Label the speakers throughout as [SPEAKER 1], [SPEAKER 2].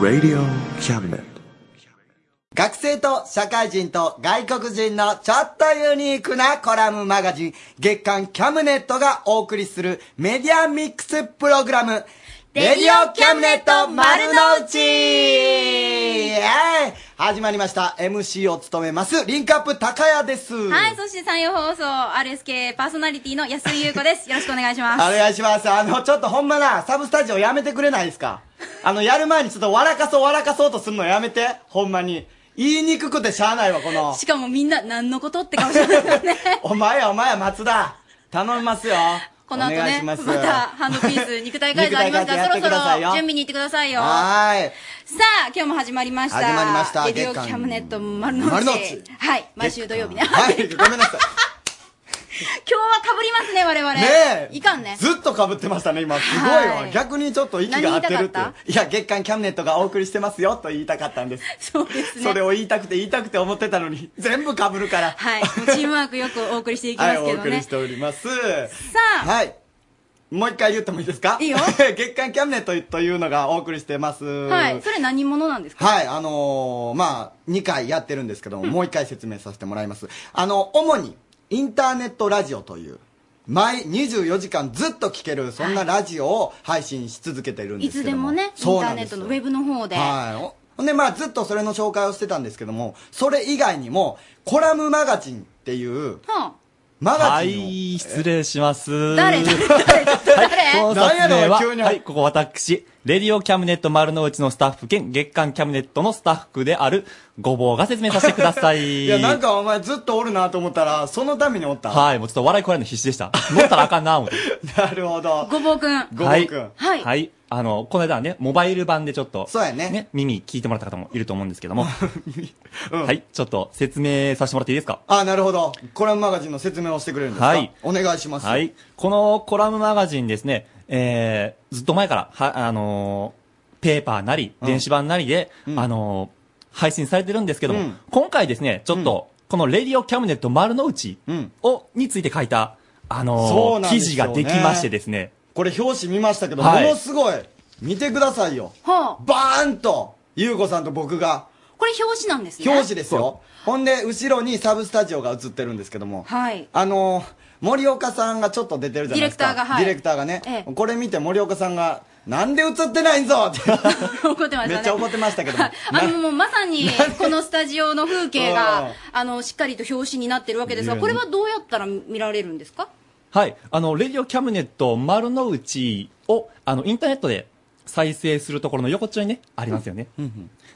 [SPEAKER 1] Radio Cabinet.
[SPEAKER 2] 学生と社会人と外国人のちょっとユニークなコラムマガジン月刊キャムネットがお送りするメディアミックスプログラムレディオキャムネット丸の内えー始まりました MC を務めますリンクアップ高谷です
[SPEAKER 3] はい、そして山陽放送 RSK パーソナリティの安井優子です。よろしくお願いしま
[SPEAKER 2] お
[SPEAKER 3] す。
[SPEAKER 2] 願いしますあのちょっとほんまなサブスタジオやめてくれないですかあのやる前にちょっと笑かそう笑かそうとするのやめてほんまに言いにくくてしゃあないわこの
[SPEAKER 3] しかもみんな何のことって顔してますよね。
[SPEAKER 2] お前やお前や松田頼みますよ
[SPEAKER 3] この後
[SPEAKER 2] お願い
[SPEAKER 3] ね、
[SPEAKER 2] し
[SPEAKER 3] ますたハンドピース肉体改造ありますから、そろそ
[SPEAKER 2] 肉体改造やってく
[SPEAKER 3] ろ
[SPEAKER 2] ださいよ
[SPEAKER 3] 準備に行ってくださいよ。さ
[SPEAKER 2] はーい
[SPEAKER 3] あ、今日も始まりました。
[SPEAKER 2] 始まりました
[SPEAKER 3] レディオ
[SPEAKER 2] 月間
[SPEAKER 3] キャムネット丸の内。
[SPEAKER 2] 丸の内
[SPEAKER 3] はい、毎週土曜日ね。今
[SPEAKER 2] はいごめんなさい
[SPEAKER 3] 日は被りますね、我々。
[SPEAKER 2] ねえ
[SPEAKER 3] いかんね。
[SPEAKER 2] ずっとかぶってましたね今すごいわ、
[SPEAKER 3] はい
[SPEAKER 2] 逆にちょっと息が合って
[SPEAKER 3] 何
[SPEAKER 2] るっ
[SPEAKER 3] 言い
[SPEAKER 2] て
[SPEAKER 3] たかっ
[SPEAKER 2] いや月刊キャムネットがお送りしてますよと言いたかったんです
[SPEAKER 3] そうですね。
[SPEAKER 2] それを言いたくて言いたくて思ってたのに全部かぶるから
[SPEAKER 3] はい、もうチームワークよくお送りしていきま
[SPEAKER 2] はい、
[SPEAKER 3] す
[SPEAKER 2] お
[SPEAKER 3] けど
[SPEAKER 2] 送り
[SPEAKER 3] ね。
[SPEAKER 2] しております
[SPEAKER 3] さあ、
[SPEAKER 2] はいもう一回言ってもいいですか
[SPEAKER 3] いいよ
[SPEAKER 2] 月刊キャムネットというのがお送りしてます
[SPEAKER 3] はい、それ何者なんですか
[SPEAKER 2] はい、あのーまあ、2回やってるんですけども、もう1回説明させてもらいます。あの、主に、インターネットラジオという、毎24時間ずっと聴ける、そんなラジオを配信し続けてるん
[SPEAKER 3] い
[SPEAKER 2] です
[SPEAKER 3] つで
[SPEAKER 2] けども。
[SPEAKER 3] もね、インタ
[SPEAKER 2] そうな
[SPEAKER 3] ー
[SPEAKER 2] ん
[SPEAKER 3] ネ
[SPEAKER 2] で
[SPEAKER 3] ッ
[SPEAKER 2] す
[SPEAKER 3] トのウェブの方で。
[SPEAKER 2] はい。おほんで、まあ、ずっとそれの紹介をしてたんですけども、それ以外にも、コラムマガジンっていう、
[SPEAKER 3] は
[SPEAKER 2] マガ
[SPEAKER 4] は
[SPEAKER 2] ジンを、
[SPEAKER 4] い、失礼します。
[SPEAKER 3] あ、誰誰誰誰
[SPEAKER 4] この
[SPEAKER 2] 誰
[SPEAKER 4] 説
[SPEAKER 2] な
[SPEAKER 4] 明
[SPEAKER 2] んやろ
[SPEAKER 4] は、
[SPEAKER 2] 急に
[SPEAKER 4] はい、ここ私、レディオキャムネット丸の内のスタッフ兼月刊キャムネットのスタッフであるごぼうが説明させてくださ い。
[SPEAKER 2] いや、なんかお前ずっとおるなと思ったら、そのためにおった。
[SPEAKER 4] はい、もうちょっと笑いこらえるの必死でした。乗ったらあかんな、思って。
[SPEAKER 2] なるほど。
[SPEAKER 3] ごぼうくん。
[SPEAKER 2] ごぼうくん
[SPEAKER 3] は
[SPEAKER 4] はいい。はい。あの、この間はね、モバイル版でちょっと、
[SPEAKER 2] そうやね
[SPEAKER 4] 耳聞いてもらった方もいると思うんです けども、
[SPEAKER 2] うん
[SPEAKER 4] はい、ちょっと説明させてもらっていいですか
[SPEAKER 2] あ、なるほど。コラムマガジンの説明をしてくれるんですか
[SPEAKER 4] はい
[SPEAKER 2] お願いします。
[SPEAKER 4] はい。このコラムマガジンですね、えー、ずっと前から、は、あのーペーパーなり、電子版なりで、
[SPEAKER 2] うん
[SPEAKER 4] あのー配信されてるんですけども、
[SPEAKER 2] うん
[SPEAKER 4] 今回ですね、ちょっと、このレディオキャムネット丸の内
[SPEAKER 2] うん
[SPEAKER 4] を、について書いた、あ
[SPEAKER 2] そう
[SPEAKER 4] のー
[SPEAKER 2] なんで
[SPEAKER 4] 記
[SPEAKER 2] す
[SPEAKER 4] 事
[SPEAKER 2] よ
[SPEAKER 4] が
[SPEAKER 2] ね
[SPEAKER 4] できましてですね、
[SPEAKER 2] これ表紙見ましたけど、
[SPEAKER 4] はい
[SPEAKER 2] ものすごい見てくださいよ
[SPEAKER 3] はあ
[SPEAKER 2] バーンと優子さんと僕が
[SPEAKER 3] これ表紙なんですね。
[SPEAKER 2] 表紙ですよほんで後ろにサブスタジオが映ってるんですけども
[SPEAKER 3] はい。
[SPEAKER 2] あのー森岡さんがちょっと出てるじゃないです
[SPEAKER 3] デ
[SPEAKER 2] か
[SPEAKER 3] ィレクターがはい
[SPEAKER 2] ディレクターがね、
[SPEAKER 3] ええ
[SPEAKER 2] これ見て森岡さんが「なんで映ってないん ぞ!」って
[SPEAKER 3] 怒ってましたね。
[SPEAKER 2] めっちゃ怒ってましたけども
[SPEAKER 3] はい あの、もうまさに、このスタジオの風景
[SPEAKER 2] うん
[SPEAKER 3] が、あの、しっかりと表紙になってるわけですが、
[SPEAKER 4] 見える
[SPEAKER 3] これはどうやったら見られるんですか
[SPEAKER 4] はい。あの、レディオキャムネット丸の内を、あの、インターネットで再生するところの横っちょにね、ありますよね。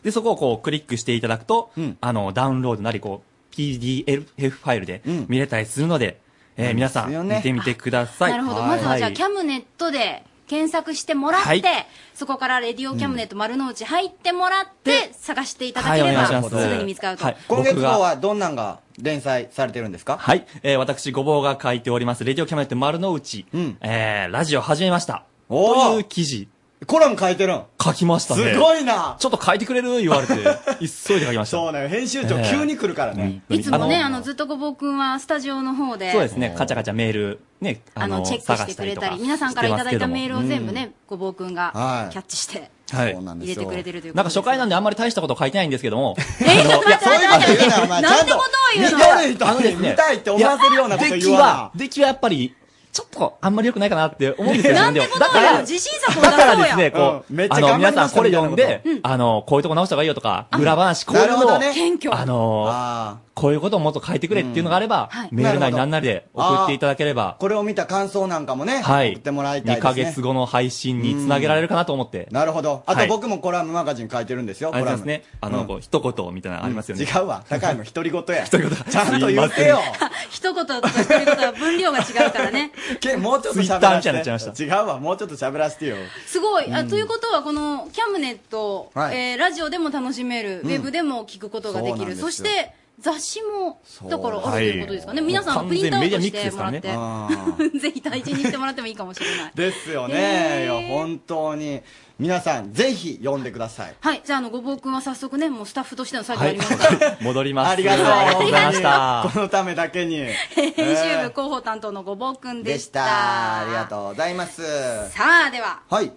[SPEAKER 4] で、そこをこう、クリックしていただくと、
[SPEAKER 2] うん
[SPEAKER 4] あの、ダウンロードなり、こう、PDF ファイルで
[SPEAKER 2] うん
[SPEAKER 4] 見れたりするので、えー皆さ
[SPEAKER 2] ですよ
[SPEAKER 4] ん、
[SPEAKER 2] ね
[SPEAKER 4] 見てみてください。
[SPEAKER 3] なるほど。
[SPEAKER 2] はい
[SPEAKER 3] まずはじゃあ、
[SPEAKER 4] い
[SPEAKER 3] キャムネットで検索してもらっ
[SPEAKER 4] はい
[SPEAKER 3] て、そこからレディオキャムネット丸の内入ってもらって、探していただ
[SPEAKER 4] はい、
[SPEAKER 3] け
[SPEAKER 4] お
[SPEAKER 3] れ
[SPEAKER 4] 願
[SPEAKER 3] ば、
[SPEAKER 4] いしますす。
[SPEAKER 3] ぐに見つかると。
[SPEAKER 4] はい、
[SPEAKER 2] 今月
[SPEAKER 4] 僕
[SPEAKER 2] 号
[SPEAKER 4] が
[SPEAKER 2] はどんなんが連載されてるんですか
[SPEAKER 4] はい、えー私、ごぼうが書いております、レディオキャムネット丸の内、
[SPEAKER 2] うん
[SPEAKER 4] えーラジオ始めました。
[SPEAKER 2] おー
[SPEAKER 4] という記事、
[SPEAKER 2] コラム書いてるん
[SPEAKER 4] 書きましたね。
[SPEAKER 2] すごいな
[SPEAKER 4] ちょっと書いてくれる言わ れて、急いで書きました。
[SPEAKER 2] そうね編集長
[SPEAKER 4] ええ
[SPEAKER 2] 急に来るからね、
[SPEAKER 4] うん
[SPEAKER 3] いつもね、あ
[SPEAKER 4] あ
[SPEAKER 3] の、ずっとごぼうくんはスタジオの方で、
[SPEAKER 4] そうですね、カチャカチャメール、ね、
[SPEAKER 3] あの、チェックしてくれたり、皆さんからいただいたメールを全部ね、ごぼうくん
[SPEAKER 2] は
[SPEAKER 3] が
[SPEAKER 2] い
[SPEAKER 3] キャッチして
[SPEAKER 4] はい
[SPEAKER 2] そうなん
[SPEAKER 3] 入
[SPEAKER 2] で
[SPEAKER 3] れ
[SPEAKER 2] す
[SPEAKER 3] て
[SPEAKER 2] よ
[SPEAKER 3] くれてるということ
[SPEAKER 4] なんか初回なんであんまり大したこと書いてないんですけ ども、
[SPEAKER 3] えー、ちょっと待って
[SPEAKER 2] そういうこと
[SPEAKER 3] 待って
[SPEAKER 2] 言うな、
[SPEAKER 3] 待って。
[SPEAKER 2] お前。
[SPEAKER 3] なんてことを言うの
[SPEAKER 2] 見てる人
[SPEAKER 4] あのです
[SPEAKER 2] に
[SPEAKER 4] ね
[SPEAKER 2] 見たいって思わせるようなこと言わ
[SPEAKER 4] 出来は、出来はやっぱり、ちょっとあんまり良くないかなって思うんですよ、
[SPEAKER 3] なんて
[SPEAKER 4] 自
[SPEAKER 3] こ
[SPEAKER 4] 分
[SPEAKER 3] と
[SPEAKER 4] で
[SPEAKER 3] を
[SPEAKER 4] は
[SPEAKER 3] 言うの
[SPEAKER 4] だ
[SPEAKER 3] 自信作を出
[SPEAKER 4] だから
[SPEAKER 3] そ
[SPEAKER 4] で
[SPEAKER 3] うや
[SPEAKER 4] すね、こ
[SPEAKER 2] う
[SPEAKER 4] うん
[SPEAKER 2] めっ、ちゃ
[SPEAKER 4] あ
[SPEAKER 2] 頑張
[SPEAKER 4] の、
[SPEAKER 2] りま
[SPEAKER 4] 皆
[SPEAKER 2] した
[SPEAKER 4] さんこれ読んで
[SPEAKER 2] みたいな、
[SPEAKER 4] あの、こういうとこ直した方がいいよとか、裏話、こうい
[SPEAKER 2] な
[SPEAKER 4] う
[SPEAKER 2] るほ
[SPEAKER 4] の
[SPEAKER 2] ど
[SPEAKER 4] を
[SPEAKER 2] ね、
[SPEAKER 3] 謙虚
[SPEAKER 4] あの、
[SPEAKER 2] な。あー
[SPEAKER 4] こういうことをもっと書いてくれっていうのがあれば
[SPEAKER 3] うんはい、
[SPEAKER 4] メールなりなんなりで送っていただければ、
[SPEAKER 2] これを見た感想なんかもね、
[SPEAKER 4] はい。
[SPEAKER 2] 送ってもらいたいで
[SPEAKER 4] 2
[SPEAKER 2] すね。
[SPEAKER 4] ヶ月後の配信につなげられるかなと思って。
[SPEAKER 2] なるほど。あ
[SPEAKER 4] は
[SPEAKER 2] と
[SPEAKER 4] い
[SPEAKER 2] 僕もコラムマガジン書いてるんですよ、
[SPEAKER 4] あ
[SPEAKER 2] コ
[SPEAKER 4] れ
[SPEAKER 2] ラ
[SPEAKER 4] で
[SPEAKER 2] ム。
[SPEAKER 4] すね。あの、
[SPEAKER 2] うん
[SPEAKER 4] こう、一言みたいなのありますよね。
[SPEAKER 2] 違うわ。高いの独り 言や。
[SPEAKER 4] 言
[SPEAKER 2] ちゃんと言ってよ。
[SPEAKER 3] 一言と一言は分量が違う からね。
[SPEAKER 2] けもうちょっと
[SPEAKER 4] ツイ
[SPEAKER 2] 喋
[SPEAKER 4] ッター
[SPEAKER 2] ら
[SPEAKER 4] みたいになっちゃいま
[SPEAKER 2] せ。
[SPEAKER 4] して
[SPEAKER 2] 違うわ、もうちょっと喋らせてよ。
[SPEAKER 3] すごい。あということは、このキャムネット、
[SPEAKER 2] はい
[SPEAKER 3] えーラジオでも楽しめる、ウェブでも聞くことができ
[SPEAKER 2] そうなんで
[SPEAKER 3] る。
[SPEAKER 2] すよ
[SPEAKER 3] そして、雑誌も
[SPEAKER 2] う
[SPEAKER 3] だからあるということですかね、
[SPEAKER 5] はい
[SPEAKER 3] 皆さんプリントアウトしてもらって、
[SPEAKER 2] 完全メディアミ ック
[SPEAKER 3] ぜひ大事にしてもらってもいいかもしれない
[SPEAKER 2] ですよ
[SPEAKER 3] ね
[SPEAKER 2] ね。
[SPEAKER 3] え
[SPEAKER 2] いや、本当に。皆さん、ぜひ読んでください。
[SPEAKER 3] はいじゃああのごぼうくんは早速ねもうスタッフとしての作 業ありますから、
[SPEAKER 5] 戻ります。
[SPEAKER 2] ありがとう
[SPEAKER 5] ありがとうございました
[SPEAKER 2] 本当に。 このためだけに。
[SPEAKER 3] 編集部広報担当のごぼうくんで
[SPEAKER 2] で
[SPEAKER 3] し
[SPEAKER 2] したた。ありがとうございます。
[SPEAKER 3] さあでは
[SPEAKER 2] はい。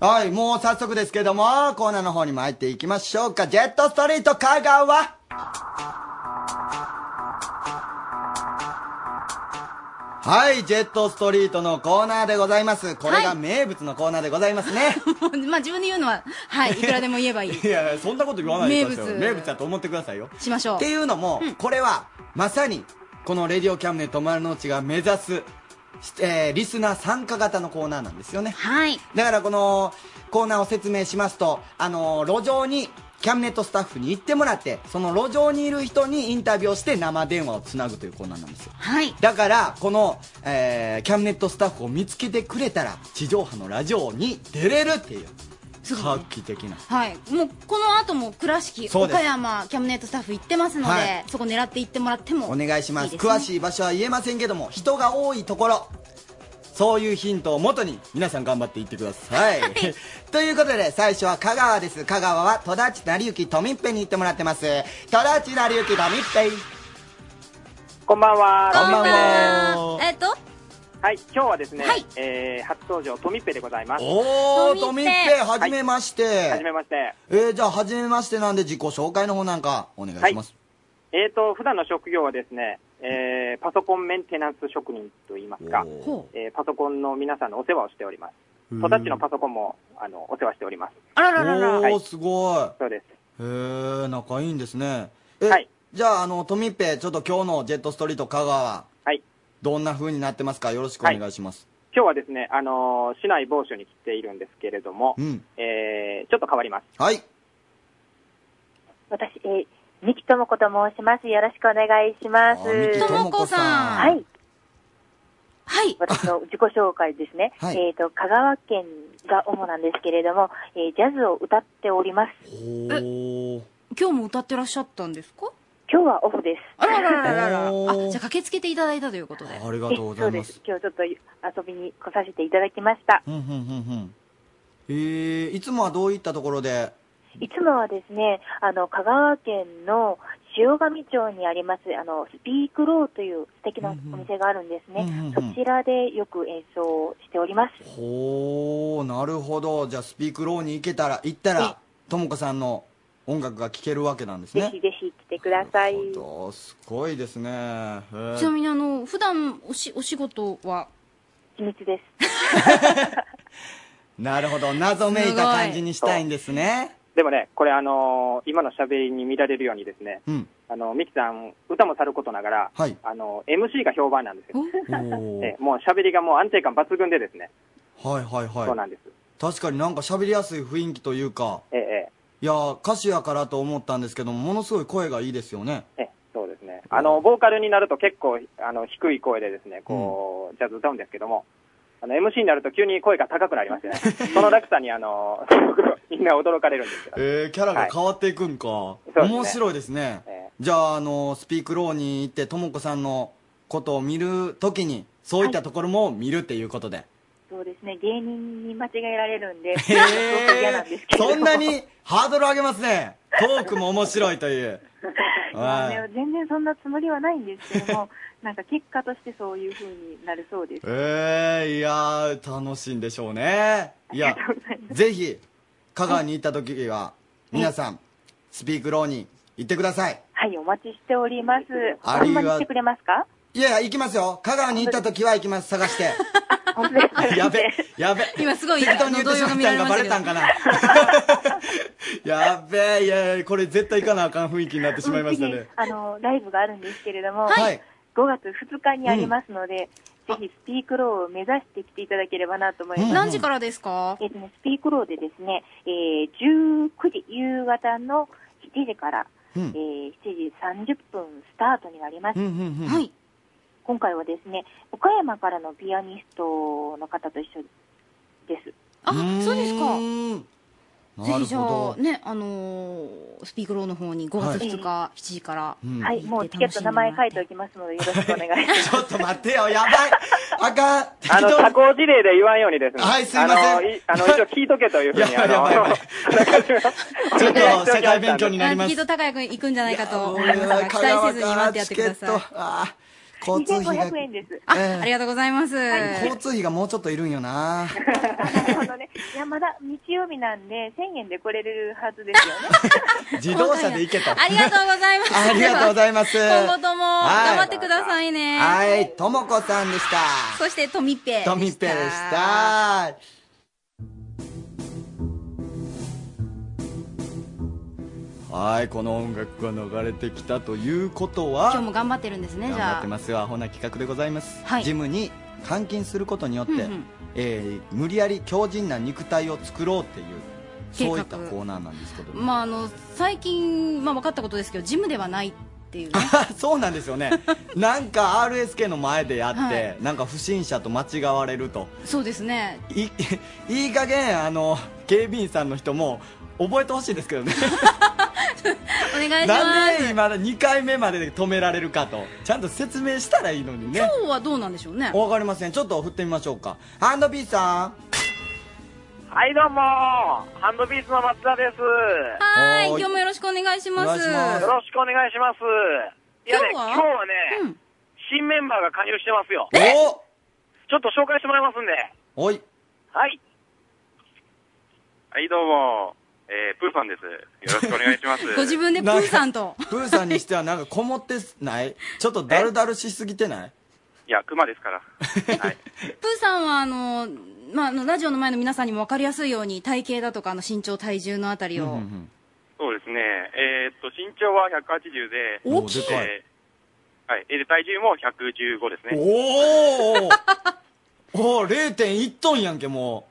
[SPEAKER 2] はい、もう早速ですけども、コーナーの方にも入っていきましょうか。ジェットストリート香川はい、ジェットストリートのコーナーでございます。これ
[SPEAKER 3] は
[SPEAKER 2] が
[SPEAKER 3] い
[SPEAKER 2] 名物のコーナーでございますね。
[SPEAKER 3] もうまあ自分で言うのははいいくらでも言えばいい
[SPEAKER 2] い、や、そんなこと言わないでくださいよ。
[SPEAKER 3] 名物
[SPEAKER 2] 名物だと思ってくださいよ。
[SPEAKER 3] しましょう
[SPEAKER 2] っていうのも、これはまさにこの「レディオキャムネット丸の内」が目指す、しえーリスナー参加型のコーナーなんですよね
[SPEAKER 3] はい
[SPEAKER 2] だからこのコーナーを説明しますと、あの路上にキャムネットスタッフに行ってもらってその路上にいる人にインタビューをして生電話をつなぐというコーナーなんですよ
[SPEAKER 3] はい
[SPEAKER 2] だからこの、えーキャムネットスタッフを見つけてくれたら地上波のラジオに出れるっていう
[SPEAKER 3] すご
[SPEAKER 2] 画
[SPEAKER 3] い
[SPEAKER 2] 期的な
[SPEAKER 3] はい、もうこの後も倉敷、
[SPEAKER 2] そうです
[SPEAKER 3] 岡山、キャムネットスタッフ行ってますので、
[SPEAKER 2] はい
[SPEAKER 3] そこ狙って行ってもらっても
[SPEAKER 2] お願いします
[SPEAKER 3] ですね
[SPEAKER 2] 詳しい場所は言えませんけども人が多いところそういうヒントをもとに皆さん頑張っていってください ということで最初は香川です香川は戸田地成幸富っぺに行ってもらってます戸田地成幸富っぺ
[SPEAKER 6] こんばんは。
[SPEAKER 3] こんばん
[SPEAKER 2] こんばん
[SPEAKER 3] は
[SPEAKER 2] は
[SPEAKER 3] えっと
[SPEAKER 6] はい、今日はですね、
[SPEAKER 3] はい
[SPEAKER 6] えー初登場、トミッペでございます。は
[SPEAKER 2] おお
[SPEAKER 3] 富っ
[SPEAKER 2] 富っ
[SPEAKER 3] ぺ
[SPEAKER 2] ぺはじめまして、
[SPEAKER 6] じめまして。
[SPEAKER 2] えーじゃあはじめましてなんで自己紹介の方なんかお願いします、
[SPEAKER 6] えーと、普段の職業はですね、えーパソコンメンテナンス職人といいますか、
[SPEAKER 2] おー
[SPEAKER 3] ほう
[SPEAKER 6] えーパソコンの皆さんのお世話をしております。
[SPEAKER 2] うん
[SPEAKER 6] 戸田市のパソコンも、あの、お世話しております。
[SPEAKER 3] あらららら
[SPEAKER 2] お
[SPEAKER 6] は
[SPEAKER 2] ー
[SPEAKER 6] い
[SPEAKER 2] すごい
[SPEAKER 6] そうです。
[SPEAKER 2] へえ仲いいんですねえ、
[SPEAKER 6] はい
[SPEAKER 2] じゃああの富っぺちょっと今日のジェットストリート香川
[SPEAKER 6] はい。
[SPEAKER 2] どんな風になってますかよろしくお願いします、
[SPEAKER 6] 今日はですね、あのー市内某所に来ているんですけれども、
[SPEAKER 2] うん
[SPEAKER 6] えーちょっと変わります。
[SPEAKER 2] はい
[SPEAKER 7] 私、えー、三木智子と申します。よろしくお願いしま
[SPEAKER 2] あ三木
[SPEAKER 3] と
[SPEAKER 7] す。
[SPEAKER 3] もこさん
[SPEAKER 7] は
[SPEAKER 2] はい
[SPEAKER 7] い、
[SPEAKER 3] はい
[SPEAKER 7] 私の自己紹介ですね。
[SPEAKER 2] はい
[SPEAKER 7] えっ、と、香川県が主なんですけれども、えージャズを歌っております。
[SPEAKER 2] おー
[SPEAKER 3] 今日も歌ってらっしゃったんですか
[SPEAKER 7] 今日はオフです。
[SPEAKER 3] あららららららあ
[SPEAKER 2] お
[SPEAKER 3] じ
[SPEAKER 2] ー
[SPEAKER 3] ゃあ駆けつけていただいたということで
[SPEAKER 2] ありがとうござ
[SPEAKER 7] えそ
[SPEAKER 2] いま
[SPEAKER 7] うですす。今日ちょっと遊びに来させていただきました。
[SPEAKER 2] うんうんうんうんえー、いつもはどういったところで
[SPEAKER 7] いつもはですね、あの、香川県の塩上町にあります、あの、スピークローという素敵なお店があるんですね。
[SPEAKER 2] うんうんうんうん
[SPEAKER 7] そちらでよく演奏をしております。
[SPEAKER 2] ほーなるほどじゃあスピークローに行けたら行ったらともこさんの音楽が聴けるわけなんです
[SPEAKER 7] ぜ
[SPEAKER 2] ね
[SPEAKER 7] ひぜひ来てください。
[SPEAKER 2] なるほどすごいですねへー
[SPEAKER 3] ちなみにあの普段おしお仕事は
[SPEAKER 7] 秘密です。
[SPEAKER 2] なるほど謎めいた感じにしたいんですね
[SPEAKER 6] でもね、これあのー今の喋りに見られるようにですね、
[SPEAKER 2] うん
[SPEAKER 6] あの、ミキさん、歌もさることながら、
[SPEAKER 2] はい
[SPEAKER 6] あの、MC が評判なんですよ。
[SPEAKER 2] おー
[SPEAKER 6] ええもう喋りがもう安定感抜群でですね、
[SPEAKER 2] はいはい
[SPEAKER 6] そう
[SPEAKER 2] は
[SPEAKER 6] ないんです。
[SPEAKER 2] 確かになんか喋りやすい雰囲気というか
[SPEAKER 6] ええ
[SPEAKER 2] いやー歌手やからと思ったんですけどもものすごい声がいいですよね
[SPEAKER 6] ええええそうですね。あの、ボーカルになると結構、あの、低い声でですね、こう、ジャズ歌うんですけども、あの、MC になると急に声が高くなりましてね、 その落差に、あの、 すごくみんな驚かれるんですけど、
[SPEAKER 2] えー、キャラが変わっていくんか、
[SPEAKER 6] そうですね
[SPEAKER 2] 面白いですね、
[SPEAKER 6] え
[SPEAKER 2] じゃああのスピークローに行ってともこさんのことを見るときにそういったところも見るっていうことで、
[SPEAKER 7] そうですね、芸人に間違えられるんで、
[SPEAKER 2] へ
[SPEAKER 7] す ごく嫌なんですけ
[SPEAKER 2] ー
[SPEAKER 7] ど。
[SPEAKER 2] そんなにハードル上げますねトークも面白いという
[SPEAKER 7] いやね全然そんなつもりはないんですけども、 なんか結果としてそういう風になるそうです。
[SPEAKER 2] えー、いやー楽しいんでしょうね いやぜひ香川に行ったときは皆さんスピークローに行ってください
[SPEAKER 7] はい、お待ちしております。
[SPEAKER 2] あ
[SPEAKER 7] ほ
[SPEAKER 2] り
[SPEAKER 7] ん
[SPEAKER 2] が
[SPEAKER 7] まに来てくれますか
[SPEAKER 2] いやいや行きますよ香川に行ったときは行きます探 して
[SPEAKER 7] 本当ですか
[SPEAKER 2] やべ、やべ。
[SPEAKER 3] 今すごい
[SPEAKER 2] 適当に言ってしまったのがバレたんかな。やべえ、いやいや、これ絶対行かなあかん雰囲気になってしまいました
[SPEAKER 7] うん次
[SPEAKER 2] ね。
[SPEAKER 7] あの、ライブがあるんですけれども、
[SPEAKER 2] はい
[SPEAKER 7] 5月2日にありますので、ぜひスピークローを目指して来ていただければなと思います。
[SPEAKER 2] うん
[SPEAKER 3] 何時からですか
[SPEAKER 7] えっとね、スピークローでですね、えー、19時、夕方の7時から、
[SPEAKER 2] うん
[SPEAKER 7] えー7時30分スタートになります。
[SPEAKER 2] うんうんうん。
[SPEAKER 3] はい
[SPEAKER 7] 今回はですね、岡山からのピアニストの方と一緒です。
[SPEAKER 3] あそうですか
[SPEAKER 2] ーん
[SPEAKER 3] ぜひじゃあ、ね、あのースピークローの方に5月2日7時から、
[SPEAKER 2] うん
[SPEAKER 7] はい、もうチケット名前書いておきますので、よろしくお願いします。
[SPEAKER 2] ちょっと待ってよ、やばい。あかん。
[SPEAKER 8] あの、社交辞令で言わんようにですね。
[SPEAKER 2] はいすいません
[SPEAKER 8] あの、いあの一応聞いとけというふうに、
[SPEAKER 2] やば
[SPEAKER 8] あ
[SPEAKER 2] いや
[SPEAKER 8] の、
[SPEAKER 2] ば いやばいちょっと社会勉強に
[SPEAKER 8] に。
[SPEAKER 2] なりま
[SPEAKER 3] あ
[SPEAKER 2] す。
[SPEAKER 3] きっと高谷君行くんじゃないかと思い
[SPEAKER 2] い
[SPEAKER 3] ま
[SPEAKER 2] や
[SPEAKER 3] す
[SPEAKER 2] もう
[SPEAKER 3] が、期待せずに待ってやってくだ
[SPEAKER 2] 香
[SPEAKER 3] さ
[SPEAKER 2] 川
[SPEAKER 3] い
[SPEAKER 2] かチケッ。トあー交通費
[SPEAKER 7] 2500
[SPEAKER 2] が
[SPEAKER 7] 円です。
[SPEAKER 3] あ、
[SPEAKER 2] ええ
[SPEAKER 3] ありがとうございます。
[SPEAKER 2] 交通費がもうちょっといるんよ な。
[SPEAKER 7] あのね、いや、まだ日曜日なんで、1000円で来れるはずですよね。
[SPEAKER 2] 自動車で行けと。
[SPEAKER 3] ありがとうございます。
[SPEAKER 2] ありがとうございます
[SPEAKER 3] 今後とも
[SPEAKER 2] は
[SPEAKER 3] 頑
[SPEAKER 2] い
[SPEAKER 3] 張ってくださいね。
[SPEAKER 2] はい、ともこさんでした。
[SPEAKER 3] そして、トミペでした。
[SPEAKER 2] トミペでした。はい、この音楽が流れてきたということは、
[SPEAKER 3] 今日も頑張ってるんですね、
[SPEAKER 2] 頑
[SPEAKER 3] じ
[SPEAKER 2] 張っ
[SPEAKER 3] ゃ
[SPEAKER 2] てますよアホな企画でございます、
[SPEAKER 3] はい
[SPEAKER 2] ジムに監禁することによって、
[SPEAKER 3] うんうん
[SPEAKER 2] えー無理やり強靭な肉体を作ろうっていう
[SPEAKER 3] 計画
[SPEAKER 2] そういったコーナーなんですけど
[SPEAKER 3] あ。まあ、あの、最近、まあ、分かったことですけど、ジムではないっていうね。
[SPEAKER 2] そうなんですよねなんか RSK の前でやって、
[SPEAKER 3] はい
[SPEAKER 2] なんか不審者と間違われると
[SPEAKER 3] そうですね。
[SPEAKER 2] い いい加減あの警備員さんの人も覚えてほしいですけどね
[SPEAKER 3] お願いしま
[SPEAKER 2] なん
[SPEAKER 3] す。
[SPEAKER 2] で今だ2回目までで止められるかとちゃんと説明したらいいのにね
[SPEAKER 3] 今日はどうなんでしょうね。
[SPEAKER 2] わかりませんちょっと振ってみましょうかハンドピースさん
[SPEAKER 8] はい、どうもハンドビーズの松田です。よ
[SPEAKER 3] はーい、
[SPEAKER 2] おーい
[SPEAKER 3] 今日もよろしくお願いします。
[SPEAKER 2] お願いします
[SPEAKER 8] ろしくお願いします。いやね、
[SPEAKER 3] 今
[SPEAKER 8] 今
[SPEAKER 3] 日は
[SPEAKER 8] 日は
[SPEAKER 3] う
[SPEAKER 8] ね
[SPEAKER 3] ん、
[SPEAKER 8] 新メンバーが加入してますよ。
[SPEAKER 2] お
[SPEAKER 8] ちょっと紹介してもらいますんで。
[SPEAKER 2] おい
[SPEAKER 8] はい。
[SPEAKER 9] はい、どうも、えー、プーさんです。よろしくお願いします
[SPEAKER 3] 。ご自分でプ
[SPEAKER 2] なん
[SPEAKER 3] ー
[SPEAKER 2] か
[SPEAKER 3] さんと。
[SPEAKER 2] プーさんにしてはなんかこもってないちょっとダルダルしすぎてない
[SPEAKER 9] いや、熊ですから。はい。
[SPEAKER 3] プーさんは、あの、まあ、あの、ラジオの前の皆さんにも分かりやすいように、体型だとか、あの、身長、体重のあたりを。
[SPEAKER 9] そうですね。えーっと、身長は180で、
[SPEAKER 2] おでかい
[SPEAKER 9] えーはい。えーで、体重も115ですね。
[SPEAKER 2] おーおお0.1トンやんけも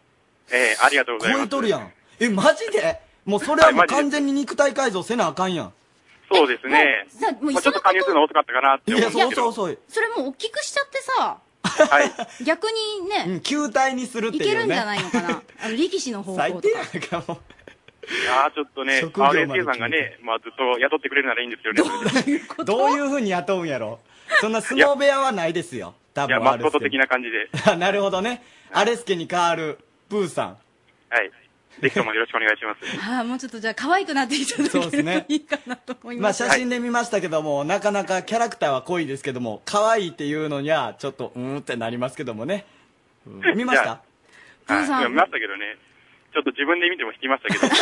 [SPEAKER 9] えー、ありがとう
[SPEAKER 2] う
[SPEAKER 9] ござい
[SPEAKER 2] 超
[SPEAKER 9] ま
[SPEAKER 2] え
[SPEAKER 9] す。
[SPEAKER 2] とるやんえマジでもうそれはも
[SPEAKER 9] はいマ
[SPEAKER 2] う
[SPEAKER 9] ジで
[SPEAKER 2] 完全に肉体改造せなあかんやん
[SPEAKER 9] そうですね。
[SPEAKER 3] えもう
[SPEAKER 9] まあ、ちょっ
[SPEAKER 3] さもういっそのこと
[SPEAKER 9] と加入するの遅かったかなっ
[SPEAKER 2] い
[SPEAKER 9] て思うん
[SPEAKER 2] や
[SPEAKER 9] です
[SPEAKER 2] そう
[SPEAKER 9] け
[SPEAKER 2] そう
[SPEAKER 9] ど。
[SPEAKER 2] 遅い、
[SPEAKER 3] それもう大きくしちゃってさ、
[SPEAKER 9] はい。
[SPEAKER 3] 逆にね、
[SPEAKER 2] うん、球体にするって
[SPEAKER 3] い
[SPEAKER 2] いうね
[SPEAKER 3] けるんじゃないのかな、あの力士の方
[SPEAKER 2] 最
[SPEAKER 3] 向
[SPEAKER 2] 低
[SPEAKER 3] と
[SPEAKER 2] や
[SPEAKER 3] か。
[SPEAKER 2] んかも
[SPEAKER 9] ああ、ちょっとね、
[SPEAKER 2] 職業まで
[SPEAKER 9] RSK さんがね、まあ、ずっと雇ってくれるならいいんですけどね。
[SPEAKER 2] うどういうふうに雇うんやろそんな相撲部屋はないですよ多
[SPEAKER 9] いや、
[SPEAKER 2] 分
[SPEAKER 9] マ
[SPEAKER 2] あ
[SPEAKER 9] ス
[SPEAKER 2] る
[SPEAKER 9] コット的な感じで。
[SPEAKER 2] ななるほどねアレスケに代わるプーさん
[SPEAKER 9] はい。ぜひともよろしくお願い します。
[SPEAKER 3] ああ、もうちょっとじゃあ、可愛くなっていただ
[SPEAKER 2] そう
[SPEAKER 3] け
[SPEAKER 2] です
[SPEAKER 3] る
[SPEAKER 2] ね
[SPEAKER 3] といいかなと思い
[SPEAKER 2] まあ
[SPEAKER 3] ます。
[SPEAKER 2] 写真で見ましたけども、なかなかキャラクターは濃いですけども、可愛いっていうのには、ちょっと、うーんってなりますけどもね。うん見まし
[SPEAKER 9] じ
[SPEAKER 2] た
[SPEAKER 9] ゃ
[SPEAKER 3] プ
[SPEAKER 9] はい。
[SPEAKER 3] ー
[SPEAKER 9] い
[SPEAKER 3] さ
[SPEAKER 9] や、
[SPEAKER 3] ん
[SPEAKER 9] 見ましたけどね。ちょっと自分で見ても引きましたけど。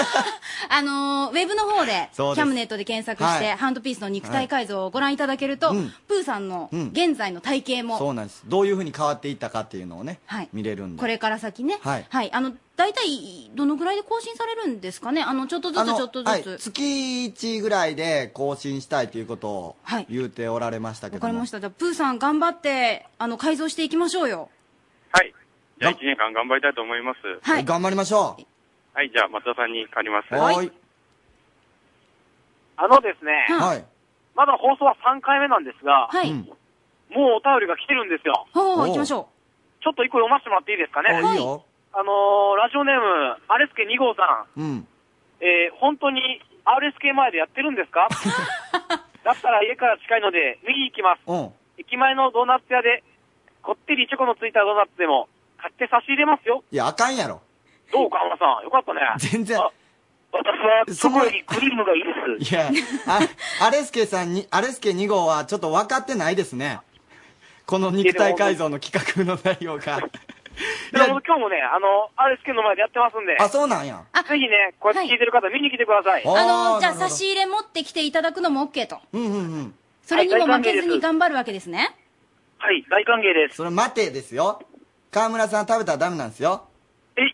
[SPEAKER 3] あのーウェブの方で、キ
[SPEAKER 2] そうです
[SPEAKER 3] ャムネットで検索して、
[SPEAKER 2] はい
[SPEAKER 3] ハンドピースの肉体改造をご覧いただけると、
[SPEAKER 2] うん
[SPEAKER 3] プーさんの
[SPEAKER 2] うん
[SPEAKER 3] 現在の体型も、
[SPEAKER 2] そうなんです。どういう風に変わっていったかっていうのをね、
[SPEAKER 3] はい
[SPEAKER 2] 見れるんで。
[SPEAKER 3] これから先ね、
[SPEAKER 2] はい
[SPEAKER 3] あの大体どのぐらいで更新されるんですかね、あのちょっとず
[SPEAKER 2] あ
[SPEAKER 3] つ、
[SPEAKER 2] の
[SPEAKER 3] ちょっと
[SPEAKER 2] はい
[SPEAKER 3] ずつ、
[SPEAKER 2] 月1ぐらいで更新したいということを
[SPEAKER 3] はい
[SPEAKER 2] 言うておられましたけ
[SPEAKER 3] わ
[SPEAKER 2] ど
[SPEAKER 3] か
[SPEAKER 2] も、
[SPEAKER 3] りました、じゃあ、プーさん、頑張ってあの改造していきましょうよ。
[SPEAKER 9] はい。じゃあ、1年間頑張りたいと思います。
[SPEAKER 3] はい
[SPEAKER 2] 頑張りましょ
[SPEAKER 9] はい、じゃあ、松田さんに借ります。
[SPEAKER 2] う。
[SPEAKER 9] はい。
[SPEAKER 2] はい。
[SPEAKER 8] あのですね、
[SPEAKER 3] はい
[SPEAKER 2] はい。
[SPEAKER 8] まだ放送は3回目なんですが、
[SPEAKER 3] はい、
[SPEAKER 2] うん
[SPEAKER 8] もうお便りが来てるんですよ。
[SPEAKER 3] ほうほう
[SPEAKER 2] おう
[SPEAKER 3] 行きましょ
[SPEAKER 8] ちょっと一個読ませてもらっていいですかね。
[SPEAKER 2] あいいよ。
[SPEAKER 8] あのーラジオネーム、アレスケ2号さん、
[SPEAKER 2] うん。
[SPEAKER 8] えー、本当に RSK 前でやってるんです かだったら家から近いので、右行きます。
[SPEAKER 2] うん。
[SPEAKER 8] 駅前のドーナツ屋で、こってりチョコのついたドーナツでも、買って差し入れますよ。
[SPEAKER 2] いや、あかんやろ。
[SPEAKER 8] どうか、浜さん。よかったね。
[SPEAKER 2] 全然
[SPEAKER 8] あ私
[SPEAKER 2] そ
[SPEAKER 8] は、チョ
[SPEAKER 2] こ
[SPEAKER 8] コよりクリームがいいで
[SPEAKER 2] い
[SPEAKER 8] す。
[SPEAKER 2] や、あ、アレスケさんに、アレスケ2号はちょっと分かってないですね。この肉体改造の企画の内容が。い
[SPEAKER 8] でも
[SPEAKER 2] や、
[SPEAKER 8] 今日もね、あの、RSK の前でやってますんで、
[SPEAKER 2] あ、そうなんや。
[SPEAKER 8] ぜひね、こうやって聞いてる方、見に来てください。
[SPEAKER 3] う、
[SPEAKER 2] お
[SPEAKER 3] あの
[SPEAKER 2] ー
[SPEAKER 3] じゃあ、
[SPEAKER 2] なる
[SPEAKER 3] 差
[SPEAKER 2] ほど
[SPEAKER 3] し入れ持ってきていただくのも OK と、
[SPEAKER 2] うんうんうん。
[SPEAKER 3] それにも
[SPEAKER 8] はい
[SPEAKER 3] 負けず
[SPEAKER 8] 大歓迎で
[SPEAKER 3] に
[SPEAKER 8] す
[SPEAKER 3] 頑張るわけですね。
[SPEAKER 8] はい、大歓迎です。
[SPEAKER 2] それ待てですよ。河村さん食べたらダメなんですよ。
[SPEAKER 8] え、いや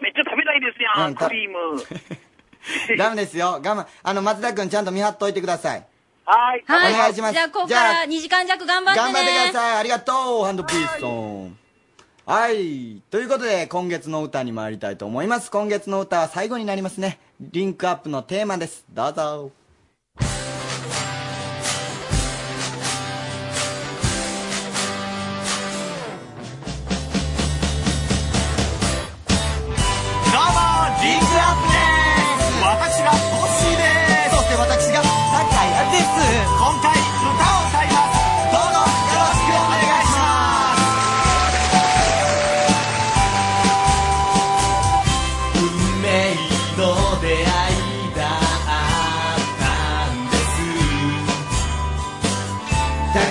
[SPEAKER 8] めっちゃ食べたいですや
[SPEAKER 2] うん
[SPEAKER 8] ん、
[SPEAKER 2] た
[SPEAKER 8] クリーム。
[SPEAKER 2] ダメですよ。我慢。あの、松田くんちゃんと見張っといてください。
[SPEAKER 8] はい。
[SPEAKER 3] はい、
[SPEAKER 2] お願いします
[SPEAKER 3] じゃあ、ここ
[SPEAKER 2] じゃ
[SPEAKER 3] から
[SPEAKER 2] あ
[SPEAKER 3] 2時間弱頑張ってね。
[SPEAKER 2] 頑張ってください。ありがとう、ハンドピーストン。はい。ということで、今月の歌に参りたいと思います。今月の歌は最後になりますね。リンクアップのテーマです。どうぞ。どうも、リンクア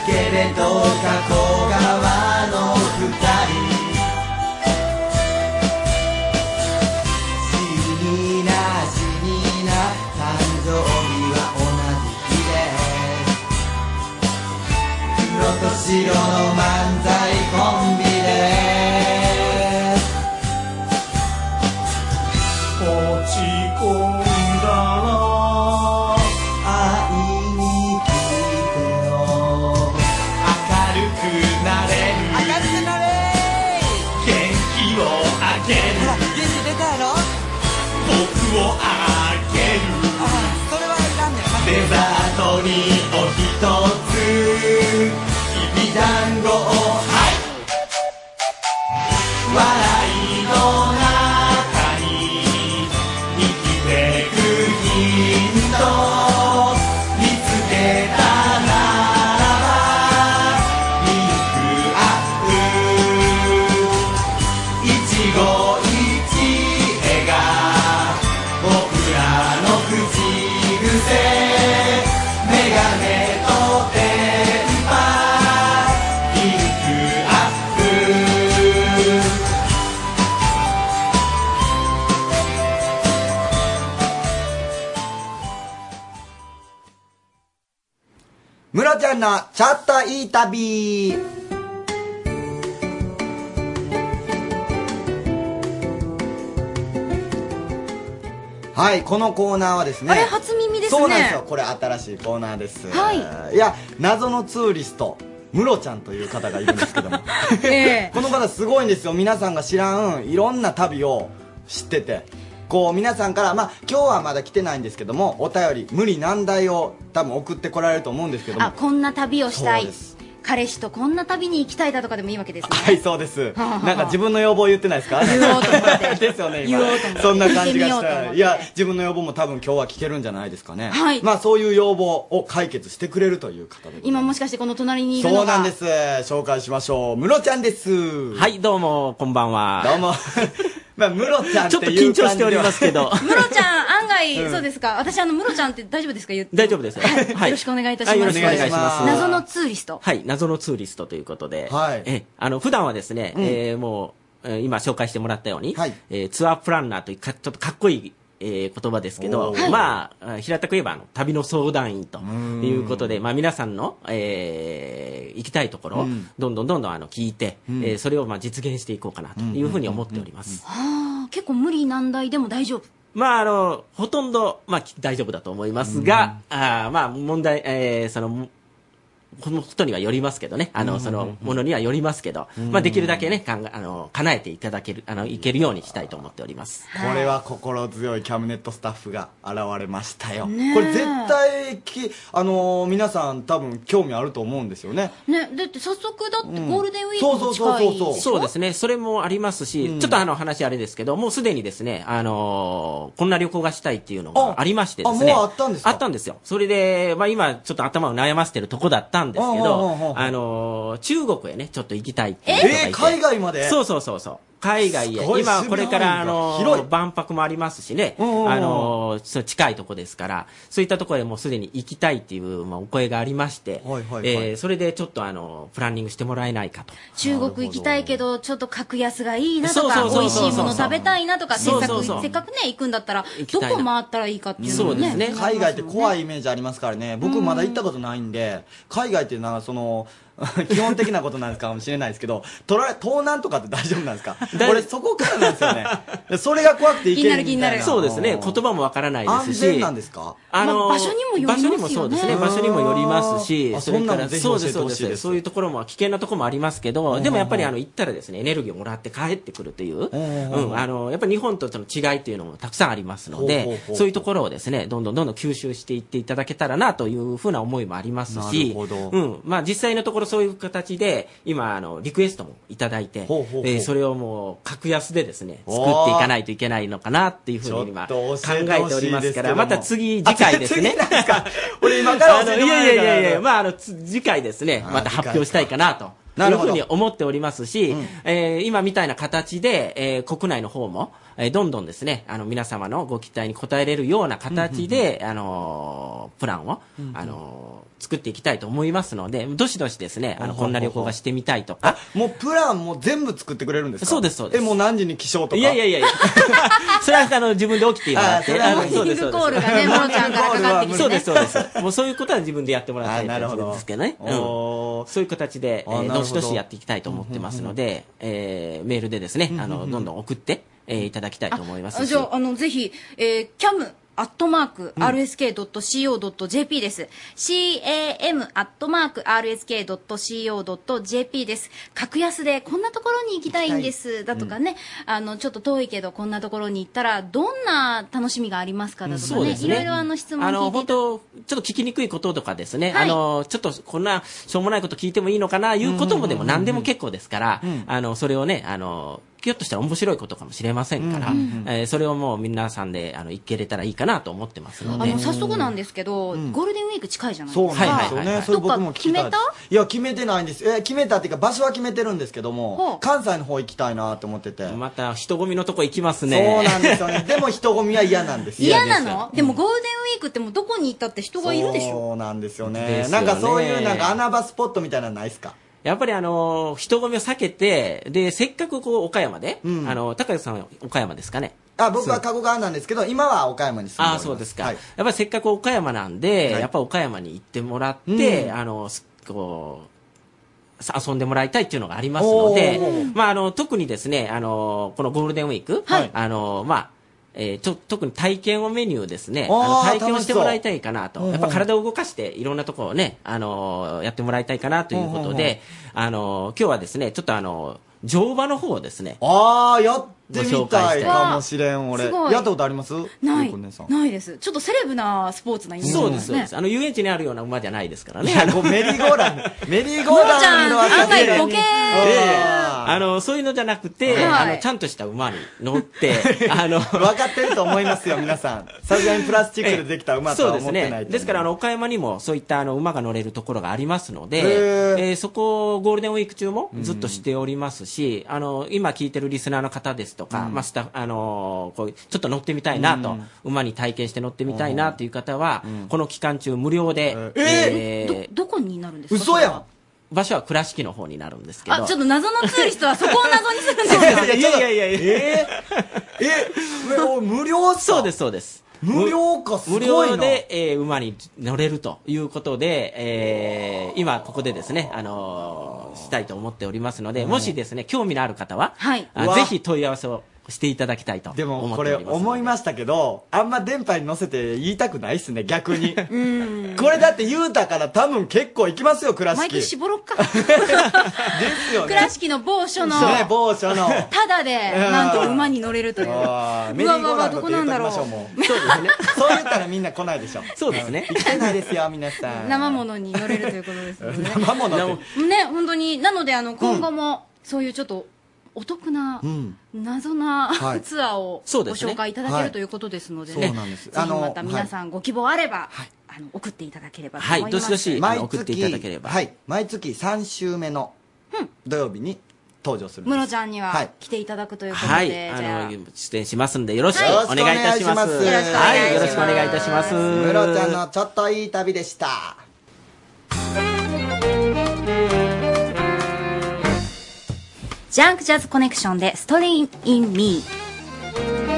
[SPEAKER 2] 江戸か小川の二人死にな死にな誕生日は同じ日です黒と白の漫才コンビです落ち込んだら会いに来てよ明るくなれる明るくなれ元気をあげるほら元気出たやろ僕をあげるそれはいらんねデザートにおひとつきびだんごをはい笑いの中に生きてくヒント見つけたならばピックアップ一期一会が僕らの口癖メガネと電波ピックアップムロちゃんのちょっといい旅はい、このコーナーはですね。
[SPEAKER 3] あれ初耳ですね
[SPEAKER 2] そうなんですよ。これ新しいコーナーです。。
[SPEAKER 3] はい
[SPEAKER 2] いや、謎のツーリスト、ムロちゃんという方がいるんですけども。
[SPEAKER 3] ええ
[SPEAKER 2] この方すごいんですよ皆さんが知らんいろんな旅を知っててこう皆さんから、まあ、今日はまだ来てないんですけどもお便り無理難題を多分送ってこられると思うんですけども
[SPEAKER 3] あこんな旅をした
[SPEAKER 2] そう
[SPEAKER 3] い
[SPEAKER 2] です
[SPEAKER 3] 彼氏とこんな旅に行きたいだとかでもいいわけですね
[SPEAKER 2] はいそうで
[SPEAKER 3] は
[SPEAKER 2] す
[SPEAKER 3] あはあ
[SPEAKER 2] なんか自分の要望言ってないですか
[SPEAKER 3] 言おうと思って
[SPEAKER 2] ですよね
[SPEAKER 3] 言
[SPEAKER 2] 今
[SPEAKER 3] おうと思って
[SPEAKER 2] そんな感
[SPEAKER 3] 言っ
[SPEAKER 2] じがし
[SPEAKER 3] てみようと思ったて
[SPEAKER 2] いや自分の要望も多分今日は聞けるんじゃないですかね
[SPEAKER 3] はい
[SPEAKER 2] まあそういう要望を解決してくれるという方で
[SPEAKER 3] 今もしかしてこの隣にいる
[SPEAKER 2] そう
[SPEAKER 3] のが
[SPEAKER 2] なんです紹介しましょうムロちゃんです
[SPEAKER 10] はい、どうも、こんばんは。
[SPEAKER 2] どうもまあムロちゃんって
[SPEAKER 10] ちょっと
[SPEAKER 2] い
[SPEAKER 10] 緊
[SPEAKER 2] う感じで
[SPEAKER 10] 張
[SPEAKER 2] は
[SPEAKER 10] しております けど。
[SPEAKER 3] ムロちゃん案外、
[SPEAKER 10] うん
[SPEAKER 3] そうですか私あのムロちゃんって大丈夫ですか言って
[SPEAKER 10] 大丈夫ですよ。はい。
[SPEAKER 3] よろしくお願いいたしま
[SPEAKER 10] は
[SPEAKER 3] す
[SPEAKER 10] よろしくお願いします。
[SPEAKER 3] 謎のツーリスト
[SPEAKER 10] はい、謎のツーリストということで、
[SPEAKER 2] はい
[SPEAKER 10] えあの普段はですね、
[SPEAKER 2] うん
[SPEAKER 10] えーもう、えー今紹介してもらったように、
[SPEAKER 2] はい
[SPEAKER 10] えーツアープランナーというかちょっとかっこいい、えー言葉ですけど
[SPEAKER 2] おー、
[SPEAKER 10] まあ、平たく言えばあの旅の相談員ということで、まあ、皆さんの、えー行きたいところを、
[SPEAKER 2] うん
[SPEAKER 10] どんどんどんどんあの聞いて、
[SPEAKER 2] ん
[SPEAKER 10] えーそれをまあ実現していこうかなというふうに思っております。
[SPEAKER 3] あー結構無理難題でも大丈夫
[SPEAKER 10] まあ、あの、ほとんど、まあ、き大丈夫だと思いますが、あーまあ、問題、えーその、このことにはよりますけどね、あの、そのものにはよりますけど、まあ、できるだけね、かんがあの、叶えていただける、あの、いけるようにしたいと思っております。
[SPEAKER 2] これは心強いキャムネットスタッフが現れましたよ、
[SPEAKER 3] ねえ
[SPEAKER 2] これ絶対き、あのー皆さん多分興味あると思うんですよね
[SPEAKER 3] ねだって早速だって
[SPEAKER 2] ん
[SPEAKER 3] ゴールデンウィークも近い
[SPEAKER 2] そうそうそう
[SPEAKER 10] そうですね、それもありますし、
[SPEAKER 2] うん
[SPEAKER 10] ちょっとあの、話あれですけど、もうすでにですね、あのーこんな旅行がしたいっていうの
[SPEAKER 2] あ
[SPEAKER 10] がありましてですね。
[SPEAKER 2] あもうあったんですか
[SPEAKER 10] あったんですよ。それで、まあ、今、ちょっと頭を悩ませてるとこだったんですけ
[SPEAKER 2] うんうんうんう
[SPEAKER 10] ど、
[SPEAKER 2] ん
[SPEAKER 10] あのー中国へね、ちょっと行きたいっていう人がいて
[SPEAKER 2] えー海外まで
[SPEAKER 10] そうそうそうそう。海外
[SPEAKER 2] す
[SPEAKER 10] へ。
[SPEAKER 2] ごい
[SPEAKER 10] 今、
[SPEAKER 2] 渋谷
[SPEAKER 10] これから、
[SPEAKER 2] な
[SPEAKER 10] あ
[SPEAKER 2] んだ広い
[SPEAKER 10] の、万博もありますしね、あ
[SPEAKER 2] うんうんうん
[SPEAKER 10] の、そう近いとこですから、そういったところへもうすでに行きたいっていう、まあ、お声がありまして、
[SPEAKER 2] はいはいはい
[SPEAKER 10] えーそれでちょっと、あの、プランニングしてもらえないかと。
[SPEAKER 3] 中国行きたいけどちょっと格安がいいなとか
[SPEAKER 10] そうそう
[SPEAKER 3] 美
[SPEAKER 10] そ
[SPEAKER 3] 味
[SPEAKER 10] うそう
[SPEAKER 3] しいもの食べたいなとかせっ
[SPEAKER 10] そう
[SPEAKER 3] か
[SPEAKER 10] そうそう
[SPEAKER 3] くせっかくね行くんだったら
[SPEAKER 10] 行き
[SPEAKER 3] ど
[SPEAKER 10] たいな
[SPEAKER 3] こ回ったらいいかっていうのも
[SPEAKER 10] そうですね
[SPEAKER 3] ね
[SPEAKER 2] 海外って怖い
[SPEAKER 3] ね
[SPEAKER 2] イメージありますからね僕まだ行ったことないんで海外っていうのはその 基本的なことなんかもしれないですけど取られ盗難とかって大丈夫なんですか
[SPEAKER 10] 大
[SPEAKER 2] 俺そこからなんですよね それが怖くて行け
[SPEAKER 3] 気にない
[SPEAKER 2] るみた
[SPEAKER 3] る気にな
[SPEAKER 2] な
[SPEAKER 3] る
[SPEAKER 10] そうですね、
[SPEAKER 2] ん
[SPEAKER 10] 言葉もわからないで
[SPEAKER 2] 安
[SPEAKER 10] すし。
[SPEAKER 2] 全なんですか
[SPEAKER 3] まあ場所にもよりますよね
[SPEAKER 10] 場所にもそうですね、場所にもよります
[SPEAKER 2] あー
[SPEAKER 10] し、それ
[SPEAKER 2] そ
[SPEAKER 10] か
[SPEAKER 2] んなの
[SPEAKER 10] ら、
[SPEAKER 2] ぜひ教
[SPEAKER 10] そう
[SPEAKER 2] えて
[SPEAKER 10] です、そう
[SPEAKER 2] ほ
[SPEAKER 10] で
[SPEAKER 2] しいです
[SPEAKER 10] す、そういうところも危険なところもありますけど、でもやっぱりあの行ったらですね、エネルギーをもらって帰ってくるという、
[SPEAKER 2] んうん
[SPEAKER 10] うん、あのやっぱり日本とその違いというのもたくさんありますの
[SPEAKER 2] ほうほう
[SPEAKER 10] で
[SPEAKER 2] ほ、う
[SPEAKER 10] そういうところをですね、どんどんどんどん吸収していっていただけたらなというふうな思いもあります
[SPEAKER 2] なる
[SPEAKER 10] し、
[SPEAKER 2] ほど
[SPEAKER 10] うん、まあ実際のところそういう形で、今あのリクエストもいただいて、え
[SPEAKER 2] ほうほうほう
[SPEAKER 10] ーそれをもう格安でですね、作っていかないといけないのかなっていうふうに今
[SPEAKER 2] ちょ
[SPEAKER 10] 考
[SPEAKER 2] っと教えて
[SPEAKER 10] え
[SPEAKER 2] ほし
[SPEAKER 10] てお
[SPEAKER 2] いですけども
[SPEAKER 10] りますから、また次次回ですね
[SPEAKER 2] あ。次なんですか俺今から
[SPEAKER 10] あ
[SPEAKER 2] 教え
[SPEAKER 10] のい
[SPEAKER 2] てもら
[SPEAKER 10] や
[SPEAKER 2] える
[SPEAKER 10] いや
[SPEAKER 2] か
[SPEAKER 10] い
[SPEAKER 2] ら
[SPEAKER 10] やいや、まあ、あの、つ次回ですね、
[SPEAKER 2] あー
[SPEAKER 10] また発表したいかなとというふう
[SPEAKER 2] な
[SPEAKER 10] に
[SPEAKER 2] る
[SPEAKER 10] 思っておりますし、えー今みたいな形で、えー国内の方も、えーどんどんですね、あの、皆様のご期待に応えれるような形で、あのープランを、あのー作っていきたいと思いますので、どしどしですね、あの、こんな旅行がしてみたいとか、
[SPEAKER 2] もうプランも全部作ってくれるんですか
[SPEAKER 10] そうですそうです
[SPEAKER 2] え、もう何時に起床とか。
[SPEAKER 10] いやい やいやいや。それは、あの、自分で起きてもらって。
[SPEAKER 2] あ
[SPEAKER 10] あ
[SPEAKER 2] そ
[SPEAKER 10] の
[SPEAKER 2] れは
[SPEAKER 10] そう
[SPEAKER 3] モーニ
[SPEAKER 10] で
[SPEAKER 3] ン
[SPEAKER 10] すそ
[SPEAKER 3] グ
[SPEAKER 10] う
[SPEAKER 3] コー
[SPEAKER 10] で
[SPEAKER 3] ルがね、もろちゃんからかかってき
[SPEAKER 10] す。
[SPEAKER 3] て、ね。
[SPEAKER 10] そうです、そう です。もうそういうことは自分でやってもら
[SPEAKER 2] あ
[SPEAKER 10] っ
[SPEAKER 2] ー
[SPEAKER 10] て
[SPEAKER 2] なるほど
[SPEAKER 10] ですけどね。うん
[SPEAKER 2] おー
[SPEAKER 10] そういう形で、え
[SPEAKER 2] あー
[SPEAKER 10] ー
[SPEAKER 2] なるほ
[SPEAKER 10] ど
[SPEAKER 2] ど
[SPEAKER 10] しどしやっていきたいと思ってますので、えーメールでですね、あの、どんどん送って、えーいただきたいと思います
[SPEAKER 3] あ
[SPEAKER 10] し
[SPEAKER 3] じゃ。あ、あの、ぜひ、えー、キャム。アットマーク、rsk.co.jp です。cam、アットマーク、rsk.co.jp です。格安で、こんなところに行きたいんです。だとかね、あの、ちょっと遠いけど、こんなところに行ったら、どんな楽しみがありますかだとか
[SPEAKER 10] そう
[SPEAKER 3] ね、
[SPEAKER 10] です
[SPEAKER 3] い
[SPEAKER 10] ね
[SPEAKER 3] ろいろあの、質問
[SPEAKER 10] あの、
[SPEAKER 3] 聞いて
[SPEAKER 10] 本
[SPEAKER 3] い
[SPEAKER 10] 当ちょっと聞きにくいこととかですね、
[SPEAKER 3] はい
[SPEAKER 10] あの、ちょっとこんな、しょうもないこと聞いてもいいのかな、いうこともでも何でも結構ですから、あの、それをね、あの、ひょっとしたら面白いことかもしれませんから、えーそれをもう皆さんで、あの、いけれたらいいかなと思ってますの
[SPEAKER 3] たあ
[SPEAKER 10] で
[SPEAKER 3] の、、早速なんですけど、ゴールデンウィーク近いじゃない
[SPEAKER 2] そう
[SPEAKER 3] ですか。
[SPEAKER 2] なんですよね、
[SPEAKER 10] はいはいはい
[SPEAKER 2] それ僕も聞きたいです
[SPEAKER 3] どっか
[SPEAKER 2] いや決めてないんですえ決めたっていうか場所は決めてるんですけど
[SPEAKER 3] ほ
[SPEAKER 2] も
[SPEAKER 3] う
[SPEAKER 2] 関西の方行きたいなと思ってて、
[SPEAKER 10] また人混みのとこ行きます
[SPEAKER 2] そう
[SPEAKER 10] ね。
[SPEAKER 2] なんですよねでも人混みは嫌なんですよ
[SPEAKER 3] 嫌なのでもゴールデンウィークってもうどこに行ったって人がいるでしょ
[SPEAKER 2] そうなんですよね
[SPEAKER 10] ですよ
[SPEAKER 2] なん
[SPEAKER 10] ね
[SPEAKER 2] かそういうなんか穴場スポットみたいなのないですか
[SPEAKER 10] やっぱりあの、人混みを避けて、で、せっかくこう、岡山で、
[SPEAKER 2] うん
[SPEAKER 10] あの、高橋さんは岡山ですかね。
[SPEAKER 2] あ僕は加古川なんですけど今は岡山に住んでおり
[SPEAKER 10] あ
[SPEAKER 2] ま
[SPEAKER 10] あ
[SPEAKER 2] す
[SPEAKER 10] そうですか、
[SPEAKER 2] はい
[SPEAKER 10] やっぱりせっかく岡山なんで、
[SPEAKER 2] はい
[SPEAKER 10] やっぱ岡山に行ってもらって、
[SPEAKER 2] うん
[SPEAKER 10] あのすこうさ遊んでもらいたいっていうのがありますので
[SPEAKER 2] おー、
[SPEAKER 10] まあ、あの特にですねあのこのゴールデンウィーク、
[SPEAKER 2] はい
[SPEAKER 10] あのまあえーちょ特に体験をメニューですね、あ
[SPEAKER 2] あー
[SPEAKER 10] の体験をしてもらいたいかな
[SPEAKER 2] 楽
[SPEAKER 10] と、
[SPEAKER 2] しそう
[SPEAKER 10] やっぱ体を動かして、いろんなところをね、あのやってもらいたいかなということで、あの今日はですね、ちょっとあの乗馬の方をですね、
[SPEAKER 2] ああやってみ
[SPEAKER 10] ご紹
[SPEAKER 2] た
[SPEAKER 10] 介
[SPEAKER 2] い
[SPEAKER 10] して
[SPEAKER 2] かもしれん俺
[SPEAKER 3] すごい
[SPEAKER 2] やったことあります
[SPEAKER 3] な
[SPEAKER 2] ゆう
[SPEAKER 3] い
[SPEAKER 2] こ姉さん
[SPEAKER 3] ないですちょっとセレブなスポーツなイメージ
[SPEAKER 10] そうです、そう
[SPEAKER 3] ね
[SPEAKER 10] です、あの遊園地にあるような馬じゃないですから
[SPEAKER 2] い
[SPEAKER 10] ね。
[SPEAKER 2] やこうメリーゴーランドメリーゴー
[SPEAKER 3] ももち
[SPEAKER 2] ランドは
[SPEAKER 3] ゃん案
[SPEAKER 2] さすが
[SPEAKER 3] 外
[SPEAKER 2] に
[SPEAKER 3] ボケー
[SPEAKER 10] で
[SPEAKER 2] あー
[SPEAKER 10] あの、そういうのじゃなくて、
[SPEAKER 3] はい
[SPEAKER 10] あの、ちゃんとした馬に乗 って、あの、
[SPEAKER 2] 分かってると思いますよ、皆さん。さすがにプラスチックでできた馬とは
[SPEAKER 10] そう
[SPEAKER 2] 思
[SPEAKER 10] で
[SPEAKER 2] って
[SPEAKER 10] す
[SPEAKER 2] ないと思
[SPEAKER 10] ね。ですから、あの、、岡山にもそういったあの馬が乗れるところがありますので、
[SPEAKER 2] へー
[SPEAKER 10] えーそこをゴールデンウィーク中もずっとしておりますし、あの、今聞いてるリスナーの方ですとか、まあ、スタッフ、あのーこう、ちょっと乗ってみたいなと、馬に体験して乗ってみたいなという方は、この期間中無料で、
[SPEAKER 2] えー
[SPEAKER 10] えー
[SPEAKER 3] どどこになるんですか
[SPEAKER 2] 嘘やん
[SPEAKER 10] 場所は倉敷の方になるんですけど。
[SPEAKER 3] あ ちょっと謎のツーリストはそこを謎にするんですよ
[SPEAKER 10] いやいやいやいや
[SPEAKER 2] えー、え、お無料っすか
[SPEAKER 10] そうです、そうです。
[SPEAKER 2] 無料か、すご
[SPEAKER 10] 無
[SPEAKER 2] いな。
[SPEAKER 10] 料で、えー馬に乗れるということで、えー今ここでですね、あのーしたいと思っておりますので、もしですね、興味のある方は、
[SPEAKER 3] はい
[SPEAKER 10] あ
[SPEAKER 2] うわ
[SPEAKER 10] ぜひ問い合わせをしていただきたいと思って
[SPEAKER 2] で
[SPEAKER 10] おります
[SPEAKER 2] も、
[SPEAKER 10] の
[SPEAKER 2] これ思いましたけど、あんま電波に乗せて言いたくないっすね、逆 に。これだって言うたから多分結構行きますよ、倉
[SPEAKER 3] マイ
[SPEAKER 2] 敷。
[SPEAKER 3] ク
[SPEAKER 2] です
[SPEAKER 3] 絞ろっか
[SPEAKER 2] よね。
[SPEAKER 3] 倉敷の某所の
[SPEAKER 2] ね、某所 の。
[SPEAKER 3] ただで
[SPEAKER 2] ー
[SPEAKER 3] なんと馬に乗れるというう
[SPEAKER 2] あ
[SPEAKER 3] わ
[SPEAKER 2] ーメリー
[SPEAKER 3] わ
[SPEAKER 2] ゴーラ
[SPEAKER 3] わ
[SPEAKER 2] ンド
[SPEAKER 3] ど
[SPEAKER 2] っ
[SPEAKER 3] こ
[SPEAKER 2] て
[SPEAKER 3] な
[SPEAKER 2] 言
[SPEAKER 3] ん
[SPEAKER 2] っと
[SPEAKER 3] だろ
[SPEAKER 2] きましょう、
[SPEAKER 3] う
[SPEAKER 2] もう。そうですね。 そう言ったらみんな来ないでしょ。
[SPEAKER 10] そうですね
[SPEAKER 2] 行きたないですよ、皆さん。
[SPEAKER 3] 生物に乗れるということですのでね
[SPEAKER 2] 生ものっ
[SPEAKER 10] 生
[SPEAKER 2] て。
[SPEAKER 3] ね本当になのであの今後もそういうちょっとお得な、
[SPEAKER 2] ん
[SPEAKER 3] 謎な、
[SPEAKER 2] はい
[SPEAKER 3] ツアーをご
[SPEAKER 10] そうですね
[SPEAKER 3] 紹介いただける、
[SPEAKER 2] はい
[SPEAKER 3] ということですので
[SPEAKER 2] そ
[SPEAKER 3] ね
[SPEAKER 2] うなんです
[SPEAKER 3] ぜひまた
[SPEAKER 2] あの
[SPEAKER 3] 皆さんご希望あれば、あの送っていただければと思います、
[SPEAKER 10] はいどしどし
[SPEAKER 2] 毎
[SPEAKER 10] あの
[SPEAKER 2] 月
[SPEAKER 10] 送っていただければ
[SPEAKER 2] はい毎月3週目の土曜日に登場するんで
[SPEAKER 3] ム
[SPEAKER 2] す
[SPEAKER 3] ロちゃんに
[SPEAKER 2] は
[SPEAKER 3] はい来ていただくということで、
[SPEAKER 10] はい、
[SPEAKER 3] じゃあ
[SPEAKER 10] あの、出演しますんで、よろしく
[SPEAKER 2] はい
[SPEAKER 10] お願いいたします。
[SPEAKER 2] よろしくお願いします
[SPEAKER 10] はい、よろしくお願いいたします。
[SPEAKER 2] ムロちゃんのちょっといい旅でした
[SPEAKER 3] ジャンクジャズコネクションでストリームインミー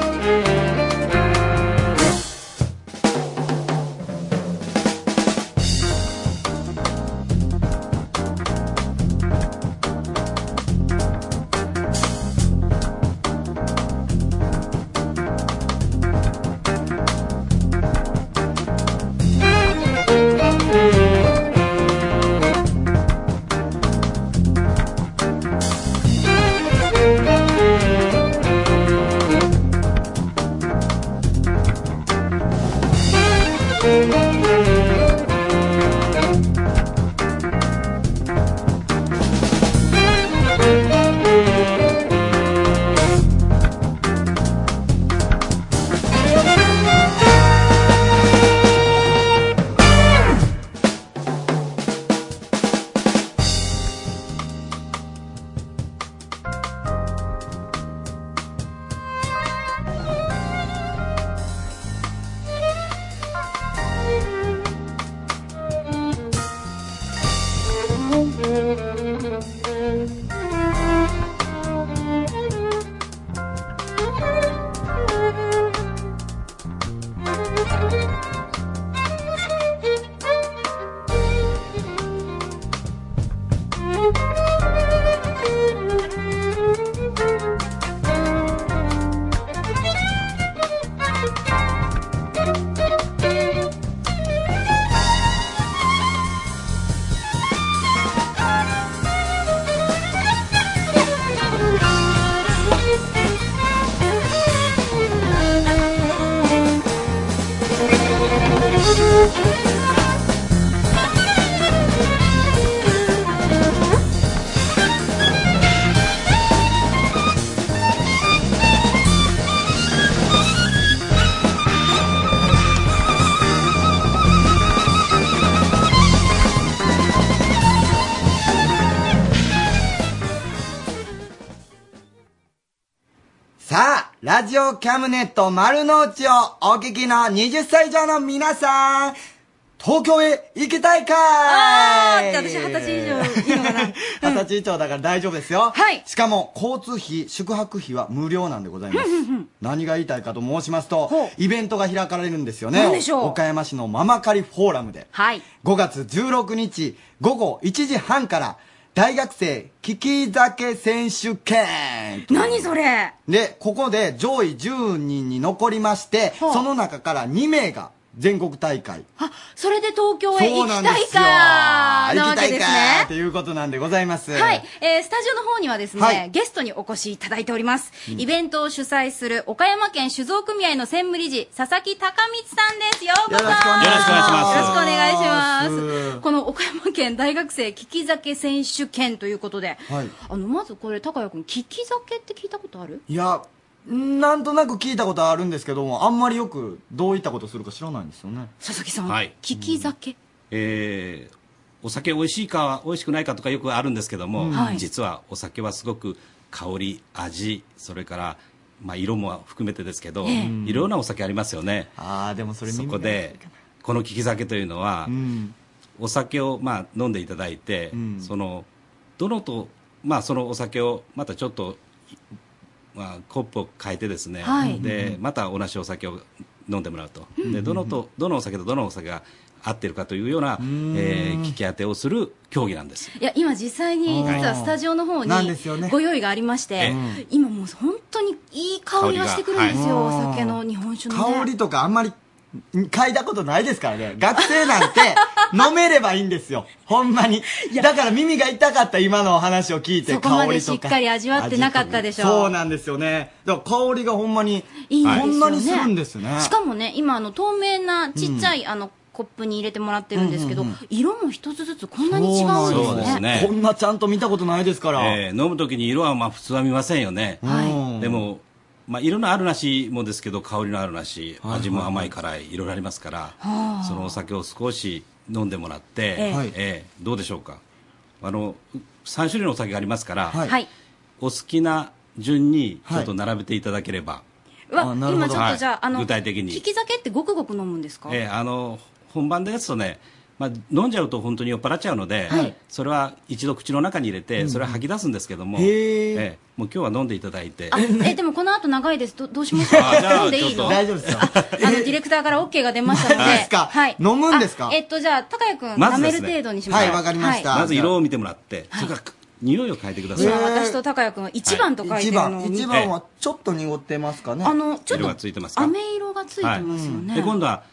[SPEAKER 11] 「
[SPEAKER 2] ラジオキャムネット丸の内をお聞きの20歳以上の皆さん、東京へ行きたいか
[SPEAKER 3] あ
[SPEAKER 2] い
[SPEAKER 3] ー私20歳以上
[SPEAKER 2] 二十歳以上だから大丈夫ですよ。はい。しかも、交通費、宿泊費は無料なんでございます。何が言いたいかと申しますと、イベントが開かれるんですよね。
[SPEAKER 3] 何でしょう
[SPEAKER 2] 岡山市のママカリフォーラムで。
[SPEAKER 3] はい。
[SPEAKER 2] 5月16日午後1時半から、大学生聞き酒選手権。
[SPEAKER 3] 何それ
[SPEAKER 2] で、ここで上位10人に残りまして、その中から2名が全国大会。
[SPEAKER 3] あ、それで東京へ
[SPEAKER 2] そ
[SPEAKER 3] 行
[SPEAKER 2] うな
[SPEAKER 3] き
[SPEAKER 2] んで
[SPEAKER 3] たい
[SPEAKER 2] すよ。
[SPEAKER 3] かな
[SPEAKER 2] 行
[SPEAKER 3] わ
[SPEAKER 2] きた
[SPEAKER 3] け
[SPEAKER 2] い
[SPEAKER 3] で
[SPEAKER 2] か
[SPEAKER 3] すね。
[SPEAKER 2] ということなんでございます。
[SPEAKER 3] はい、えースタジオの方にはですね、
[SPEAKER 2] はい
[SPEAKER 3] ゲストにお越しいただいております。
[SPEAKER 2] うん
[SPEAKER 3] イベントを主催する岡山県酒造組合の専務理事、佐々木隆光さんです。ようこそ
[SPEAKER 11] よろしくお願いします
[SPEAKER 3] よろしくお願いします。
[SPEAKER 11] よろしくお願いします
[SPEAKER 3] この岡山県大学生聞き酒選手権ということで、
[SPEAKER 2] はい
[SPEAKER 3] あの、まずこれ、高谷君、聞き酒って聞いたことある
[SPEAKER 2] いや、なんとなく聞いたことあるんですけども、あんまりよくどういったことするか知らないんですよね。
[SPEAKER 3] 佐々木さん、
[SPEAKER 12] はい
[SPEAKER 3] 聞き酒。
[SPEAKER 12] えーお酒美味しいか美味しくないかとかよくあるんですけども、
[SPEAKER 3] うんはい
[SPEAKER 12] 実はお酒はすごく香り味それから、まあ、色も含めてですけど、
[SPEAKER 13] ええ
[SPEAKER 12] いろんなお酒ありますよね
[SPEAKER 2] ああでもそれ
[SPEAKER 12] そこでこの利き酒というのは、
[SPEAKER 2] うん。
[SPEAKER 12] お酒をまあ飲んでいただいて、そのどのと、まあ、そのお酒をまたちょっと、まあ、コップを変えてですね、
[SPEAKER 14] はい
[SPEAKER 12] でまた同じお酒を飲んでもらうと、
[SPEAKER 14] うん
[SPEAKER 12] でどのとどのお酒とどのお酒が合ってるかというような、えー聞き当てをする競技なんです。
[SPEAKER 3] いや、今実際に、実はスタジオの方に
[SPEAKER 12] なんですよね
[SPEAKER 3] ご用意がありまして、
[SPEAKER 12] うん
[SPEAKER 3] 今もう本当にいい香りがしてくるんですよ、
[SPEAKER 2] 香りがはい
[SPEAKER 3] お酒の日本酒の、ね。
[SPEAKER 2] 香りとかあんまり嗅いだことないですからね。学 生なんて飲めればいいんですよ。ほんまに。だから耳が痛かった今のお話を聞いて、
[SPEAKER 3] そこま
[SPEAKER 2] 香
[SPEAKER 3] で
[SPEAKER 2] り
[SPEAKER 3] し
[SPEAKER 2] と
[SPEAKER 3] っ
[SPEAKER 2] か。
[SPEAKER 3] かり味わってなかったでしょ
[SPEAKER 2] そうなんですよね。だから香りがほんまに、
[SPEAKER 3] いいんです
[SPEAKER 2] こ
[SPEAKER 3] よね
[SPEAKER 2] んなにするんですね。
[SPEAKER 3] しかもね今あの透明なちっちゃい、あのコップに入れてもらってるんですけど、
[SPEAKER 2] うんうんうん
[SPEAKER 3] 色も一つずつこんなに違うんです
[SPEAKER 12] そう
[SPEAKER 3] ね
[SPEAKER 12] ですね
[SPEAKER 2] こんなちゃんと見たことないですから。
[SPEAKER 12] えー飲む時に色はまあ普通は見ませんよね、でも、まあ、色のあるなしもですけど香りのあるなし
[SPEAKER 14] いはい
[SPEAKER 12] 味も甘い辛いいろいろありますから、
[SPEAKER 14] はあ
[SPEAKER 12] そのお酒を少し飲んでもらって、
[SPEAKER 14] ええはい
[SPEAKER 12] えーどうでしょうかあの3種類のお酒がありますから、
[SPEAKER 3] はい
[SPEAKER 12] お好きな順にちょっと並べていただければ、
[SPEAKER 3] うわ今ちょっとじゃあ,、
[SPEAKER 12] はい
[SPEAKER 3] あの
[SPEAKER 12] 具体的に
[SPEAKER 3] 利き酒ってごくごく飲むんですか、
[SPEAKER 12] ええあの本番ですとね、まあ、飲んじゃうと本当に酔っ払っちゃうので、それは一度口の中に入れて、
[SPEAKER 3] うん
[SPEAKER 12] それは吐き出すんですけども、
[SPEAKER 2] へ
[SPEAKER 12] え
[SPEAKER 2] ー
[SPEAKER 12] えもう今日は飲んでいただいて
[SPEAKER 3] あえでもこの後長いですどどうしましょう
[SPEAKER 12] あじゃあ
[SPEAKER 3] 飲んでいい
[SPEAKER 12] ちょ
[SPEAKER 3] の
[SPEAKER 12] っ
[SPEAKER 3] あ
[SPEAKER 12] と
[SPEAKER 2] 大丈夫ですよ。
[SPEAKER 3] のディレクターから OK が出ましたので
[SPEAKER 12] ですか
[SPEAKER 3] はい、
[SPEAKER 12] 飲むんですか
[SPEAKER 3] あえっとじゃあ高谷君、
[SPEAKER 12] ま
[SPEAKER 3] 舐
[SPEAKER 12] ず
[SPEAKER 3] め
[SPEAKER 12] で
[SPEAKER 3] る
[SPEAKER 12] すね
[SPEAKER 3] 程度にしましょうは
[SPEAKER 12] まず色を見てもらって、それから匂いを変えてください、
[SPEAKER 3] 今私と高谷君は1番と書いてるのを見て、
[SPEAKER 12] 一番一番は
[SPEAKER 2] ちょっと濁ってますかね
[SPEAKER 3] あのちょっ
[SPEAKER 12] 色
[SPEAKER 3] と
[SPEAKER 12] がついてますか
[SPEAKER 3] 飴色がついてますよね、
[SPEAKER 12] はいで今度は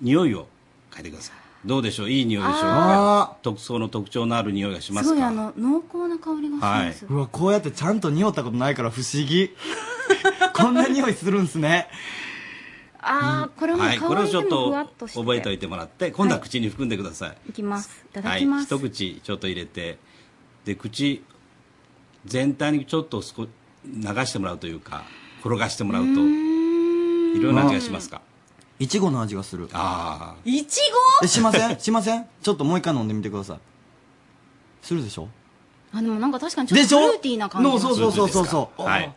[SPEAKER 12] 匂いを変えてくださいどうでしょういい匂いでしょう
[SPEAKER 2] あ
[SPEAKER 12] か特その特徴のある匂いがしますす
[SPEAKER 3] ごい
[SPEAKER 12] か
[SPEAKER 3] あの濃厚な香りがし
[SPEAKER 12] は
[SPEAKER 3] ま
[SPEAKER 12] い
[SPEAKER 3] す、
[SPEAKER 2] うわ、こうやってちゃんと匂ったことないから不思議。 こんな匂いするんですね。
[SPEAKER 3] ああこれも香
[SPEAKER 12] は
[SPEAKER 3] り
[SPEAKER 12] い、これをちょっ
[SPEAKER 3] でも
[SPEAKER 12] と
[SPEAKER 3] ふわっとして
[SPEAKER 12] 覚えておいてもらって今度は口に含んでください、
[SPEAKER 3] いきますいただ
[SPEAKER 12] はい、
[SPEAKER 3] きます、
[SPEAKER 12] 一口ちょっと入れてで口全体にちょっと少流してもらうというか転がしてもらうといろんな味がしますか
[SPEAKER 2] いちごの味がする。
[SPEAKER 12] ああ。
[SPEAKER 3] いち
[SPEAKER 2] え、しませんしませんちょっともう一回飲んでみてください。するでしょ
[SPEAKER 3] あでもなんか確かにちょ
[SPEAKER 2] で
[SPEAKER 3] っ
[SPEAKER 2] しょ
[SPEAKER 3] とフルーティーな感じが
[SPEAKER 2] そうそうそうそうそう
[SPEAKER 12] はい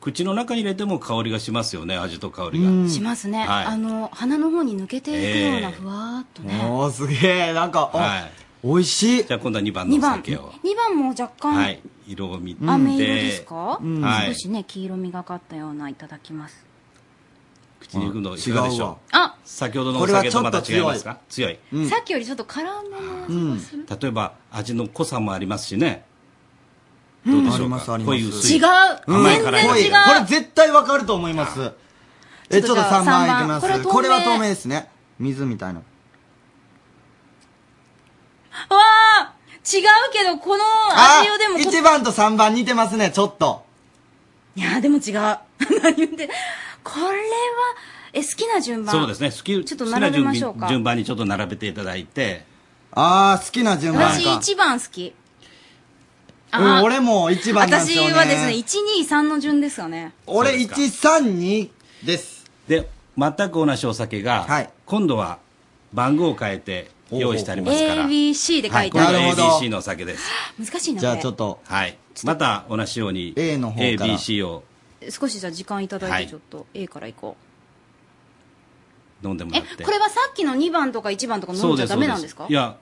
[SPEAKER 12] 口の中に入れても香りがしますよね味と香り
[SPEAKER 2] うん
[SPEAKER 12] が
[SPEAKER 3] しますね、
[SPEAKER 12] はい
[SPEAKER 3] あの鼻の方に抜けていくような
[SPEAKER 12] ええ
[SPEAKER 3] ふわーっとね、
[SPEAKER 2] おー、すげえ。なんか、
[SPEAKER 12] はい
[SPEAKER 2] 美味しい
[SPEAKER 12] じゃあ今度は2番の
[SPEAKER 3] 二
[SPEAKER 12] お
[SPEAKER 3] 番
[SPEAKER 12] 酒を
[SPEAKER 3] 二番も若干、
[SPEAKER 12] はい色を見て
[SPEAKER 3] 飴色ですか、
[SPEAKER 12] はい
[SPEAKER 3] 少しね黄色みがかったようないただきます
[SPEAKER 12] 口に含むのいかがでし
[SPEAKER 2] 違うわ
[SPEAKER 12] ょう
[SPEAKER 3] あ
[SPEAKER 12] 先ほどのお酒とまた違いますか強い
[SPEAKER 3] さっきよりちょっと辛めの味がする、
[SPEAKER 12] 例えば味の濃さもありますしねどうでしょうか濃い薄い
[SPEAKER 3] 違う
[SPEAKER 12] 甘い
[SPEAKER 3] 全
[SPEAKER 12] 辛い
[SPEAKER 3] 然
[SPEAKER 12] 味
[SPEAKER 3] 違う
[SPEAKER 12] が
[SPEAKER 2] これ絶対わかると思います。え、ちょっと3番いきます。
[SPEAKER 3] ちょっとじゃあ三番これ透明
[SPEAKER 2] これは透明ですね。水みたいな。
[SPEAKER 3] わあ違うけどこの
[SPEAKER 2] あ
[SPEAKER 3] 味をでもこ
[SPEAKER 2] 1番と3番似てますね、ちょっと。
[SPEAKER 3] いやでも違う何言ってこれはえ好きな順番
[SPEAKER 12] そうですね好き
[SPEAKER 3] ちょっと
[SPEAKER 12] 好きな
[SPEAKER 3] 並べ
[SPEAKER 12] 順
[SPEAKER 3] ま
[SPEAKER 12] に
[SPEAKER 3] しょうか
[SPEAKER 12] 順番にちょっと並べていただいて
[SPEAKER 2] ああ好きな順
[SPEAKER 3] 私1番好きあー
[SPEAKER 2] 俺も1番なんですよね。
[SPEAKER 3] 私はですね123の順ですよね
[SPEAKER 2] 俺132です
[SPEAKER 12] で全く同じお酒が、今度は番号を変えて用意してありますから
[SPEAKER 3] ABC で書
[SPEAKER 12] はい
[SPEAKER 3] い
[SPEAKER 12] こ
[SPEAKER 3] て
[SPEAKER 12] れ
[SPEAKER 3] あ
[SPEAKER 12] は
[SPEAKER 3] る、
[SPEAKER 12] ABC のお酒です
[SPEAKER 3] 難しいな
[SPEAKER 12] じゃあ
[SPEAKER 3] これ
[SPEAKER 12] ちょっとはいまた同じように A の
[SPEAKER 2] 方から
[SPEAKER 12] ABC を
[SPEAKER 3] 少しじゃあ時間いただい
[SPEAKER 12] は
[SPEAKER 3] て
[SPEAKER 12] い
[SPEAKER 3] ちょっと A からいこ
[SPEAKER 12] 飲んでも
[SPEAKER 3] う、
[SPEAKER 12] らっ
[SPEAKER 3] え
[SPEAKER 12] て
[SPEAKER 3] これはさっきの2番とか1番とか飲んじゃダメなんですか
[SPEAKER 12] そうですいや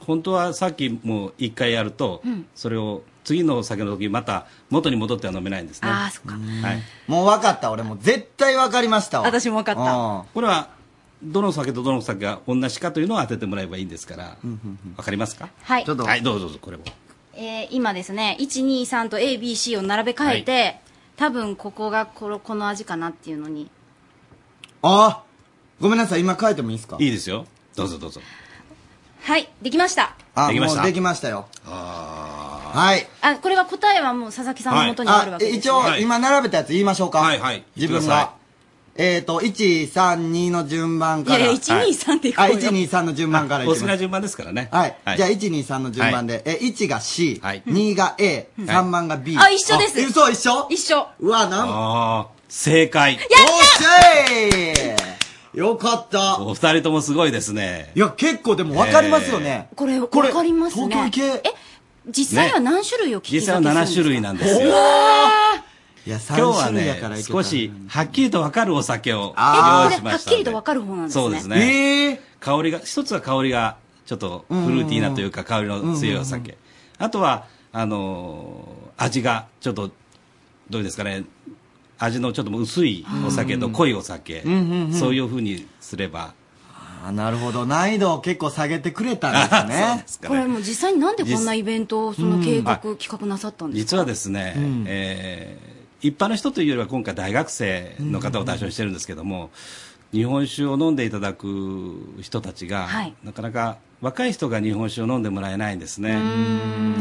[SPEAKER 12] 本当はさっきもう一回やると、それを次のお酒の時また元に戻っては飲めないんですね
[SPEAKER 3] ああそっか
[SPEAKER 12] はい、
[SPEAKER 2] もう分かった俺もう絶対分かりましたわ
[SPEAKER 3] 私も分かった
[SPEAKER 12] これはどの酒とどの酒が同じかというのを当ててもらえばいいんですから、わかりますか
[SPEAKER 3] はい
[SPEAKER 12] ちょっとはいどうぞどうぞこれも
[SPEAKER 3] えー今ですね123と ABC を並べ替えて、多分ここがこのこの味かなっていうのに
[SPEAKER 2] あごめんなさい今書いてもいいですか
[SPEAKER 12] いいですよどうぞどうぞ
[SPEAKER 3] はいできました
[SPEAKER 2] あ
[SPEAKER 12] できました
[SPEAKER 2] もうできましたよはい
[SPEAKER 3] あこれは答えはもう佐々木さんの元にあるわけです、ね
[SPEAKER 2] あ一応、今並べたやつ言いましょうかはいはい自分
[SPEAKER 12] 言って
[SPEAKER 2] がえっ、ー、と132の順番から
[SPEAKER 3] いやいや123っていこう
[SPEAKER 2] あ
[SPEAKER 3] よ
[SPEAKER 2] 123の順番からいき
[SPEAKER 12] お
[SPEAKER 2] ま
[SPEAKER 12] 好
[SPEAKER 2] す
[SPEAKER 12] きな順番ですからね
[SPEAKER 2] はい、
[SPEAKER 12] はい
[SPEAKER 2] じゃあ123の順番で、え1が C2、2が A3 番が B、
[SPEAKER 3] あ一緒です
[SPEAKER 2] あ嘘一緒
[SPEAKER 3] 一緒
[SPEAKER 2] うわな
[SPEAKER 12] あ
[SPEAKER 2] ん
[SPEAKER 12] あ正解
[SPEAKER 2] おっしゃいよかった
[SPEAKER 12] お二人ともすごいですね
[SPEAKER 2] いや結構でも分かりますよね、
[SPEAKER 3] これこれ分かりますね東京え実際は何種類を聞き
[SPEAKER 12] 実際
[SPEAKER 3] か
[SPEAKER 12] は
[SPEAKER 3] けするんですか
[SPEAKER 12] 7種類なんですよ
[SPEAKER 2] いや
[SPEAKER 12] 今日は
[SPEAKER 2] 三種類やからい
[SPEAKER 12] ね
[SPEAKER 2] けた
[SPEAKER 12] 少
[SPEAKER 2] な
[SPEAKER 12] しはっきりと分かるお酒
[SPEAKER 3] え
[SPEAKER 12] を用
[SPEAKER 3] こ
[SPEAKER 12] 意
[SPEAKER 3] れ
[SPEAKER 12] し
[SPEAKER 3] は
[SPEAKER 12] ま
[SPEAKER 3] っ
[SPEAKER 12] した
[SPEAKER 3] き
[SPEAKER 12] ん
[SPEAKER 3] り
[SPEAKER 12] で
[SPEAKER 3] と分かる方なんですね
[SPEAKER 12] そうですね、
[SPEAKER 2] え
[SPEAKER 12] 香りが一つは香りがちょっとフルーティーなというか香りの強いお酒、あとはあのー味がちょっとどうですかね味のちょっともう薄いお酒と濃いお酒、
[SPEAKER 2] うんうんうん
[SPEAKER 12] そういうふうにすれば
[SPEAKER 2] あなるほど難易度を結構下げてくれたん ですね
[SPEAKER 3] これもう実際になんでこんなイベントをその計画、企画なさったんですか
[SPEAKER 12] 実はですね、えー一般の人というよりは今回大学生の方を対象にしてるんですけども、日本酒を飲んでいただく人たちが、
[SPEAKER 3] はい
[SPEAKER 12] なかなか若い人が日本酒を飲んでもらえないんですね、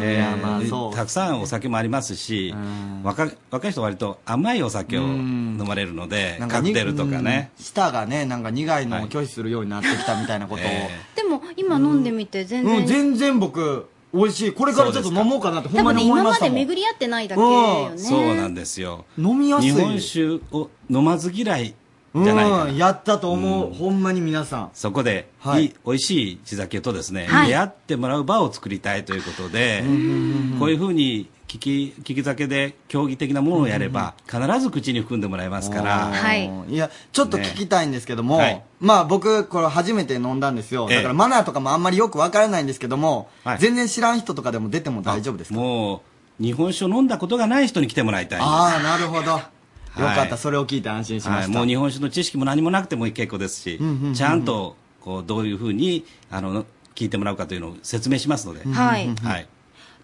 [SPEAKER 12] えー
[SPEAKER 2] まあそう
[SPEAKER 12] たくさんお酒もありますし若若い人は割と甘いお酒を飲まれるのでカクテルとかね、
[SPEAKER 2] うん舌がねなんか苦いのを拒否するようになってきたみたいなことを、
[SPEAKER 3] でも今飲んでみて全
[SPEAKER 2] う
[SPEAKER 3] 然、
[SPEAKER 2] ん全然僕美味しいこれからちょっと飲もうかなってほ
[SPEAKER 3] 多
[SPEAKER 2] んま
[SPEAKER 3] 分ね
[SPEAKER 2] に思い
[SPEAKER 3] 今
[SPEAKER 2] ま
[SPEAKER 3] ま
[SPEAKER 2] した
[SPEAKER 3] で
[SPEAKER 2] もん
[SPEAKER 3] 巡り合ってないだけよね
[SPEAKER 12] そうなんですよ
[SPEAKER 2] 飲みやすい
[SPEAKER 12] 日本酒を飲まず嫌いじゃないかな、
[SPEAKER 2] うんやったと思う、ほんまに皆さん
[SPEAKER 12] そこで、
[SPEAKER 2] は
[SPEAKER 12] い
[SPEAKER 2] い
[SPEAKER 12] い美味しい地酒とですね、
[SPEAKER 2] はい
[SPEAKER 12] 出会ってもらう場を作りたいということで、こういうふうに聞き聞き酒で競技的なものをやれば、必ず口に含んでもらえますから、
[SPEAKER 3] はい
[SPEAKER 2] いやちょっと聞きたいんですけども、
[SPEAKER 12] ねはい
[SPEAKER 2] まあ僕これ初めて飲んだんですよ
[SPEAKER 12] ええ
[SPEAKER 2] だからマナーとかもあんまりよくわからないんですけども、
[SPEAKER 12] はい
[SPEAKER 2] 全然知らん人とかでも出ても大丈夫ですか
[SPEAKER 12] もう日本酒を飲んだことがない人に来てもらいたいんです
[SPEAKER 2] ああなるほどよ
[SPEAKER 12] はい
[SPEAKER 2] かった、それを聞いて安心しま
[SPEAKER 12] はい、
[SPEAKER 2] した、
[SPEAKER 12] もう日本酒の知識も何もなくても結構ですし、
[SPEAKER 2] んうんうんうん
[SPEAKER 12] ちゃんとこうどういうふうにあの聞いてもらうかというのを説明しますので、
[SPEAKER 3] はい
[SPEAKER 12] はい、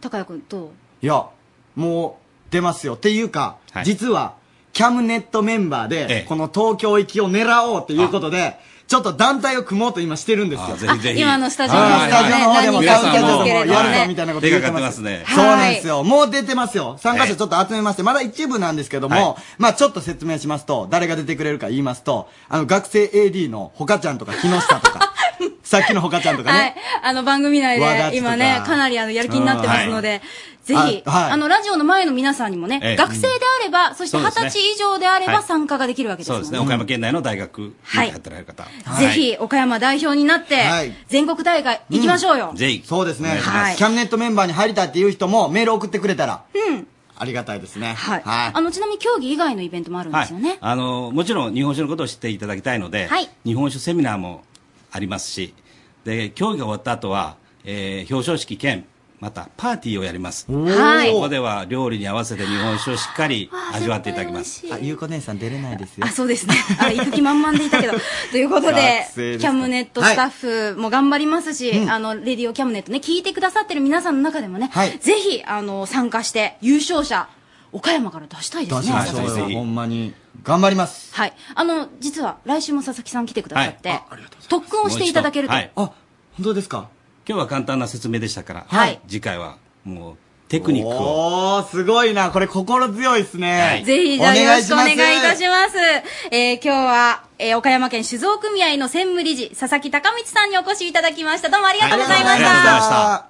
[SPEAKER 3] 高谷君どう
[SPEAKER 2] いや、もう出ますよ。っていうか、
[SPEAKER 12] はい
[SPEAKER 2] 実は、キャムネットメンバー
[SPEAKER 12] え
[SPEAKER 2] で
[SPEAKER 12] え、
[SPEAKER 2] この東京行きを狙おうということで、ちょっと団体を組もうと今してるんですよ。
[SPEAKER 12] あぜひぜひ
[SPEAKER 3] 今あのスタジオの
[SPEAKER 2] は
[SPEAKER 3] ス
[SPEAKER 2] い
[SPEAKER 3] タジオの方でも
[SPEAKER 2] スタジオの
[SPEAKER 3] はい皆さん
[SPEAKER 2] 方でも
[SPEAKER 3] も
[SPEAKER 2] やるぞみたいなこと
[SPEAKER 12] 手がか
[SPEAKER 2] 言って
[SPEAKER 12] かって
[SPEAKER 2] ま
[SPEAKER 12] ますす。ね。
[SPEAKER 2] そうなんですよ。もう出てますよ。参加者ちょっと集めまして、まだ一部なんですけども、
[SPEAKER 12] は
[SPEAKER 2] まあちょっと説明しますと、誰が出てくれるか言いますと、あの、学生 AD のほかちゃんとか木下 とか、さっきのほかちゃんとかね、
[SPEAKER 3] はい、あの番組内
[SPEAKER 2] 和田っち
[SPEAKER 3] で
[SPEAKER 2] と
[SPEAKER 3] 今
[SPEAKER 2] か
[SPEAKER 3] ねかなりあのやる気になってますので、
[SPEAKER 2] うん
[SPEAKER 3] ぜ
[SPEAKER 2] はい
[SPEAKER 3] ひあ,、
[SPEAKER 2] あはい
[SPEAKER 3] のラジオの前の皆さんにもね、
[SPEAKER 12] ええ
[SPEAKER 3] 学生であれば、そして
[SPEAKER 12] そう
[SPEAKER 3] 二
[SPEAKER 12] です
[SPEAKER 3] 十
[SPEAKER 12] ね
[SPEAKER 3] 歳以上であれ
[SPEAKER 12] は
[SPEAKER 3] ば
[SPEAKER 12] い
[SPEAKER 3] 参加ができるわけです
[SPEAKER 12] そう
[SPEAKER 3] もん
[SPEAKER 12] です
[SPEAKER 3] ね
[SPEAKER 12] ね、岡山県内の大学にやってられる方、
[SPEAKER 3] ぜひ岡山代表になって、
[SPEAKER 2] はい
[SPEAKER 3] 全国大会行きましょうよ、
[SPEAKER 12] ぜひ
[SPEAKER 2] そうです
[SPEAKER 12] お
[SPEAKER 2] ね、
[SPEAKER 12] 願いします
[SPEAKER 3] はい
[SPEAKER 2] キャムネットメンバーに入りたいっていう人もメール送ってくれたら、
[SPEAKER 3] うん
[SPEAKER 2] ありがたいですね。
[SPEAKER 3] はい、あのちなみに競技以外のイベントもあるんですよね、
[SPEAKER 12] あのもちろん日本酒のことを知っていただきたいので、
[SPEAKER 3] はい
[SPEAKER 12] 日本酒セミナーもありますしで競技が終わった後は、えー表彰式兼またパーティーをやります
[SPEAKER 3] はい
[SPEAKER 12] ここでは料理に合わせて日本酒をしっかり味わっていただきます
[SPEAKER 2] あ、ゆうこ姉さん出れないですよ
[SPEAKER 3] あ、。そうですね。あれ、行く気満々でいたけど。ということで
[SPEAKER 2] 学、生です
[SPEAKER 3] キ
[SPEAKER 2] か
[SPEAKER 3] ャムネットスタッフも頑張りますし、あの、レディオキャムネットね、聞いてくださってる皆さんの中でもね、
[SPEAKER 2] はい
[SPEAKER 3] ぜひ、あの、参加して、優勝者、岡山から出したいです
[SPEAKER 2] 出
[SPEAKER 3] ね。
[SPEAKER 2] しましょ
[SPEAKER 12] は
[SPEAKER 2] う
[SPEAKER 12] い
[SPEAKER 2] よ
[SPEAKER 12] ぜひ
[SPEAKER 2] ほんまに。頑張ります。
[SPEAKER 3] はい。あの、実は、来週も佐々木さん来てくださって、特訓をしていただけると。
[SPEAKER 12] もう一度はい
[SPEAKER 2] あ、本当ですか
[SPEAKER 12] 今日は簡単な説明でしたから、
[SPEAKER 3] はい
[SPEAKER 12] 次回はもうテクニックを
[SPEAKER 2] おー、すごいな。これ心強いです
[SPEAKER 12] は
[SPEAKER 2] ね
[SPEAKER 12] い。
[SPEAKER 3] ぜひ、じゃあよろしくお願いいたし
[SPEAKER 2] ま
[SPEAKER 3] ます。えー今日は、えー岡山県酒造組合の専務理事、佐々木隆光さんにお越しいただきました。どうもありがとうございま
[SPEAKER 12] は
[SPEAKER 3] し
[SPEAKER 12] いありがとうございま
[SPEAKER 3] た
[SPEAKER 12] した。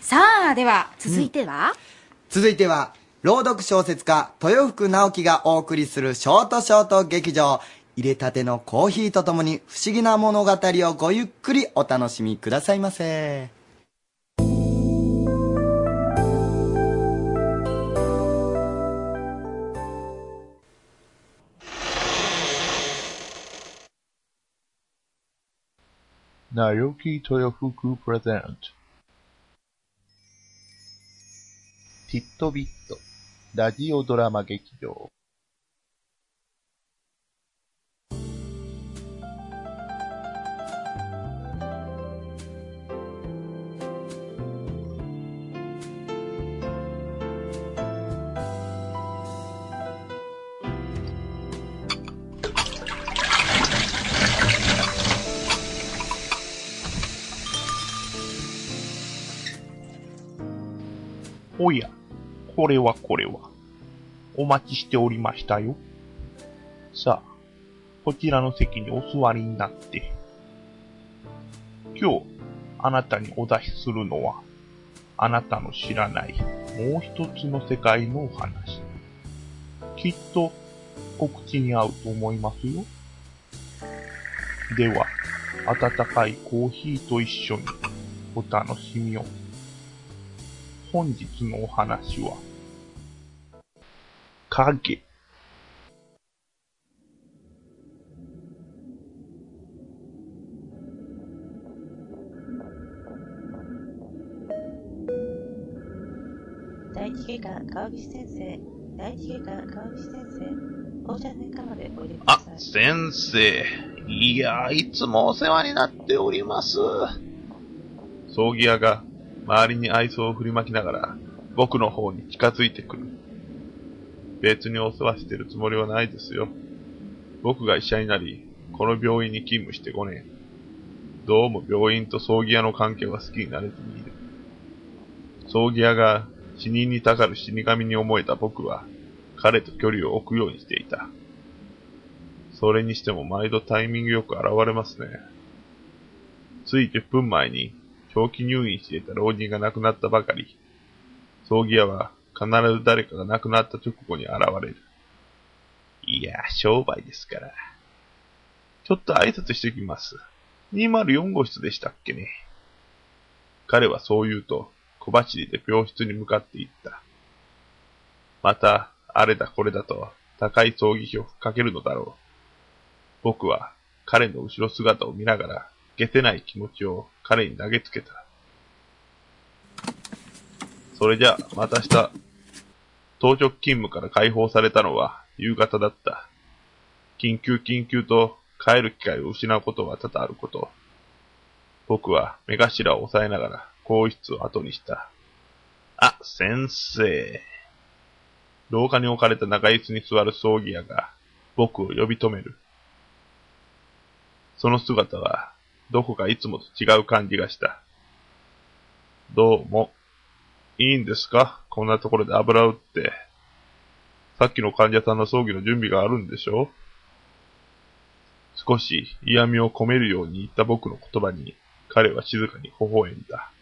[SPEAKER 3] さあ、では、続いては、
[SPEAKER 2] 続いては、朗読小説家、豊福直樹がお送りするショートショート劇場、入れたてのコーヒーとともに不思議な物語をごゆっくりお楽しみくださいませ。
[SPEAKER 11] Naoki Toyofuku present ティットビットラジオドラマ劇場おや、これはこれは。お待ちしておりましたよ。さあ、こちらの席にお座りになって。今日、あなたにお出しするのは、あなたの知らないもう一つの世界のお話。きっと、お口に合うと思いますよ。では、温かいコーヒーと一緒にお楽しみを。本日のお話は、影。
[SPEAKER 13] 第一外科川口先生、第一外科川口先生、放射線科までおいでくだ
[SPEAKER 14] あ、先生。いやー、いつもお世話になっております。
[SPEAKER 11] 葬儀屋が周りに愛想を振りまきながら僕の方に近づいてくる。別にお世話してるつもりはないですよ。僕が医者になり、この病院に勤務して5年。どうも病院と葬儀屋の関係は好きになれずにいる。葬儀屋が死人にたかる死神に思えた僕は、彼と距離を置くようにしていた。それにしても毎度タイミングよく現れますね。つい10分前に長期入院していた老人が亡くなったばかり。葬儀屋は必ず誰かが亡くなった直後に現れる。いや、商売ですから。ちょっと挨拶してきます。204号室でしたっけね。彼はそう言うと、小走りで病室に向かっていった。また、あれだこれだと、高い葬儀費を吹っかけるのだろう。僕は、彼の後ろ姿を見ながら、消せない気持ちを彼に投げつけた。それじゃ、また明日、当直勤務から解放されたのは夕方だった。緊急緊急と帰る機会を失うことは多々あること。僕は目頭を押さえながら、更衣室を後にした。あ、先生。廊下に置かれた長椅子に座る葬儀屋が、僕を呼び止める。その姿は、どこかいつもと違う感じがした。どうも。いいんですかこんなところで油打って。さっきの患者さんの葬儀の準備があるんでしょ少し嫌味を込めるように言った僕の言葉に、彼は静かに微笑んだ。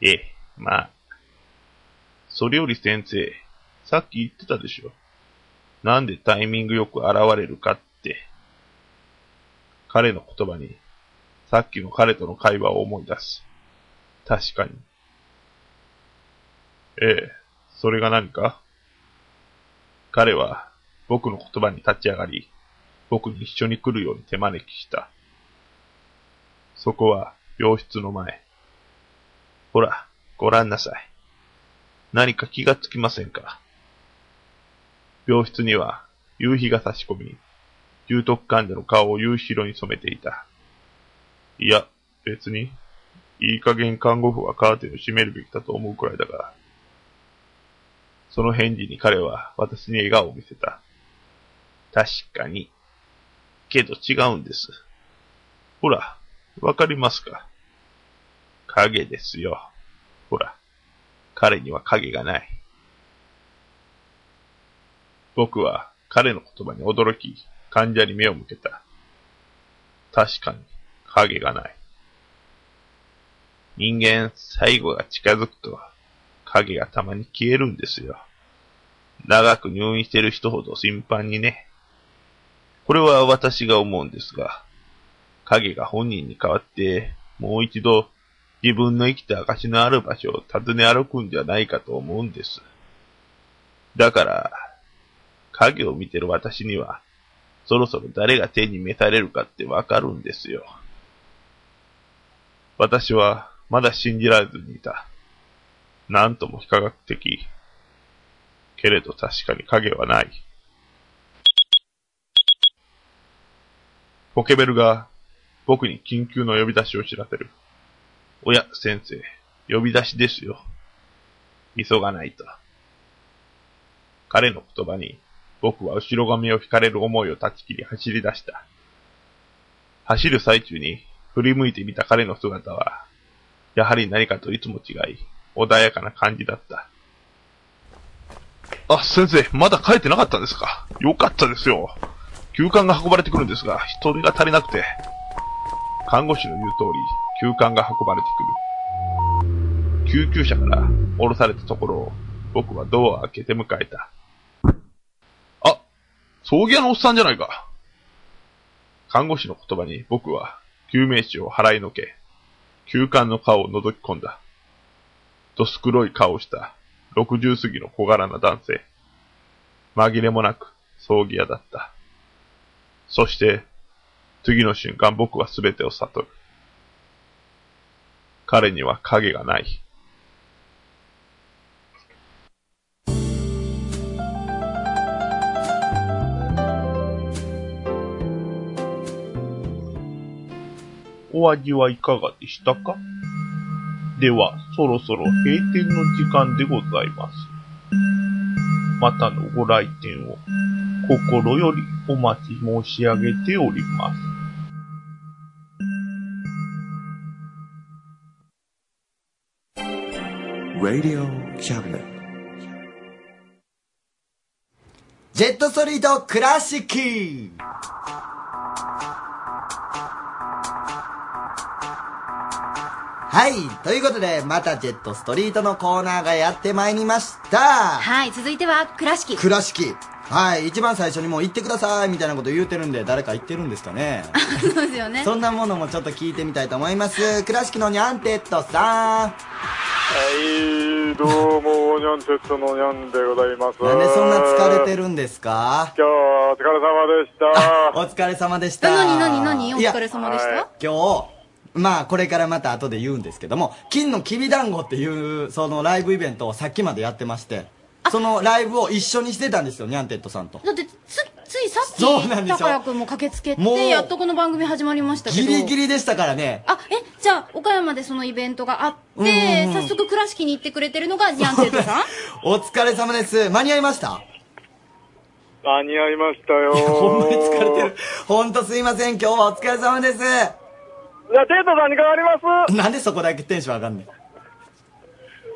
[SPEAKER 11] ええ、まあ。それより先生、さっき言ってたでしょ。なんでタイミングよく現れるかって。彼の言葉に、さっきの彼との会話を思い出す。確かに。ええ、それが何か彼は僕の言葉に立ち上がり、僕に一緒に来るように手招きした。そこは病室の前。ほら、ご覧なさい。何か気がつきませんか病室には夕日が差し込み、重篤患者の顔を夕日色に染めていた。いや、別に、いい加減看護婦はカーテンを閉めるべきだと思うくらいだから。その返事に彼は私に笑顔を見せた。確かに。けど違うんです。ほら、わかりますか影ですよ。ほら、彼には影がない。僕は彼の言葉に驚き、患者に目を向けた。確かに、影がない。人間、最後が近づくと、影がたまに消えるんですよ。長く入院してる人ほど頻繁にね。これは私が思うんですが、影が本人に代わって、もう一度、自分の生きた証のある場所を訪ね歩くんじゃないかと思うんです。だから、影を見てる私には、そろそろ誰が手に召されるかってわかるんですよ。私はまだ信じられずにいた。なんとも非科学的。けれど確かに影はない。ポケベルが僕に緊急の呼び出しを知らせる。おや、先生、呼び出しですよ。急がないと。彼の言葉に僕は後ろ髪を引かれる思いを断ち切り走り出した。走る最中に振り向いてみた彼の姿は、やはり何かといつも違い、穏やかな感じだった。あ、先生、まだ帰ってなかったんですかよかったですよ。休館が運ばれてくるんですが、人手が足りなくて。看護師の言う通り、休館が運ばれてくる。救急車から降ろされたところを、僕はドアを開けて迎えた。あ、葬儀屋のおっさんじゃないか。看護師の言葉に僕は救命士を払いのけ、休館の顔を覗き込んだ。どす黒い顔をした60過ぎの小柄な男性。紛れもなく葬儀屋だった。そして、次の瞬間僕は全てを悟る。彼には影がない。お味はいかがでしたかでは、そろそろ閉店の時間でございます。またのご来店を心よりお待ち申し上げております。
[SPEAKER 15] Radio Cabinet.
[SPEAKER 2] ジェットストリートクラシックはい。ということで、またジェットストリートのコーナーがやってまいりました。
[SPEAKER 3] はい、続いては、倉敷。
[SPEAKER 2] 倉敷。はい。一番最初にもう行ってくださいみたいなこと言うてるんで、誰か行ってるんですかね。
[SPEAKER 3] そうですよね。
[SPEAKER 2] そんなものもちょっと聞いてみたいと思います。倉敷のニャンテッドさん。
[SPEAKER 5] はい、どうも、にゃんてつのにゃんでございます。
[SPEAKER 2] なんでそんな疲れてるんですか
[SPEAKER 5] 今日はお疲れ様でした。
[SPEAKER 2] お疲れ様でした。
[SPEAKER 5] なにな
[SPEAKER 3] になにお疲れ様でした
[SPEAKER 2] いや今日、まあこれからまた後で言うんですけども、金のきびだんごっていう、そのライブイベントをさっきまでやってまして、そのライブを一緒にしてたんですよ、ニャンテッドさんと。
[SPEAKER 3] だって、つ、ついさっ
[SPEAKER 2] そうなん
[SPEAKER 3] き、
[SPEAKER 2] ですよ
[SPEAKER 3] 高谷くんも駆けつけ
[SPEAKER 2] もう
[SPEAKER 3] て、やっとこの番組始まりましたけ
[SPEAKER 2] ギ
[SPEAKER 3] ど。
[SPEAKER 2] リギリでしたからね。
[SPEAKER 3] あ、え、じゃあ、岡山でそのイベントがあ
[SPEAKER 2] う
[SPEAKER 3] っ
[SPEAKER 2] ん
[SPEAKER 3] て、
[SPEAKER 2] うんう
[SPEAKER 3] 早
[SPEAKER 2] ん
[SPEAKER 3] 速倉敷に行ってくれてる のがニャンテッドさん
[SPEAKER 2] お疲れ様です。間に合いました
[SPEAKER 5] 間に合いましたよ。
[SPEAKER 2] ほんまに疲れてる。ほんとすいません、今日はお疲れ様です。じゃ
[SPEAKER 5] あ、テッドさんに代わります。
[SPEAKER 2] なんでそこだけテンション上がんねん。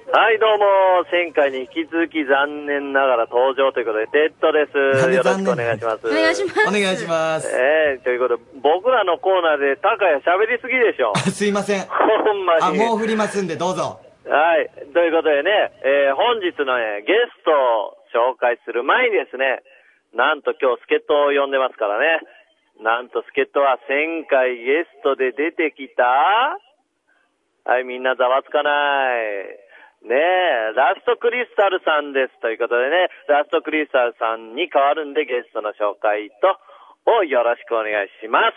[SPEAKER 16] はい、どうも、前回に引き続き残念ながら登場ということで、テッドです。よろしくお願いします。
[SPEAKER 2] お願いし
[SPEAKER 16] ます。
[SPEAKER 2] お願いします。
[SPEAKER 16] ええということで、僕らのコーナーで、高谷喋りすぎ でしょ。
[SPEAKER 2] すいません。
[SPEAKER 16] ほんまに
[SPEAKER 2] あ、もう振りますんで、どうぞ。
[SPEAKER 16] はい。ということでね、えー本日の、ね、ゲストを紹介する前にですね、なんと今日助っ人を呼んでますからね。なんと助っ人は前回ゲストで出てきた、はい、みんなざわつかない。ねえ、ラストクリスタルさんです。ということでね、ラストクリスタルさんに代わるんでゲストの紹介と、をよろしくお願いします。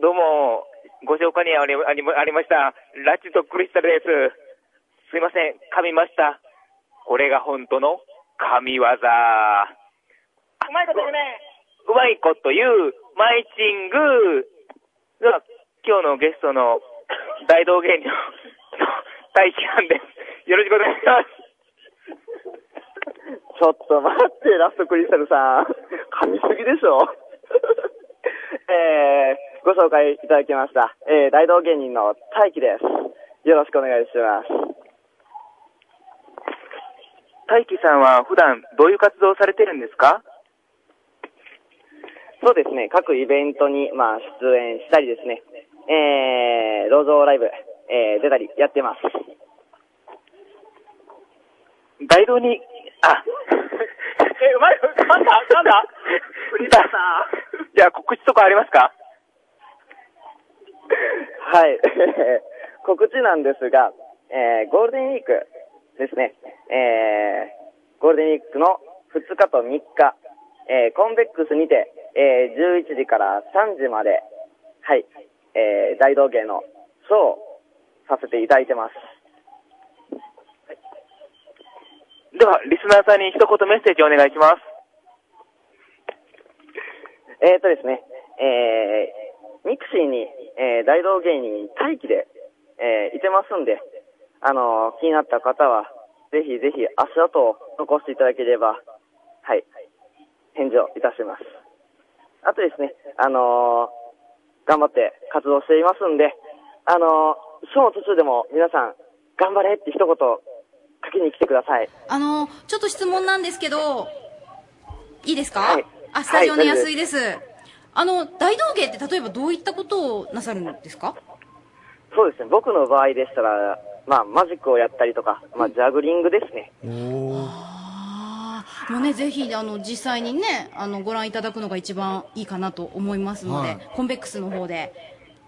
[SPEAKER 8] どうも、ご紹介にありありありました、ラッチとクリスタルです。すいません、噛みました。これが本当の神業。う
[SPEAKER 17] うまいこと言うね。
[SPEAKER 8] まいこと言う、マイチング。では、今日のゲストの大道芸人の大志んです。よろしくお願いします。
[SPEAKER 18] ちょっと待って、ラストクリスタルさん。噛みすぎでしょ えー、ご紹介いただきました。えー、大道芸人の大輝です。よろしくお願いします。
[SPEAKER 8] 大輝さんは普段どういう活動をされてるんですか
[SPEAKER 18] そうですね、各イベントに、まあ、出演したりですね、えー、路上ライブ、えー、出たりやってます。
[SPEAKER 8] 大道に、あ、
[SPEAKER 17] え、うまい、なんだ、なんだ。
[SPEAKER 8] クリスタルさん。 じゃあ告知とかあります か
[SPEAKER 18] はい。 告知なんですが、えーゴールデンウィークですね。えーゴールデンウィークの2日と3日、えーコンベックスにて、えー11時から3時まで、はい、
[SPEAKER 19] えー大道芸のショーをさせていただいてます。
[SPEAKER 20] では、リスナーさんに一言メッセージお願いします。
[SPEAKER 19] えー、とですね、えー、ミクシーに、えー大道芸人待機で、えーいてますんで、あのー気になった方は、ぜひぜひ足跡を残していただければ、はい、返事をいたします。あとですね、あのー頑張って活動していますんで、あのーショーの途中でも皆さん、頑張れって一言書きに来てください。
[SPEAKER 3] あの、ちょっと質問なんですけど、いいですか、あ、スタジオの
[SPEAKER 19] はい
[SPEAKER 3] 安井です。あの、大道芸って例えばどういったことをなさるんですか
[SPEAKER 19] そうですね、僕の場合でしたら、まあ、マジックをやったりとか、まあ、ジャグリングですね。
[SPEAKER 3] もうね、ぜひ、あの、実際にね、あの、ご覧いただくのが一番いいかなと思いますので、
[SPEAKER 2] はい
[SPEAKER 3] コンベックスの方で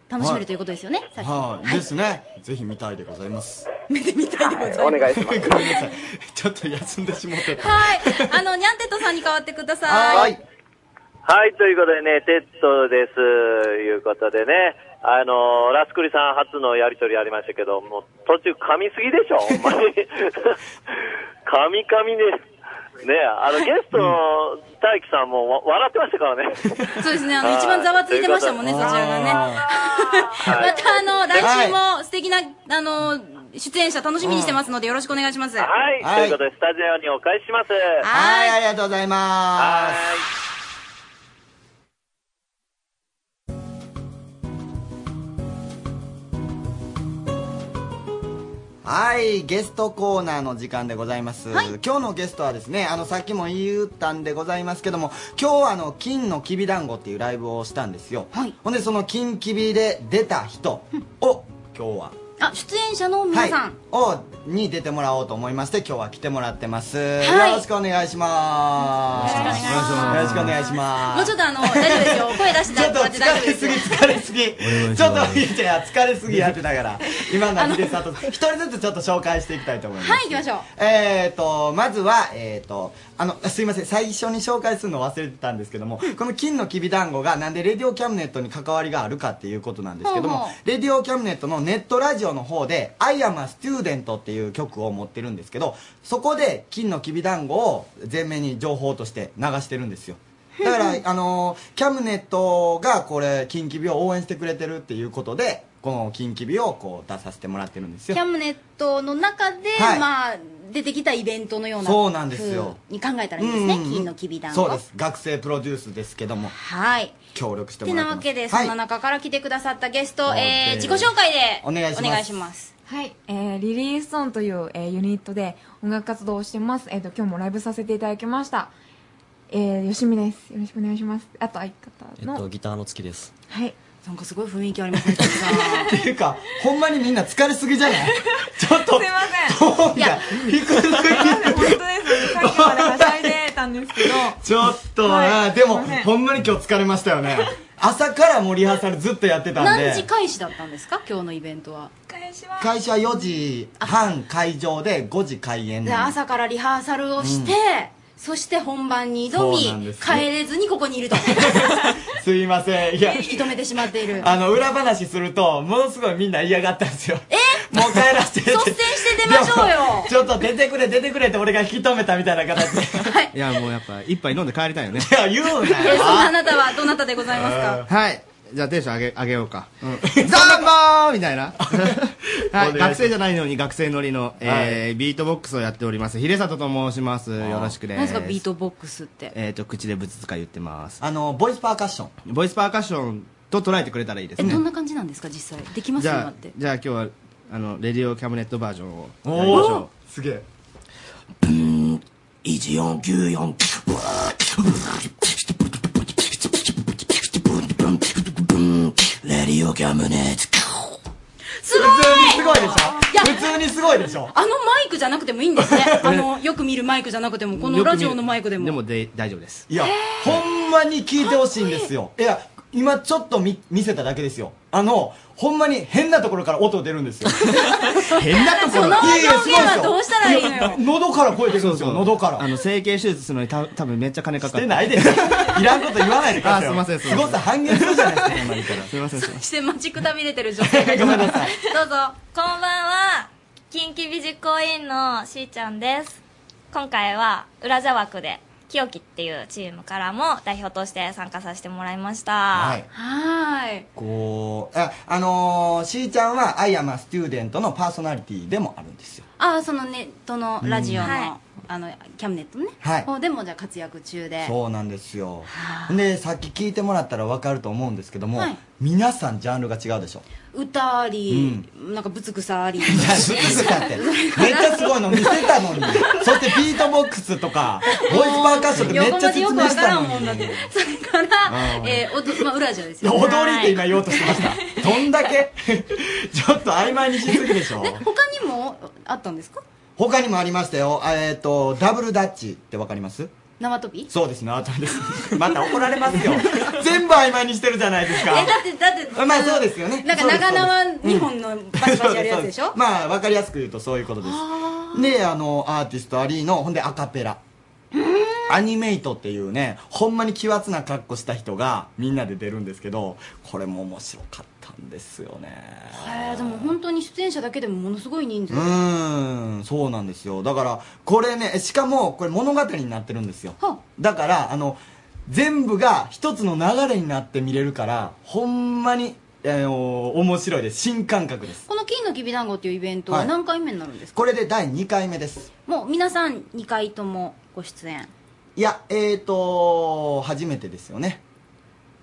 [SPEAKER 3] 楽しめるということですよね、さっき
[SPEAKER 2] はい、ですね。ぜひ見たいでございます。
[SPEAKER 3] 見てみたいでございます。
[SPEAKER 2] お願いします。ごめんなさい。ちょっと休んでしまってた。
[SPEAKER 3] はい。あの、ニャンテッドさんに代わってください。はい。
[SPEAKER 16] はい、ということでね、テッドです、いうことでね、あのーラスクリさん初のやりとりありましたけど、もう途中噛みすぎでしょ、ほんまに。噛み噛みで、ね、あの、ゲストの大輝さんもわ笑ってましたから ね。
[SPEAKER 3] そうですね、あの、一番ざわついてましたもんね、そ
[SPEAKER 16] は
[SPEAKER 3] ち
[SPEAKER 16] い
[SPEAKER 3] らがね。
[SPEAKER 16] はい
[SPEAKER 3] また、あの、来週も素敵な、あの、出演者楽しみにしてますので、よろしくお願いします。
[SPEAKER 16] はい、ということで、スタジオにお返しします。
[SPEAKER 2] はい、ありがとうございます。はい、ゲストコーナーの時間でございます。今日のゲストはですね、あの、さっきも言ったんでございますけども、今日はあの、金のきびだんごっていうライブをしたんですよ。ほんで、その金きびで出た人を、今日は、
[SPEAKER 3] あ、出演者の皆さん。
[SPEAKER 2] を、に出てもらおうと思いまして、今日は来てもらってます。
[SPEAKER 3] はい
[SPEAKER 2] よろしくお願いします。よろしくお願いします。よろしくお願いします。
[SPEAKER 3] もうちょっとあの、 大丈夫ですよ。声出してもらって大丈夫です。
[SPEAKER 2] 疲れすぎ疲れすぎちょっといやいや疲れすぎやってたから今のは秀里さん一人ずつちょっと紹介していきたいと思います、
[SPEAKER 3] はい、行きましょう。
[SPEAKER 2] えー、とまずは、えー、とあのすいません最初に紹介するの忘れてたんですけど もこの金のきびだんごがなんでレディオキャムネットに関わりがあるかっていうことなんですけども
[SPEAKER 21] ほうほう
[SPEAKER 2] レディオキャムネットのネットラジオの方で「I am a student」っていう曲を持ってるんですけどそこで金のきびだんごを前面に情報として流してるんですよだから、あのキャムネットがこれ金きびを応援してくれてるっていうことでこの金きびをこう出させてもらってるんです
[SPEAKER 3] キ
[SPEAKER 2] よ
[SPEAKER 3] ャムネットの中で、
[SPEAKER 2] はい
[SPEAKER 3] まあ、出てきたイベントのような
[SPEAKER 2] そうなんですよ
[SPEAKER 3] 風に考えたらいいですね
[SPEAKER 2] うん。
[SPEAKER 3] 金のきびだんご。
[SPEAKER 2] そうです学生プロデュースですけども
[SPEAKER 3] はい。
[SPEAKER 2] 協力して
[SPEAKER 3] て
[SPEAKER 2] もら
[SPEAKER 3] なわ
[SPEAKER 2] ってます
[SPEAKER 3] けで、そんな中から来てくださったゲスト、
[SPEAKER 2] はい
[SPEAKER 3] えー、
[SPEAKER 2] OK
[SPEAKER 3] 自己紹介で
[SPEAKER 2] お願いします
[SPEAKER 3] ます。
[SPEAKER 22] はい、えー、リリースソンという、えーユニットで音楽活動をしてます。えっ、と今日もライブさせていただきました。えー、よしみです。よろしくお願いします。あと相
[SPEAKER 23] え
[SPEAKER 22] 方
[SPEAKER 23] っ
[SPEAKER 22] の、
[SPEAKER 23] と、ギターの月です。
[SPEAKER 22] はい。
[SPEAKER 3] なんかすごい雰囲気ありますね。って
[SPEAKER 2] いうかほんまにみんな疲れすぎじゃないちょっとすいませんいや低すぎ
[SPEAKER 22] さっきまではしゃいでたんですけど、
[SPEAKER 2] ちょっとな、でも
[SPEAKER 22] すいません
[SPEAKER 2] ほんまに今日疲れましたよね朝からもうリハーサルずっとやってたんで
[SPEAKER 3] 何時開始だったんですか今日のイベントは。
[SPEAKER 22] 開始は
[SPEAKER 2] 開始は4時半会場で5時開演
[SPEAKER 3] で
[SPEAKER 2] なんです
[SPEAKER 3] 朝からリハーサルをして、
[SPEAKER 2] う
[SPEAKER 3] そして本番に挑
[SPEAKER 2] そうなん
[SPEAKER 3] み、
[SPEAKER 2] ですよ
[SPEAKER 3] 帰れずにここに いると。
[SPEAKER 2] すいませんいや
[SPEAKER 3] 引き止めてしまっている。
[SPEAKER 2] あの裏話するとものすごいみんな嫌がったんですよえもう帰らせて率先して
[SPEAKER 3] 出ましょうよ
[SPEAKER 2] ちょっと出てくれ出てくれって俺が引き止めたみたいな形で
[SPEAKER 21] いや、もうやっぱ、一杯飲んで帰りたいよね。
[SPEAKER 2] いや、言う
[SPEAKER 3] えーそんなあなたはどなたでございますか
[SPEAKER 21] はい。じゃあテンション上げ、上げようか。ザンバーみたいな。は
[SPEAKER 2] お願いし
[SPEAKER 21] い。
[SPEAKER 2] ます
[SPEAKER 21] 学生じゃないのに学生乗りの、えー、ビートボックスをやっております。秀里と申します。よろしくです。
[SPEAKER 3] 何ですかビートボックスって。
[SPEAKER 21] えっと、口でぶつつか言ってます。
[SPEAKER 2] あの、ボイスパーカッショ
[SPEAKER 21] ン。ボイスパーカッションと捉えてくれたらいいです
[SPEAKER 3] え、
[SPEAKER 21] ね
[SPEAKER 3] どん。な感じなんですか実際。できます
[SPEAKER 21] じ
[SPEAKER 3] 今
[SPEAKER 21] ゃあ
[SPEAKER 3] って。、
[SPEAKER 21] じゃあ今日は、あの、レディオキャムネットバージョンを
[SPEAKER 2] おー
[SPEAKER 21] やりましょ
[SPEAKER 2] すげえ
[SPEAKER 21] う。1494。
[SPEAKER 24] レディオキャムネッ
[SPEAKER 3] すごい
[SPEAKER 2] 普通にすごいでしょ普通にすごいでしょ
[SPEAKER 3] あのマイクじゃなくてもいいん ですね。あの、よく見るマイクじゃなくても、このラジオのマイクでも。
[SPEAKER 21] でもで大丈夫です。
[SPEAKER 2] いやほんまに聞いてほしいんですよいや今ちょっと見見せただけですよあのほんまに変なところから音出る んですよ。
[SPEAKER 21] 変なところその
[SPEAKER 2] いやいや
[SPEAKER 3] 表現はどうしたらいいのよ
[SPEAKER 2] や喉から声出るんですよ、喉から。
[SPEAKER 21] あの整形手術するのにた多分めっちゃ金かかって
[SPEAKER 2] してないでしょいらんこと言わないでください
[SPEAKER 21] あすいませんすいません
[SPEAKER 2] すごさ半減するじゃないですか今言ったら
[SPEAKER 21] すいませんすいません
[SPEAKER 23] して待ちくたびれてる女性がいます どうぞこんばんは近畿美術公園のしーちゃんです今回は裏座枠で清木っていうチームからも代表として参加させてもらいました
[SPEAKER 2] はい
[SPEAKER 23] はい
[SPEAKER 2] こうああのー、しーちゃんは「アイアムアス u d e n t のパーソナリティでもあるんですよ
[SPEAKER 3] あそのネットのラジオの,、
[SPEAKER 2] うんは
[SPEAKER 3] あのキャムネットのね、
[SPEAKER 2] はい
[SPEAKER 3] 方でもじゃあ活躍中で
[SPEAKER 2] そうなんですよでさっき聞いてもらったら分かると思うんですけども、
[SPEAKER 3] はい
[SPEAKER 2] 皆さんジャンルが違うでしょ
[SPEAKER 3] 歌あり、なんかぶつくさあ り
[SPEAKER 2] ブツブツだってめっちゃすごいの見せたのに そしてビートボックスとかボイスパーカッションってめっちゃ説明したの
[SPEAKER 3] 横文字よくわ
[SPEAKER 2] に
[SPEAKER 3] からんもんだってそれから
[SPEAKER 2] う、ん
[SPEAKER 3] えーおどまあ、裏ジオです
[SPEAKER 2] いや
[SPEAKER 3] よ
[SPEAKER 2] 踊りって今言おうとしてました どんだけちょっと曖昧にしすぎでしょ
[SPEAKER 3] 他にもあったんですか
[SPEAKER 2] 他にもありましたよえっ、とダブルダッチってわかります
[SPEAKER 3] 縄跳び
[SPEAKER 2] そうですねあとですまた怒られますよ 全部曖昧にしてるじゃないです
[SPEAKER 3] え
[SPEAKER 2] か
[SPEAKER 3] だってだって
[SPEAKER 2] まあそうですよね
[SPEAKER 3] なんか長縄2本の バチバチやるやつでしょ、
[SPEAKER 2] そうすまあわかりやすく言うとそういうことですであのアーティストアリーのほんでアカペラアニメイトっていうねほんまに奇抜な格好した人がみんなで出るんですけどこれも面白かったんですよね
[SPEAKER 3] へーでも本当に出演者だけでもものすごい人数
[SPEAKER 2] うーんそうなんですよだからこれねしかもこれ物語になってるんですよだからあの全部が一つの流れになって見れるからほんまに、あの面白いです新感覚です
[SPEAKER 3] この金のきびだんごっていうイベント
[SPEAKER 2] は
[SPEAKER 3] はい何回目になるんですか、
[SPEAKER 2] これで第2回目です
[SPEAKER 3] もう皆さん2回ともご出演
[SPEAKER 2] いやえーと初めてですよね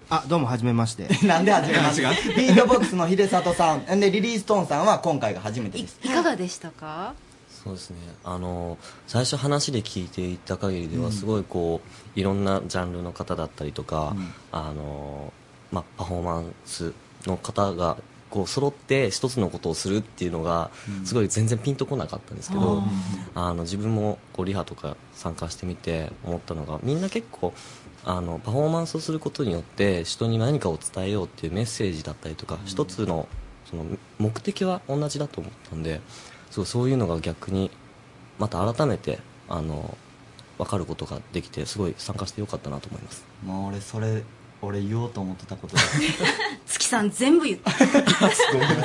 [SPEAKER 21] あどうもはじめまして
[SPEAKER 2] なんで初めまして ビートボックスの秀里さん でリリー・ストーンさんは今回が初めてです
[SPEAKER 3] いかがでしたか
[SPEAKER 25] そうですねあの最初話で聞いていた限りで
[SPEAKER 2] う
[SPEAKER 25] は
[SPEAKER 2] ん
[SPEAKER 25] すごいこう、いろんなジャンルの方だったりとか、あのまあ、パフォーマンスの方がこう揃って一つのことをするっていうのが
[SPEAKER 26] うん
[SPEAKER 25] すごい全然ピンとこなかったんですけ
[SPEAKER 26] あ
[SPEAKER 25] ど、
[SPEAKER 26] ー
[SPEAKER 25] あの自分もこうリハとか参加してみて思ったのがみんな結構あのパフォーマンスをすることによって人に何かを伝えようっていうメッセージだったりとか、一つのその目的は同じだと思ったんですごいそういうのが逆にまた改めてあの分かることができてすごい参加してよかったなと思います。
[SPEAKER 2] もう俺それ俺言おうと思ってたことだ
[SPEAKER 3] 月さん全部言った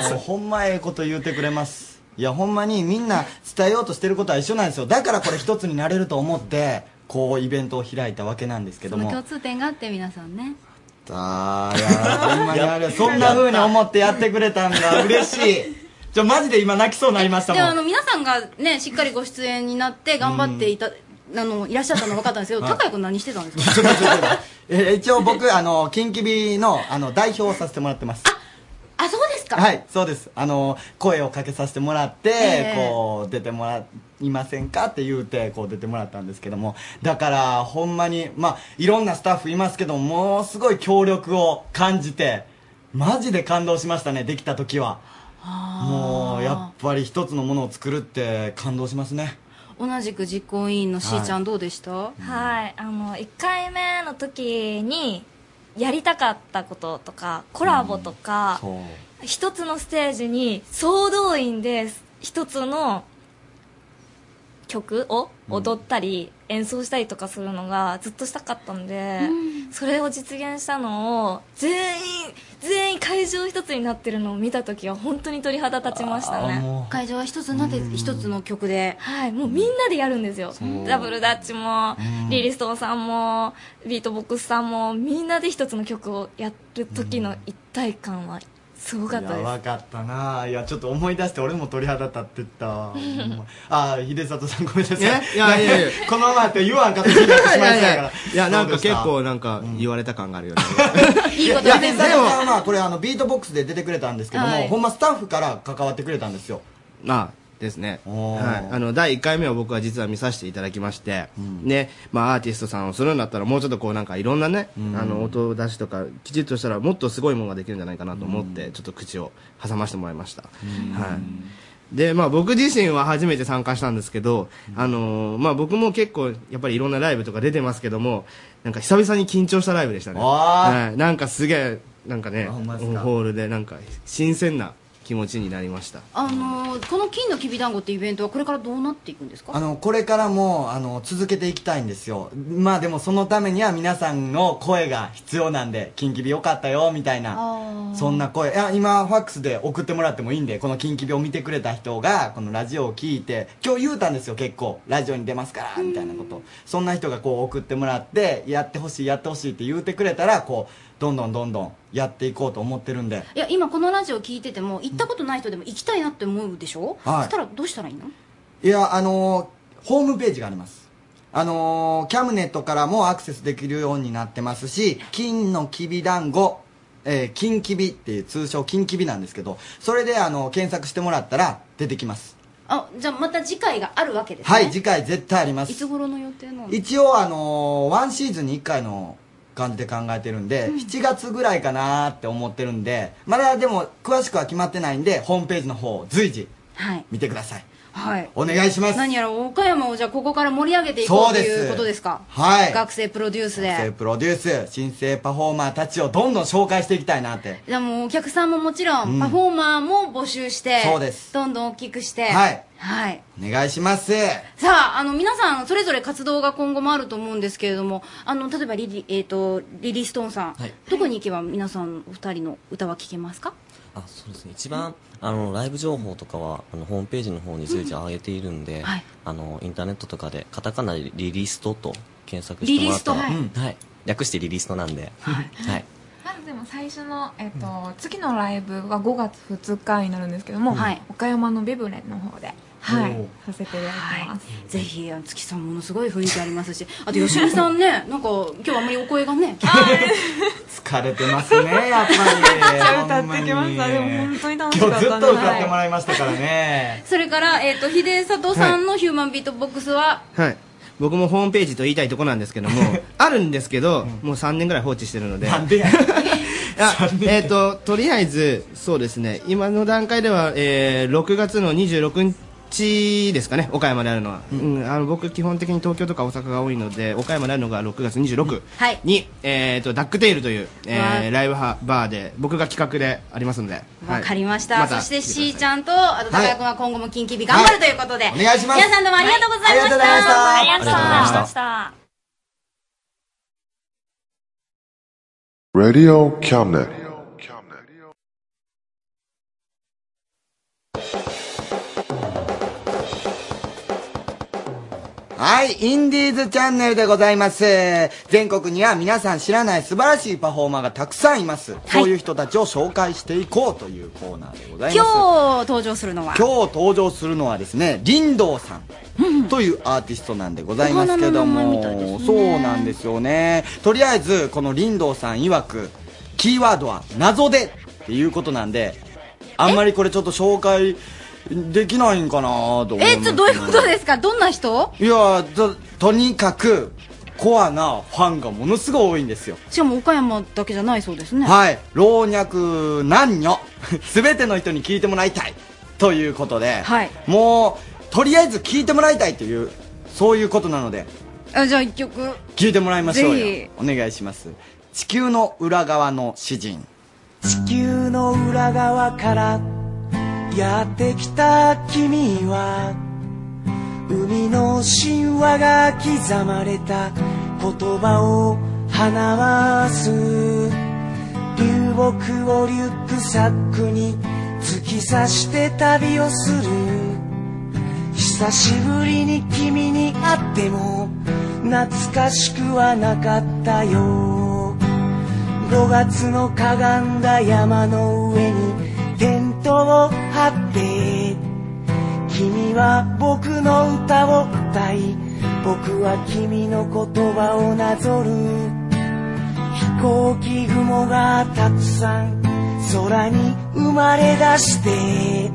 [SPEAKER 2] もうほんまええこと言うてくれますいやほんまにみんな伝えようとしてることは一緒なんですよだからこれ一つになれると思ってこうイベントを開いたわけなんですけ
[SPEAKER 3] そ
[SPEAKER 2] ど
[SPEAKER 3] の
[SPEAKER 2] も
[SPEAKER 3] 共通点があって皆さんね
[SPEAKER 2] あーいやーほんまにあれそんな風に思ってやってくれたんだ嬉し いちょマジで今泣きそうになりました
[SPEAKER 3] であ
[SPEAKER 2] も
[SPEAKER 3] の
[SPEAKER 2] ん
[SPEAKER 3] 皆さんがねしっかりご出演になって頑張っていた、あのいらっしゃったの分かったんですけど
[SPEAKER 2] はい
[SPEAKER 3] 高谷君何してたんですか
[SPEAKER 2] え一応 僕あのキンキビのあの代表をさせてもらってます
[SPEAKER 3] あそうですか、
[SPEAKER 2] はいそうですあの声をかけさせてもらって、
[SPEAKER 3] ええ
[SPEAKER 2] こう出てもらいませんかって言うてこう出てもらったんですけどもだからほんまにまあいろんなスタッフいますけどものすごい協力を感じてマジで感動しましたねできた時はもうやっぱり一つのものを作るって感動しますね
[SPEAKER 23] 同じく実行委員の
[SPEAKER 2] しーちゃんはい
[SPEAKER 23] どうでしたはい、あの1回目の時にやりたかったこととかコラボとか、一つのステージに総動員で一つの曲を踊ったり演奏したりとかするのがずっとしたかったんで、それを実現したのを全員全員会場一つになってるのを見た時は本当に鳥肌立ちましたね
[SPEAKER 3] 会場は一つになって一つの曲で
[SPEAKER 23] はい、もうみんなでやるんですよ
[SPEAKER 3] う
[SPEAKER 23] ダブルダッチもリリストンさんもビートボックスさんもみんなで一つの曲をやる時の一体感はすごかった
[SPEAKER 2] いや
[SPEAKER 23] で
[SPEAKER 2] わかったないやちょっと思い出して俺も鳥肌立ってったわほんまあー秀里さんごめんなさい
[SPEAKER 21] えいやいやいや
[SPEAKER 2] このままって言わんかったしまいそうやから
[SPEAKER 21] いやなん
[SPEAKER 2] ど
[SPEAKER 21] か
[SPEAKER 2] うでし
[SPEAKER 21] 結
[SPEAKER 2] た
[SPEAKER 21] 構なんか言われた感があるよね
[SPEAKER 2] いや
[SPEAKER 21] こと言ってん
[SPEAKER 2] でも
[SPEAKER 21] だ
[SPEAKER 2] さんはこれあのビートボックスで出てくれたんですけども、
[SPEAKER 21] はい
[SPEAKER 2] ほんまスタッフから関わってくれたんですよ
[SPEAKER 21] まあですね、はい、あの第1回目を僕は実は見させていただきまして、ねまあ、アーティストさんをするんだったらもうちょっとこうなんかいろんなね、
[SPEAKER 2] うん
[SPEAKER 21] あの音出しとかきちっとしたらもっとすごいものができるんじゃないかなと思って、ちょっと口を挟ませてもらいました、はいでまあ、僕自身は初めて参加したんですけど、あのーまあ、僕も結構やっぱりいろんなライブとか出てますけどもなんか久々に緊張したライブでしたね、はい、なんかすげえなんかね
[SPEAKER 1] あほんまですか
[SPEAKER 21] ホールでなんか新鮮な気持ちになりました
[SPEAKER 3] あのーこの金のきびだんごってイベントはこれからどうなっていくんですか
[SPEAKER 2] あのこれからもあの続けていきたいんですよまあでもそのためには皆さんの声が必要なんで「キンキビよかったよ」みたいなそんな声いや今ファックスで送ってもらってもいいんでこの「キンキビを見てくれた人がこのラジオを聞いて今日言うたんですよ結構ラジオに出ますからみたいなことそんな人がこう送ってもらってやってほしいやってほしいって言うてくれたらこうどんどんどんどんやっていこうと思ってるんで
[SPEAKER 3] いや今このラジオ聞いてても行ったことない人でも行きたいなって思うでしょ、
[SPEAKER 2] はい
[SPEAKER 3] そしたらどうしたらいいの
[SPEAKER 2] いや、あのーホームページがあります。あのーキャムネットからもアクセスできるようになってますし、金のきびだんご、えー金きびっていう通称金きびなんですけど、それであのー検索してもらったら出てきます。
[SPEAKER 3] あじゃあまた次回があるわけですね
[SPEAKER 2] はい、次回絶対ありま
[SPEAKER 3] い
[SPEAKER 2] す。
[SPEAKER 3] つ頃の予定なの
[SPEAKER 2] 一応あのーワンシーズンに1回の感じで考えてるんで、
[SPEAKER 3] うん
[SPEAKER 2] 7月ぐらいかなーって思ってるんで、まだでも詳しくは決まってないんで、ホームページの方を随時
[SPEAKER 3] はい
[SPEAKER 2] 見てください。
[SPEAKER 3] はい
[SPEAKER 2] お願いします
[SPEAKER 3] 何やら岡山をじゃあここから盛り上げていこ
[SPEAKER 2] そうう
[SPEAKER 3] と
[SPEAKER 2] です
[SPEAKER 3] いうことですか
[SPEAKER 2] はい
[SPEAKER 3] 学生プロデュース
[SPEAKER 2] 新生
[SPEAKER 3] で
[SPEAKER 2] プロデュース新生パフォーマーたちをどんどん紹介していきたいなって
[SPEAKER 3] じゃあもうお客さんももちろん、
[SPEAKER 2] うん
[SPEAKER 3] パフォーマーも募集して
[SPEAKER 2] そうです
[SPEAKER 3] どんどん大きくして
[SPEAKER 2] はい、
[SPEAKER 3] はい、
[SPEAKER 2] お願いします
[SPEAKER 3] さあ、あの、皆さん、それぞれ活動が今後もあると思うんですけれども、あの、例えばリリ、えっ、と、リリーストーンさん、どこに行けば皆さん、お二人の歌は聴けますか
[SPEAKER 25] あそうですね一番あのライブ情報とかはあのホームページの方に随時上げているんで、あのインターネットとかでカタカナでリリーストと検索してもらったら
[SPEAKER 22] リリース
[SPEAKER 25] はい略してリリーストなんで、はい
[SPEAKER 22] まずでも最初の、えっと次のライブが5月2日になるんですけども、岡山のビブレンの方で、はい
[SPEAKER 3] おー、
[SPEAKER 22] させていただきます、
[SPEAKER 3] ぜひ、あの月さんものすごい雰囲気ありますし、あと、吉見さん ね、なんか、今日あんまりお声がね、
[SPEAKER 2] 疲れてますねやっぱ り
[SPEAKER 22] 歌ってきましたでも本当に楽しか
[SPEAKER 2] 今日
[SPEAKER 22] った
[SPEAKER 2] ずっと歌ってもらいましたからね、
[SPEAKER 3] それから、えっ、と、秀里さんのヒューマンビートボックスは、
[SPEAKER 21] はい僕もホームページと言いたいとこなんですけどもあるんですけど、もう3年ぐらい放置してるのでなん
[SPEAKER 2] で
[SPEAKER 21] えっととりあえずそうですね今の段階では、えー6月の26日ですかね岡山であるのは、うんあの僕基本的に東京とか大阪が多いので岡山であるのが6月26
[SPEAKER 3] はい
[SPEAKER 21] に、えー、とダックテイルという、え
[SPEAKER 3] わ
[SPEAKER 21] ー
[SPEAKER 3] ー
[SPEAKER 21] ライブハバーで僕が企画でありますので
[SPEAKER 3] わかりました。
[SPEAKER 21] はい
[SPEAKER 3] そして、
[SPEAKER 21] 来てください
[SPEAKER 3] C ちゃんと、あと、高谷君は今後も近畿日頑張るということで、
[SPEAKER 21] はいお願いします
[SPEAKER 3] 皆さんどうもありがとうございました。
[SPEAKER 21] はいありがとうございました
[SPEAKER 3] した。
[SPEAKER 27] Radio Cabinet.
[SPEAKER 2] はい、インディーズチャンネルでございます。全国には皆さん知らない素晴らしいパフォーマーがたくさんいます。そういう人たちを紹介していこうというコーナーでございます。
[SPEAKER 3] 今日登場するのは、
[SPEAKER 2] 今日登場するのはですね林道さんというアーティストなんでございますけど
[SPEAKER 3] お花の名前
[SPEAKER 2] も
[SPEAKER 3] みたいですね
[SPEAKER 2] そうなんですよねとりあえずこの林道さん曰くキーワードは謎でっていうことなんであんまりこれちょっと紹介できないんかなと思います
[SPEAKER 3] え、ちょ、どういうことですかどんな人
[SPEAKER 2] いやととにかくコアなファンがものすごい多いんですよ
[SPEAKER 3] しかも岡山だけじゃないそうですね。
[SPEAKER 2] はい。老若男女、 すべての人に聞いてもらいたい。ということで、
[SPEAKER 3] はい
[SPEAKER 2] もう、とりあえず聞いてもらいたいという、そういうことなので、
[SPEAKER 3] あじゃあ一曲。
[SPEAKER 2] 聞いてもらいましょうよ
[SPEAKER 3] ぜ。
[SPEAKER 2] お願いします。地球の裏側の詩人。
[SPEAKER 28] 地球の裏側からやってきた君は海の神話が刻まれた言葉を話す流木をリュックサックに突き刺して旅をする久しぶりに君に会っても懐かしくはなかったよ5月のかがんだ山の上にテントを張って君は僕の歌を歌い僕は君の言葉をなぞる飛行機雲がたくさん空に生まれ出して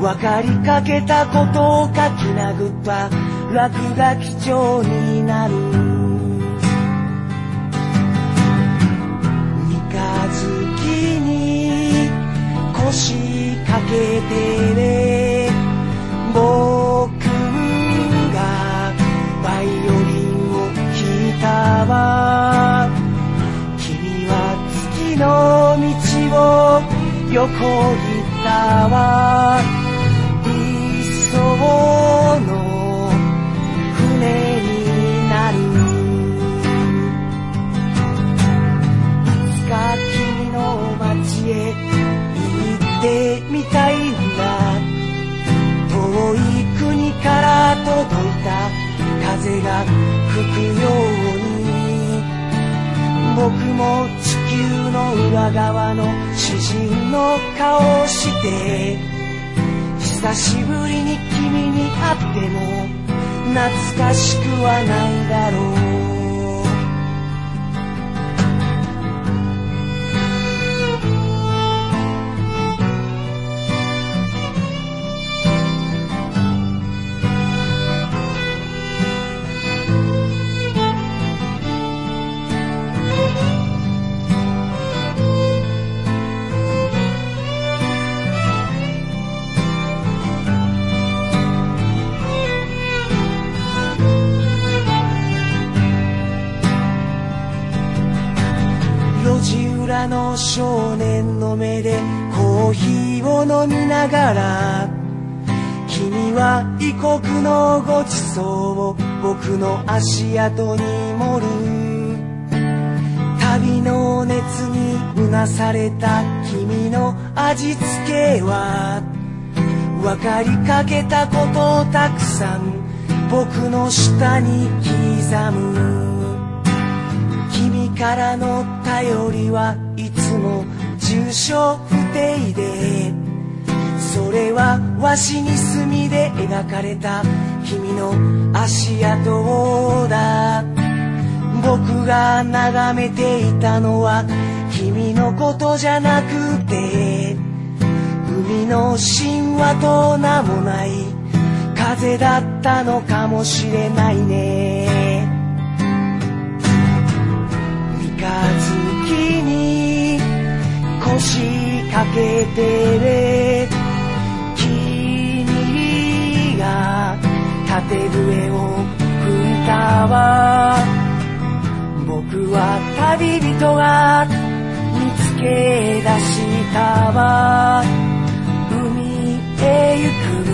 [SPEAKER 28] 分かりかけたことを書き殴った落書き帳になる三日月に腰掛けてね僕がバイオリンを弾いたわ君は月の横ギターは理想の船になるいつか君の街へ行ってみたいんだ遠い国から届いた風が吹くように僕も地球の裏側の詩人の顔をして久しぶりに君に会っても懐かしくはないだろう路地裏の少年の目でコーヒーを飲みながら君は異国のごちそうを僕の足跡に盛る旅の熱にうなされた君の味付けは分かりかけたことをたくさん僕の下に刻む君からの頼りはいつも住所不定でそれは和紙に墨で描かれた君の足跡だ僕が眺めていたのは君のことじゃなくて海の神話と名もない風だったのかもしれないね三日月に腰掛けて君が縦笛を吹いたわ僕は旅人が見つけ出したわ海へ行く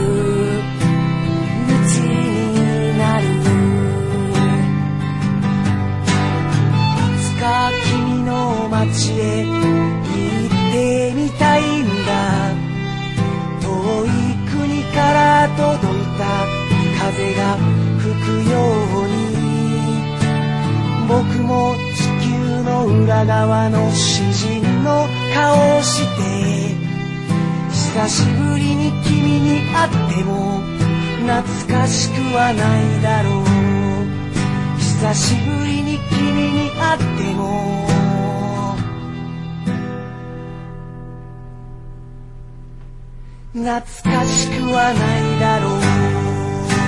[SPEAKER 28] 道になるいつか君の街へ行ってみたいんだ遠い国から届いた風が吹くように僕も地球の裏側の詩人の顔をして久しぶりに君に会っても懐かしくはないだろう久しぶりに君に会っても懐かしくはないだろう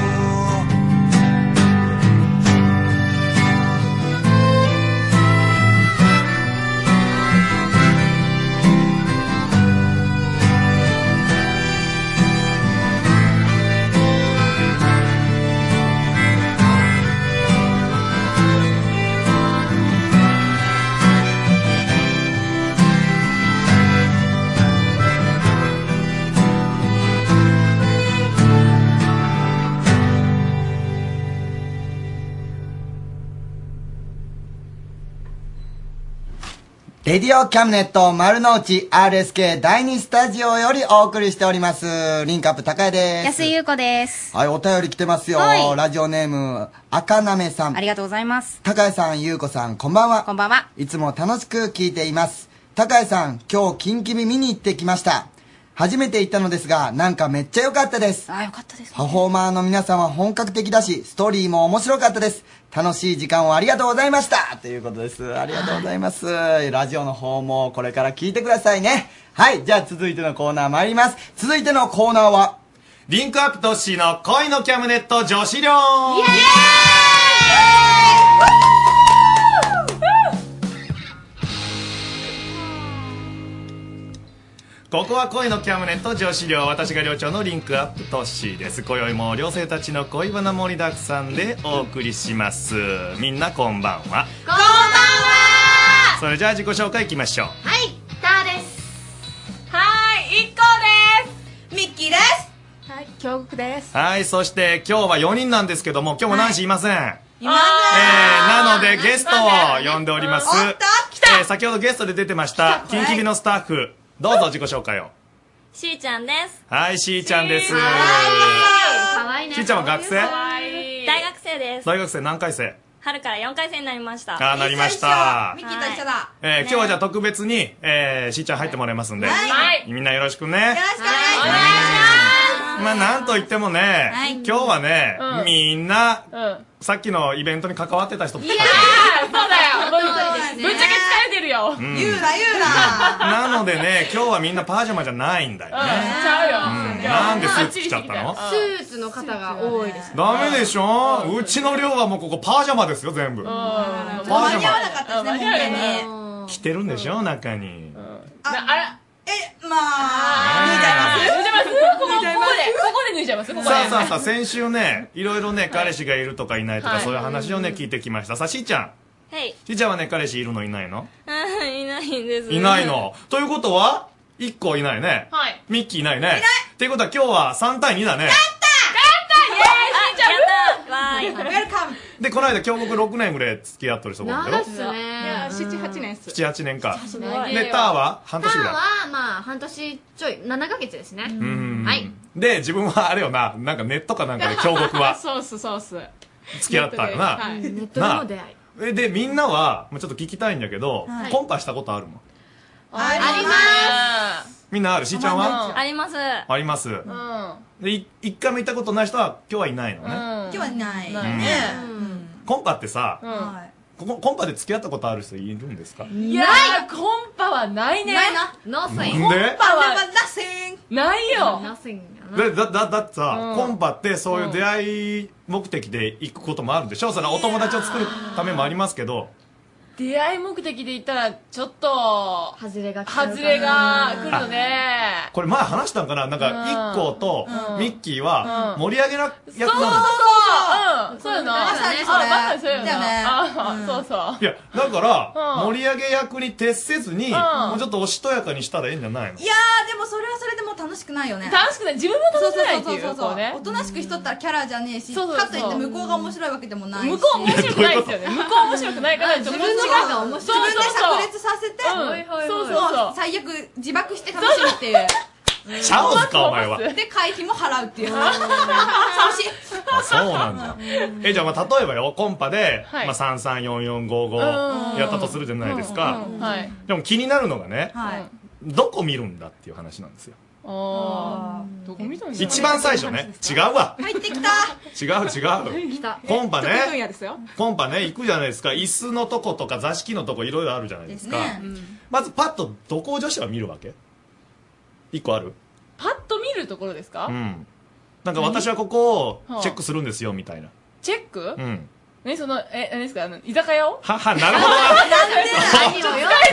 [SPEAKER 2] レディオキャムネット丸の内 RSK 第2スタジオよりお送りしております。リンクアップ高江です。
[SPEAKER 3] 安井優子です。
[SPEAKER 2] はい、お便り来てますよ。
[SPEAKER 3] はい
[SPEAKER 2] ラジオネーム、赤なめさん
[SPEAKER 3] あ。りがとうございます。
[SPEAKER 2] 高江さん、優子さん、こんばんは。
[SPEAKER 3] こんばんは。
[SPEAKER 2] いつも楽しく聞いています。高江さん、今日、キンキビ見に行ってきました。初めて行ったのですが、なんかめっちゃ良かったです。
[SPEAKER 3] あ、よかったです。
[SPEAKER 2] パフォーマーの皆さんは本格的だし、ストーリーも面白かったです。楽しい時間をありがとうございましたということです。ありがとうございます。ラジオの方もこれから聞いてくださいね。はい、じゃあ続いてのコーナー参ります。続いてのコーナーは、
[SPEAKER 1] リンクアップトッシーの恋のキャムネット女子寮ここは恋のキャムネット女子寮私が寮長のリンクアップトッシーです今宵も寮生たちの恋バナ盛りだくさんでお送りしますみんなこんばんは
[SPEAKER 9] こんばんは
[SPEAKER 1] それじゃあ自己紹介いきましょう
[SPEAKER 9] はい、ターです。は
[SPEAKER 22] 京極です
[SPEAKER 1] はい、そして今日は4人なんですけども、今日も男子いません。
[SPEAKER 22] 今ね
[SPEAKER 1] なのでゲストを呼んでおります。えー先ほどゲストで出てました、キンキビのスタッフ、どうぞ自己紹介を。
[SPEAKER 23] しーちゃんです
[SPEAKER 1] はい、しーちゃんです。
[SPEAKER 23] かわい
[SPEAKER 1] しーちゃんは学生
[SPEAKER 23] 大学生です
[SPEAKER 1] 大学生何回生
[SPEAKER 23] 春から4回生になりました
[SPEAKER 1] あーなりましたミ
[SPEAKER 23] キと一緒だ
[SPEAKER 1] えー今日はじゃあ特別に、えーしーちゃん入ってもらいますんで、
[SPEAKER 23] はい
[SPEAKER 1] みんなよろしくね。よろしくお願いします。まあ、なんといってもね、
[SPEAKER 5] はい
[SPEAKER 1] 今日はね、
[SPEAKER 5] うん
[SPEAKER 1] みんな、
[SPEAKER 5] うん
[SPEAKER 1] さっきのイベントに関わってた人ばっかり
[SPEAKER 5] そうだよぶっちゃけ疲れてるよ
[SPEAKER 1] うん
[SPEAKER 5] 言うな言うな
[SPEAKER 1] なのでね、今日はみんなパジャマじゃないんだよ。
[SPEAKER 5] ちゃうよ
[SPEAKER 1] うんなんでスーツ着ちゃったの
[SPEAKER 9] スーツの方が多いです
[SPEAKER 1] ダメでしょうちの寮はもうここパジャマですよ、全部。
[SPEAKER 5] 間
[SPEAKER 1] パジャ
[SPEAKER 5] に合わ
[SPEAKER 1] マ
[SPEAKER 5] なかったですね本当に
[SPEAKER 1] 着てるんでしょ、中に。
[SPEAKER 5] あらえまあ脱いじゃいます脱いじゃいますここここでここで脱いじゃいますここで
[SPEAKER 1] さあさあさあ、先週ね、いろいろね、彼氏がいるとかいないとか、
[SPEAKER 23] はい
[SPEAKER 1] そういう話をね、聞いてきました。さあ、しーちゃん。
[SPEAKER 23] はい
[SPEAKER 1] しーちゃんはね、彼氏いるのいないの
[SPEAKER 23] うんいないんです
[SPEAKER 1] いないの。ということは、1個いないね。
[SPEAKER 23] はい
[SPEAKER 1] ミッキーいないね。いないっていうことは今日は3対2だね。
[SPEAKER 23] あやったわーい
[SPEAKER 1] で、この間、京極6年ぐらい付き合ってる人がいる
[SPEAKER 9] 長い
[SPEAKER 1] だ
[SPEAKER 9] っ
[SPEAKER 1] ろ
[SPEAKER 9] すね
[SPEAKER 5] 七八年っ
[SPEAKER 1] 7、8年か。
[SPEAKER 9] す長いよ
[SPEAKER 1] で、ターは半年ぐらい
[SPEAKER 9] タ。ーはまあ半年ちょい7ヶ月ですね
[SPEAKER 1] ん
[SPEAKER 9] はい
[SPEAKER 1] で、自分はあれよな、なんかネットかなんかで京極 は
[SPEAKER 5] そうっすそうっす
[SPEAKER 1] 付き合ったよな。
[SPEAKER 9] ネッ
[SPEAKER 1] トでの出会いえで、みんなは、まあちょっと聞きたいんだけど
[SPEAKER 23] は、い
[SPEAKER 1] コンパしたことあるもん。
[SPEAKER 23] あります
[SPEAKER 1] みんなあるしーちゃんは
[SPEAKER 23] あります
[SPEAKER 1] あります。
[SPEAKER 23] う
[SPEAKER 1] で、い一回も行ったことない人は今日はいないのね。
[SPEAKER 5] 今日はない
[SPEAKER 1] ないねコンパってさ、
[SPEAKER 5] は
[SPEAKER 1] ここコンパで付き合ったことある人いるんですか
[SPEAKER 5] いやーコンパはないね
[SPEAKER 9] ないなノー
[SPEAKER 1] スイ
[SPEAKER 5] コンパは
[SPEAKER 9] で
[SPEAKER 5] ないよ
[SPEAKER 1] だだだだってさ、コンパってそういう出会い目的で行くこともあるでしょそれはお友達を作るためもありますけど
[SPEAKER 5] 出会い目的で言ったらちょっと
[SPEAKER 9] 外れが
[SPEAKER 5] 来れが来るのね
[SPEAKER 1] これ前話したんかななんか
[SPEAKER 5] うん
[SPEAKER 1] IKKO と
[SPEAKER 5] うん
[SPEAKER 1] ミッキーは盛り上げな役
[SPEAKER 5] そうそう
[SPEAKER 1] なんです
[SPEAKER 5] そううんそうやな
[SPEAKER 9] まさにそれ
[SPEAKER 5] あまさにそうや
[SPEAKER 9] だよね
[SPEAKER 5] なあそうそう
[SPEAKER 1] いやだから
[SPEAKER 5] うん
[SPEAKER 1] 盛り上げ役に徹せずに
[SPEAKER 5] うん
[SPEAKER 1] もうちょっとおしとやかにしたらいいんじゃないの
[SPEAKER 26] いやーでもそれはそれでもう楽しくないよね
[SPEAKER 5] 楽しくない自分も楽しくないって
[SPEAKER 26] そ
[SPEAKER 5] いうう
[SPEAKER 26] そうそうそ
[SPEAKER 5] こ
[SPEAKER 26] う
[SPEAKER 5] うね
[SPEAKER 26] おとなしくしとったらキャラじゃねえし
[SPEAKER 5] そうそうそう
[SPEAKER 26] かといって向こうが面白いわけでもないし
[SPEAKER 5] 向こう面白くないですよね向こう面白くないからちょっとこっちが
[SPEAKER 26] 自
[SPEAKER 5] そう
[SPEAKER 26] 分で
[SPEAKER 5] そう
[SPEAKER 26] 炸裂させて
[SPEAKER 5] うんはいはいはいそうそうそう
[SPEAKER 26] も最悪自爆して楽しむっていう
[SPEAKER 1] チャオズかお前は
[SPEAKER 26] で会費も払うっていう
[SPEAKER 5] うん
[SPEAKER 26] 寂しい
[SPEAKER 1] あそうなんだえじゃあまあ例えばよコンパで、
[SPEAKER 26] はい
[SPEAKER 1] まあ、
[SPEAKER 5] うん
[SPEAKER 1] 334455やったとするじゃないですか
[SPEAKER 5] うんはい
[SPEAKER 1] でも気になるのがね
[SPEAKER 5] はい
[SPEAKER 1] どこ見るんだっていう話なんですよ
[SPEAKER 5] あーどこ見たんだろう
[SPEAKER 1] 一番最初ね違うわ
[SPEAKER 5] 入ってきた
[SPEAKER 1] 違う違う
[SPEAKER 5] 来た
[SPEAKER 1] コンパね
[SPEAKER 5] 得意分野ですよ
[SPEAKER 1] コンパね行くじゃないですか椅子のとことか座敷のとこいろいろあるじゃないですかまずパッとどこを女子は見るわけ一個ある
[SPEAKER 5] パッと見るところですか
[SPEAKER 1] うんなんか私はここをチェックするんですよみたいな
[SPEAKER 5] チェック
[SPEAKER 1] うん
[SPEAKER 5] 何そのえ何ですかあの居酒屋を
[SPEAKER 1] ははなるほどな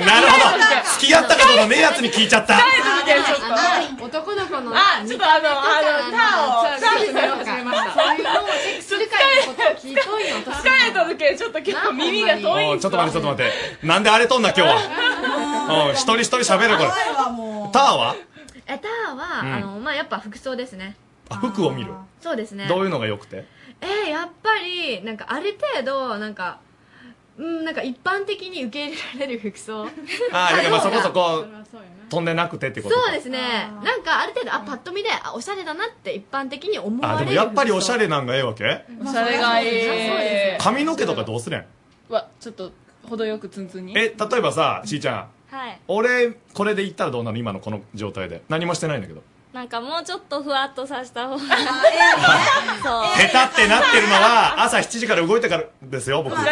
[SPEAKER 1] なるほど付き合ったことのねえやつに聞いちゃった
[SPEAKER 9] 男の子の
[SPEAKER 5] あちょっとあのあのタオ
[SPEAKER 9] チェックしようかそういうのをチェックするからのことを聞いとんよ私も
[SPEAKER 5] 疲れとるけんちょっと結構耳が遠い
[SPEAKER 1] おいちょっと待ってちょっと待ってなんであれとんな今日はうん一人一人喋るこれタワーは
[SPEAKER 9] えターは、
[SPEAKER 1] うん
[SPEAKER 9] あのまあやっぱ服装ですね
[SPEAKER 1] あ服を見る
[SPEAKER 9] そうですね
[SPEAKER 1] どういうのが良くて
[SPEAKER 9] えー、やっぱりなんかある程度なんかうんなんか一般的に受け入れられる服装
[SPEAKER 1] ああだからそこそこ
[SPEAKER 9] そう
[SPEAKER 1] 飛んでなくてってことか
[SPEAKER 9] そうですねなんかある程度あパッと見であおしゃれだなって一般的に思
[SPEAKER 1] あ
[SPEAKER 9] わ
[SPEAKER 1] で
[SPEAKER 9] れる
[SPEAKER 1] もやっぱりおしゃれなんがええわけ
[SPEAKER 5] おしゃれがいい
[SPEAKER 9] そうで
[SPEAKER 1] 髪の毛とかどうすれん
[SPEAKER 5] わちょっと程よくツンツンに
[SPEAKER 1] え例えばさしーちゃん
[SPEAKER 23] はい
[SPEAKER 1] 俺これで行ったらどうなの今のこの状態で何もしてないんだけど
[SPEAKER 23] なんかもうちょっとふわっとさした方が そう
[SPEAKER 1] 下手ってなってるのは朝7時から動いてからですよ僕も
[SPEAKER 26] そう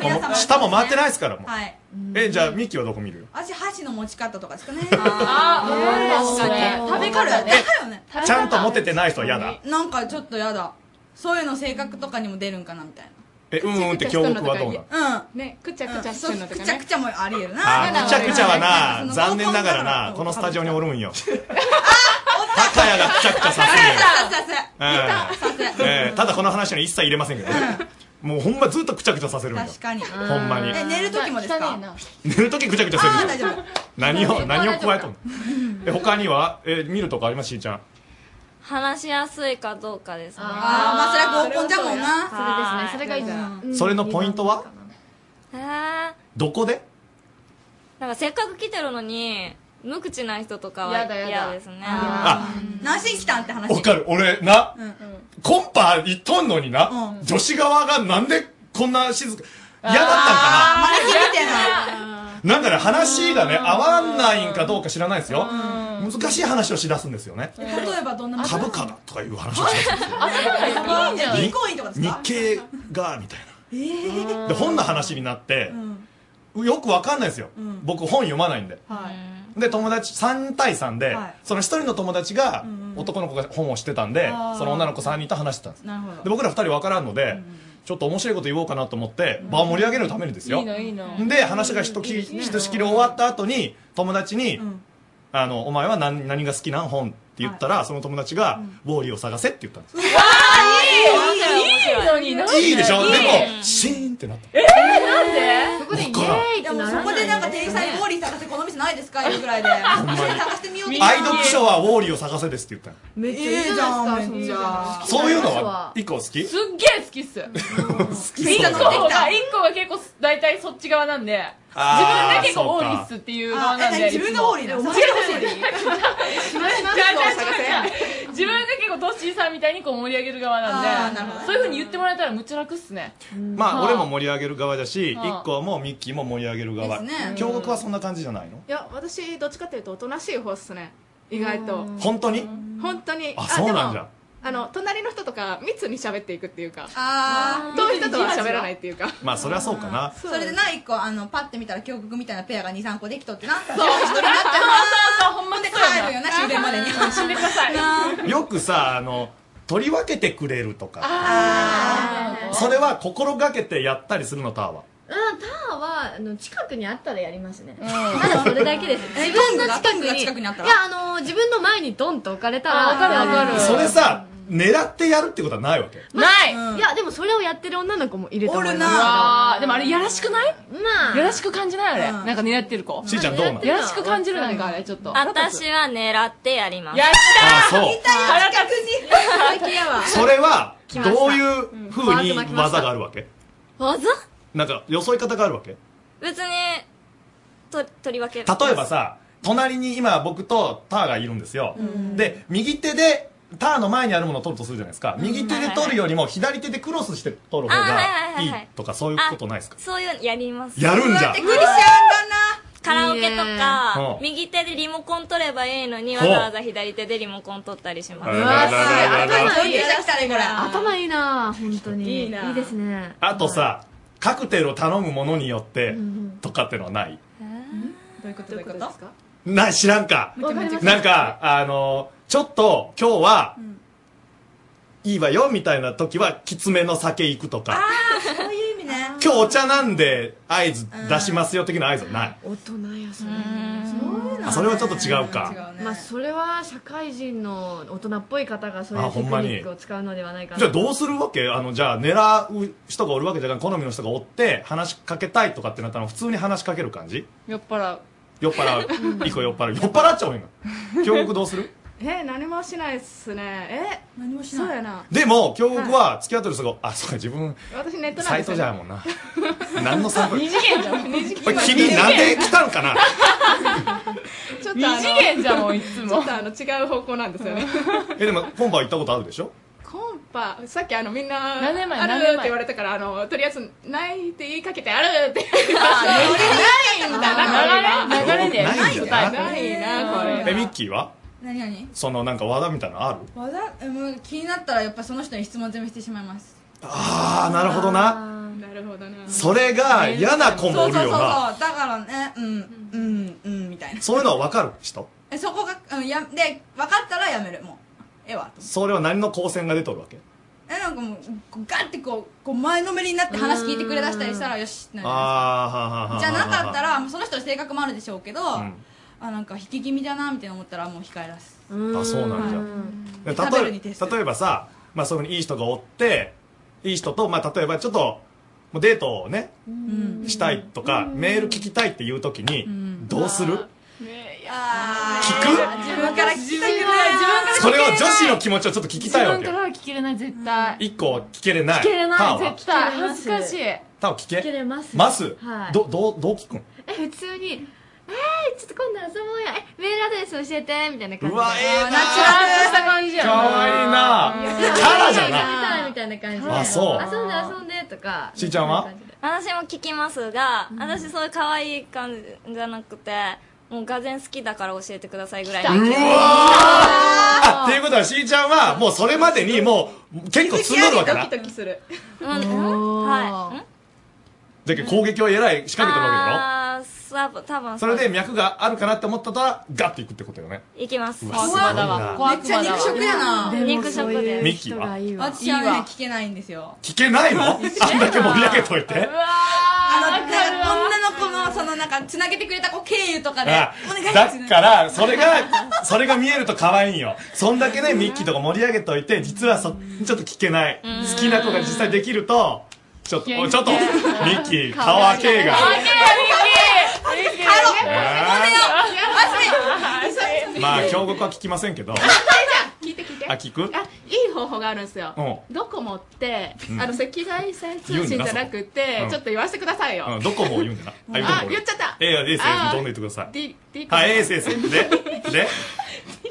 [SPEAKER 26] 皆様
[SPEAKER 1] う下も回ってないですからもう
[SPEAKER 26] はい
[SPEAKER 1] えじゃあミッキーはどこ見るよ
[SPEAKER 26] 私箸の持ち方とかですかね
[SPEAKER 5] あ
[SPEAKER 26] ー
[SPEAKER 5] 確かに
[SPEAKER 26] 食べ方ね
[SPEAKER 1] ちゃんとモテてない人は嫌だ
[SPEAKER 26] なんかちょっとやだそういうの性格とかにも出るんかなみたいな
[SPEAKER 1] えうんうんって京極はどうなの
[SPEAKER 26] うんねくちゃくちゃしてるのとかねくちゃくちゃもありえるな
[SPEAKER 1] あーくちゃくちゃは
[SPEAKER 26] そ
[SPEAKER 1] な
[SPEAKER 26] の
[SPEAKER 1] 残念ながらなこのスタジオにおるんよ高谷がくちゃくちゃさせるようんえーただこの話には一切入れませんけどねもうほんまずっとくちゃくちゃさせるんよ
[SPEAKER 26] 確かに
[SPEAKER 1] ほんまに
[SPEAKER 26] え寝る時もですかあ
[SPEAKER 1] 寝るときくちゃくちゃする
[SPEAKER 26] あー大
[SPEAKER 1] んよ
[SPEAKER 26] 丈夫
[SPEAKER 1] 何を何を加えとんのえ他にはえ見るとこありますしーちゃん
[SPEAKER 23] 話しやすいかどうかですね
[SPEAKER 26] あーまあそれは合コンじゃもんな
[SPEAKER 23] はい
[SPEAKER 26] それですねそれがいいんじゃない
[SPEAKER 23] うん
[SPEAKER 1] それのポイントは
[SPEAKER 23] えー
[SPEAKER 1] どこで
[SPEAKER 23] なんかせっかく来てるのに無口な人とかは
[SPEAKER 26] やだやだ
[SPEAKER 23] 嫌ですね
[SPEAKER 1] あ
[SPEAKER 26] 何しに来たんって話
[SPEAKER 1] わかる俺な、コンパ行っとんのにな、女子側がなんでこんな静か嫌だったん
[SPEAKER 26] あ
[SPEAKER 1] か
[SPEAKER 26] ー真似してみて
[SPEAKER 1] ななんかね話がね合わないんかどうか知らないですよ難しい話をしだすんですよね
[SPEAKER 26] な例えばどんな
[SPEAKER 1] 株価だとかいう話をしだすんですよ
[SPEAKER 26] あいいんじゃない銀行員とかです
[SPEAKER 1] 日
[SPEAKER 26] か
[SPEAKER 1] 経がみたい
[SPEAKER 26] えー
[SPEAKER 1] なで本の話になって
[SPEAKER 26] うん
[SPEAKER 1] よくわかんないですよ、
[SPEAKER 26] うん
[SPEAKER 1] 僕本読まないんで
[SPEAKER 26] はい
[SPEAKER 1] で友達3対3で、
[SPEAKER 26] はい
[SPEAKER 1] その1人の友達が男の子が本をしてたんで、
[SPEAKER 26] あー
[SPEAKER 1] その女の子3人と話してたんです
[SPEAKER 26] なるほ
[SPEAKER 1] で僕ら2人分からんので、ちょっと面白いこと言おうかなと思って、場を盛り上げるためにですよ
[SPEAKER 10] いいのいいの
[SPEAKER 1] で話がひときひとしきり終わった後に友達に、あの「お前は何何が好きなん本?」って言ったら、その友達が、ウォーリーを探せ」って言ったんです よ
[SPEAKER 5] いいいいのになんで
[SPEAKER 1] いいでしょ
[SPEAKER 5] いい
[SPEAKER 1] でもシーンってなって
[SPEAKER 5] えー、なんで
[SPEAKER 26] そこでイエーイでもそこでなんか店員さんにウォーリー探してこの店ないですかいうぐらいで
[SPEAKER 1] んまに
[SPEAKER 26] 探してみようと
[SPEAKER 1] 愛読書はウォーリーを探せですって言ったの
[SPEAKER 26] めっちゃいいじゃんめっちゃ
[SPEAKER 1] そういうのは一個好き
[SPEAKER 10] すっげえ好きっす
[SPEAKER 1] き
[SPEAKER 10] 一
[SPEAKER 1] そう
[SPEAKER 10] 個が一個が結構大体そっち側なんで自分
[SPEAKER 1] あー
[SPEAKER 10] が結構オーリーっすっていう側なん
[SPEAKER 26] あ
[SPEAKER 10] で
[SPEAKER 26] え何自分がオーリーなの
[SPEAKER 10] いつも
[SPEAKER 26] 自分がオー
[SPEAKER 10] 違う違う違う違う違う違う違う
[SPEAKER 26] リー
[SPEAKER 10] 違う違う自分が結構トッシーさんみたいにこう盛り上げる側なんでそういうふうに言ってもらえたらむっちゃ楽っすね
[SPEAKER 1] まあ俺も
[SPEAKER 10] い
[SPEAKER 1] 盛り上げる側だし
[SPEAKER 10] はあ
[SPEAKER 1] 一個もミッキーも盛り上げる側
[SPEAKER 10] ですね
[SPEAKER 1] 京極はそんな感じじゃないの
[SPEAKER 10] や私どっちかっていうとおとなしい方っすね意外と
[SPEAKER 1] 本当に
[SPEAKER 10] 本当に
[SPEAKER 1] あそうなんじゃ
[SPEAKER 10] あの隣の人とか密に喋っていくっていうか
[SPEAKER 26] あー
[SPEAKER 10] 遠い人とは喋らないっていうか
[SPEAKER 1] まあそりゃそうかな
[SPEAKER 26] それでな一個あのパッて見たら京極みたいなペアが23個できとってなそう一人になっちゃうな
[SPEAKER 10] そうそうそうほんま
[SPEAKER 26] で
[SPEAKER 10] に
[SPEAKER 26] 帰
[SPEAKER 10] そうやな
[SPEAKER 26] るよな終電 までに
[SPEAKER 10] 死んでください
[SPEAKER 26] な
[SPEAKER 1] よくさあの取り分けてくれるとか
[SPEAKER 10] あ
[SPEAKER 1] それは心がけてやったりするのターは
[SPEAKER 5] うん、ターはあの近くにあったらやりますね、まだそれだけです
[SPEAKER 26] え
[SPEAKER 5] 自分の
[SPEAKER 26] ト
[SPEAKER 5] 近
[SPEAKER 26] ン
[SPEAKER 5] く
[SPEAKER 26] グが
[SPEAKER 5] に
[SPEAKER 26] 近くにあったら
[SPEAKER 5] いやあのー自分の前にドンと置かれたら
[SPEAKER 10] あーわかるわかる
[SPEAKER 1] それさ狙ってやるってことはないわけ
[SPEAKER 5] ない、いやでもそれをやってる女の子もいると思います
[SPEAKER 10] おるな
[SPEAKER 5] うわー
[SPEAKER 10] でもあれやらしくない
[SPEAKER 5] まあ
[SPEAKER 10] よろしく感じないあれなんか狙ってる子
[SPEAKER 1] しーちゃんどうなの
[SPEAKER 10] よろしく感じるなんかあれちょっと
[SPEAKER 23] 私は狙ってやります
[SPEAKER 10] やっ
[SPEAKER 1] あそう
[SPEAKER 10] 腹立
[SPEAKER 5] 近くに最近やわ
[SPEAKER 1] それは
[SPEAKER 5] 来ました
[SPEAKER 1] どういうふうに
[SPEAKER 23] うんワーク巻きました
[SPEAKER 1] 技があるわけ
[SPEAKER 23] 技
[SPEAKER 1] なんかよそい方があるわけ
[SPEAKER 23] 別にと取り分ける
[SPEAKER 1] 例えばさ隣に今僕とターがいるんですよ、で右手でターの前にあるものを取るとするじゃないですか右手で取るよりも左手でクロスして取る方がいいとかそういうことないですか
[SPEAKER 23] そういうのやります
[SPEAKER 1] やるんじゃんびっくりしち
[SPEAKER 23] カラオケとか
[SPEAKER 1] うん
[SPEAKER 23] 右手でリモコン取ればいいのにわ
[SPEAKER 1] ほう
[SPEAKER 23] ざわざ左手でリモコン取ったりします
[SPEAKER 1] あらららららら
[SPEAKER 5] 頭いい
[SPEAKER 26] これ
[SPEAKER 5] 頭いいな本当にいいないいですね
[SPEAKER 1] あとさカクテルを頼むものによってとかってのはない
[SPEAKER 26] どういうことどういうことですか
[SPEAKER 1] な知らんか
[SPEAKER 26] わかります
[SPEAKER 1] なんかあのちょっと今日は、いいわよみたいな時はきつめの酒行くとか
[SPEAKER 26] そういう意味ね
[SPEAKER 1] 今日お茶なんで合図出しますよ的な合図はない
[SPEAKER 5] 大人やそれ
[SPEAKER 1] あそれはちょっと違うか
[SPEAKER 5] まあそれは社会人の大人っぽい方がそうい
[SPEAKER 1] あ
[SPEAKER 5] う
[SPEAKER 1] ほ
[SPEAKER 5] テ
[SPEAKER 1] ん
[SPEAKER 5] ク
[SPEAKER 1] まに
[SPEAKER 5] ニックを使うのではないかな
[SPEAKER 1] じゃあどうするわけあのじゃあ狙う人がおるわけじゃなく好みの人がおって話しかけたいとかってなったら普通に話しかける感じ
[SPEAKER 10] 酔っ払 う
[SPEAKER 1] 酔っ払う一個酔っ払う酔っ払っちゃおう今京極どうす る
[SPEAKER 10] え何もしないっすねえ何もしないそうやな
[SPEAKER 1] でも京極は付き合ってる人が、あそうか自分
[SPEAKER 10] 私ネットなん
[SPEAKER 1] サイトじゃんもん な何のサイト
[SPEAKER 10] 二次元じゃん二次
[SPEAKER 1] おい君なんで来たんかな
[SPEAKER 10] ちょっとあの
[SPEAKER 5] 二次元じゃんもうい
[SPEAKER 10] つもちょっとあの違う方向なんですよね
[SPEAKER 1] えでもコンパ行ったことあるでしょ
[SPEAKER 10] コンパさっきあのみんな
[SPEAKER 5] 何年前
[SPEAKER 10] ある
[SPEAKER 5] 何
[SPEAKER 10] っ
[SPEAKER 5] 年前
[SPEAKER 10] て言われたからあのとりあえずないって言いかけてあるって言って
[SPEAKER 26] あ
[SPEAKER 10] ないみたいな流れ流れで
[SPEAKER 1] ないんじゃない
[SPEAKER 10] ないなこれ
[SPEAKER 1] えミッキーは
[SPEAKER 26] 何何
[SPEAKER 1] そのなんか技みたいなのある
[SPEAKER 26] わざうん気になったらやっぱその人に質問全部してしまいます
[SPEAKER 1] ああなるほどな
[SPEAKER 10] なるほどな
[SPEAKER 1] それが嫌な子もお
[SPEAKER 26] そうそう
[SPEAKER 1] るよな
[SPEAKER 26] そうそうだからねうんうんうんみたいな
[SPEAKER 1] そういうのは分かる人
[SPEAKER 26] えそこが、うん、やで分かったらやめるもうええわと
[SPEAKER 1] それは何の光線が出とるわけ
[SPEAKER 26] えなんかもうこうガッてこうこう前のめりになって話聞いてくれだしたりしたらよしってなる
[SPEAKER 1] ああ
[SPEAKER 26] じゃなかったらまあその人の性格もあるでしょうけど、
[SPEAKER 1] ん
[SPEAKER 26] あなんか引き気味だなみたいな思ったらもう控え出す
[SPEAKER 1] あそうなんじゃ例
[SPEAKER 26] 食べるに
[SPEAKER 1] えば例えばさ、まあ、そういうふうにいい人がおっていい人と、まあ、例えばちょっともうデートをねしたいとかメール聞きたいっていう時にどうする
[SPEAKER 10] ねえ
[SPEAKER 26] 自分から聞きたくない
[SPEAKER 1] それを女子の気持ちをちょっと聞きたいわ
[SPEAKER 29] 自
[SPEAKER 1] け
[SPEAKER 29] 分からは聞けれない絶対
[SPEAKER 1] 一個は聞けれな
[SPEAKER 29] 聞
[SPEAKER 1] い
[SPEAKER 29] けれ
[SPEAKER 1] タ
[SPEAKER 29] ない
[SPEAKER 1] オは
[SPEAKER 29] 絶対恥ずかしいえ
[SPEAKER 1] タオ聞け
[SPEAKER 29] 聞けれます
[SPEAKER 1] ます
[SPEAKER 29] はい
[SPEAKER 1] どどうどう聞くん
[SPEAKER 5] 普通にえー、ちょっと今度遊ぼうよえメールアドレス教えてみたいな感じで
[SPEAKER 1] うわええ
[SPEAKER 5] ナ
[SPEAKER 1] な
[SPEAKER 5] チュラルした感じや
[SPEAKER 1] かわいいなキャラじゃない
[SPEAKER 5] いみたいな感じで
[SPEAKER 1] あそう
[SPEAKER 5] 遊んで遊んでとか
[SPEAKER 1] しーちゃんは
[SPEAKER 23] 私も聞きますが、私そういう可愛い感じじゃなくてもうがぜ好きだから教えてくださいぐらいの
[SPEAKER 1] うわーあっていうことはしーちゃんはもうそれまでにもう結構募るわけな
[SPEAKER 26] ドキドキする。
[SPEAKER 23] うんはいん
[SPEAKER 1] だけど攻撃をえらい仕掛けてるわけだ
[SPEAKER 23] あーやっぱ多分
[SPEAKER 1] ろそれで脈があるかなって思ったらガッていくってことよね
[SPEAKER 23] いきます
[SPEAKER 1] うわすごいなうわ
[SPEAKER 26] めっちゃ肉食やな。
[SPEAKER 23] 肉食で
[SPEAKER 1] ミッキーは
[SPEAKER 26] 私はね、聞けないんですよ。
[SPEAKER 1] 聞けないのあんだけ盛り上げといて
[SPEAKER 26] あの、なんか女の子の、そのなんか、つなげてくれた子経由とかで、
[SPEAKER 1] あ
[SPEAKER 26] お願いします
[SPEAKER 1] だからそれがそれが見えると可愛いんよそんだけねミッキーとか盛り上げといて実はそちょっと聞けない好きな子が実際できるとちょっとおいちょっとミッキー顔あけがまあ京極は聞きませんけど
[SPEAKER 29] 聞いて聞いて
[SPEAKER 1] あ聞く
[SPEAKER 29] あいい方法があるんですよ
[SPEAKER 1] う
[SPEAKER 29] ドコモって
[SPEAKER 1] うん
[SPEAKER 29] あの赤外線通信じゃなく
[SPEAKER 1] 言う
[SPEAKER 29] て
[SPEAKER 1] んだそこうん
[SPEAKER 29] ちょっと言わせてくださいよ
[SPEAKER 1] うんどこも言うんだなあ言うとこ
[SPEAKER 29] あ
[SPEAKER 1] 俺
[SPEAKER 29] 言っちゃった
[SPEAKER 1] ええええええ
[SPEAKER 29] あー
[SPEAKER 1] どんどん言ってください
[SPEAKER 29] D- D コモ
[SPEAKER 1] はいええええええでで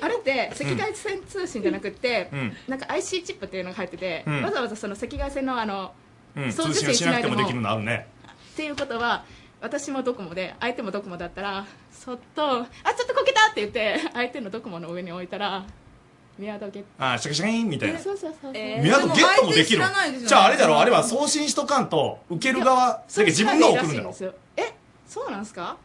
[SPEAKER 29] あれって赤外線通信じゃなくて
[SPEAKER 1] うん
[SPEAKER 29] なんか IC チップっていうのが入ってて
[SPEAKER 1] うん
[SPEAKER 29] わざわざその赤外線のあの
[SPEAKER 1] うん、
[SPEAKER 29] そう
[SPEAKER 1] 通信をしなくても
[SPEAKER 29] 受信しないでも
[SPEAKER 1] できるのあるね
[SPEAKER 29] っていうことは私もドコモで相手もドコモだったらそっと「あちょっとこけた!」って言って相手のドコモの上に置いたらメアドゲット
[SPEAKER 1] あシャキシャキーンみたいな
[SPEAKER 29] そうそうそうそう
[SPEAKER 1] ミアドゲットもできる
[SPEAKER 29] でも相手知らないですよね
[SPEAKER 1] じゃああれだろあれは送信しとかんと受ける側だけ自分が送るんだろ
[SPEAKER 29] そうえそうなんすか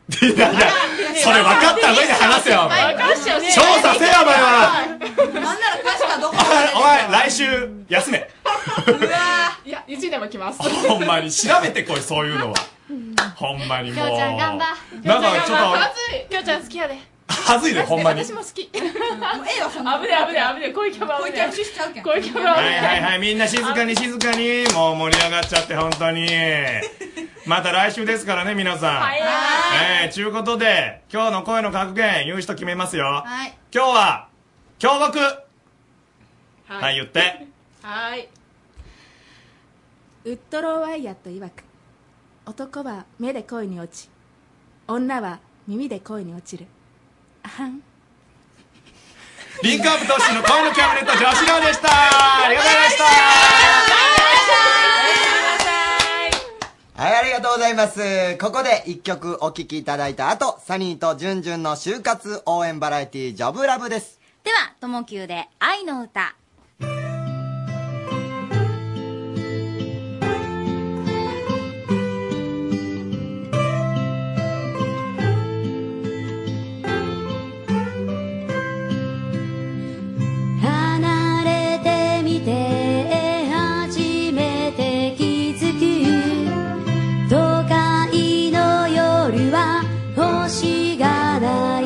[SPEAKER 1] それ分かった上で話せよお前
[SPEAKER 29] 分かっちゃうね
[SPEAKER 1] 調査せよお前は
[SPEAKER 29] なんなら歌詞かどこ
[SPEAKER 1] お前来週休め
[SPEAKER 29] いや一でも来 ます
[SPEAKER 1] ほんまに調べてこいそういうのはほんまに
[SPEAKER 29] きょう
[SPEAKER 1] も
[SPEAKER 29] ち
[SPEAKER 1] う
[SPEAKER 29] ゃん頑張
[SPEAKER 1] なんかちょっと
[SPEAKER 29] っときょうちゃん好きやで
[SPEAKER 1] はずいでほんまに
[SPEAKER 29] 私も好きもうええわそんな危ねえ危ねえ危ねえ小池も危ねえ小池しちゃうけん小池も危ね
[SPEAKER 1] はいはい
[SPEAKER 29] え
[SPEAKER 1] はいみんな静かに静かにもう盛り上がっちゃって本当にまた来週ですからね皆さん
[SPEAKER 30] はい
[SPEAKER 1] えー、ちゅうことで今日の声の格言言う人決めますよ今日は京極はい、言って
[SPEAKER 29] はいウッドローワイヤーと曰く男は目で恋に落ち女は耳で恋に落ちるあはん
[SPEAKER 1] リンクアップ投資の声のキャビネット女子寮でしたありがとうございました
[SPEAKER 2] はい、ありがとうございます。ここで一曲お聴きいただいた後、サニーとジュンジュンの就活応援バラエティジョブラブです。
[SPEAKER 30] では、ともきゅうで愛の歌。
[SPEAKER 31] 離れてみて初めて気づく都会の夜は星がない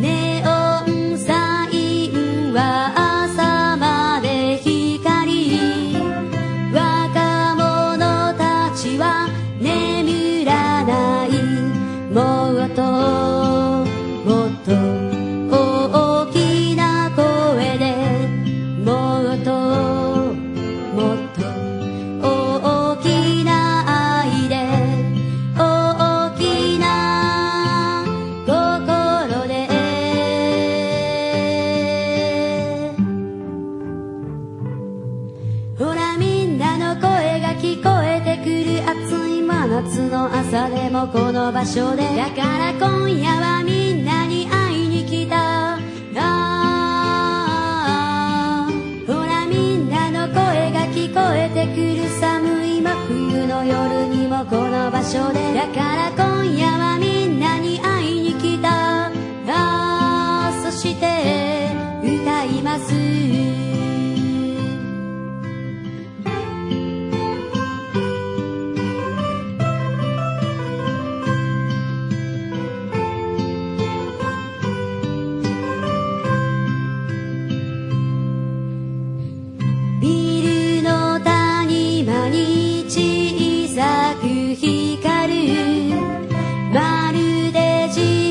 [SPEAKER 31] ネオンサインは朝まで光若者たちは眠らないもっともっと大きな声でもっともっと大きな愛で大きな心でほらみんなの声が聞こえてくる暑い真夏の朝でもこの場所でだから今夜はみんなに会いに来たあーほらみんなの声が聞こえてくる寒い真冬の夜にもこの場所でだから今夜はみんなに会いに来たあーそして歌いますビルの谷間に小さく光るまるで自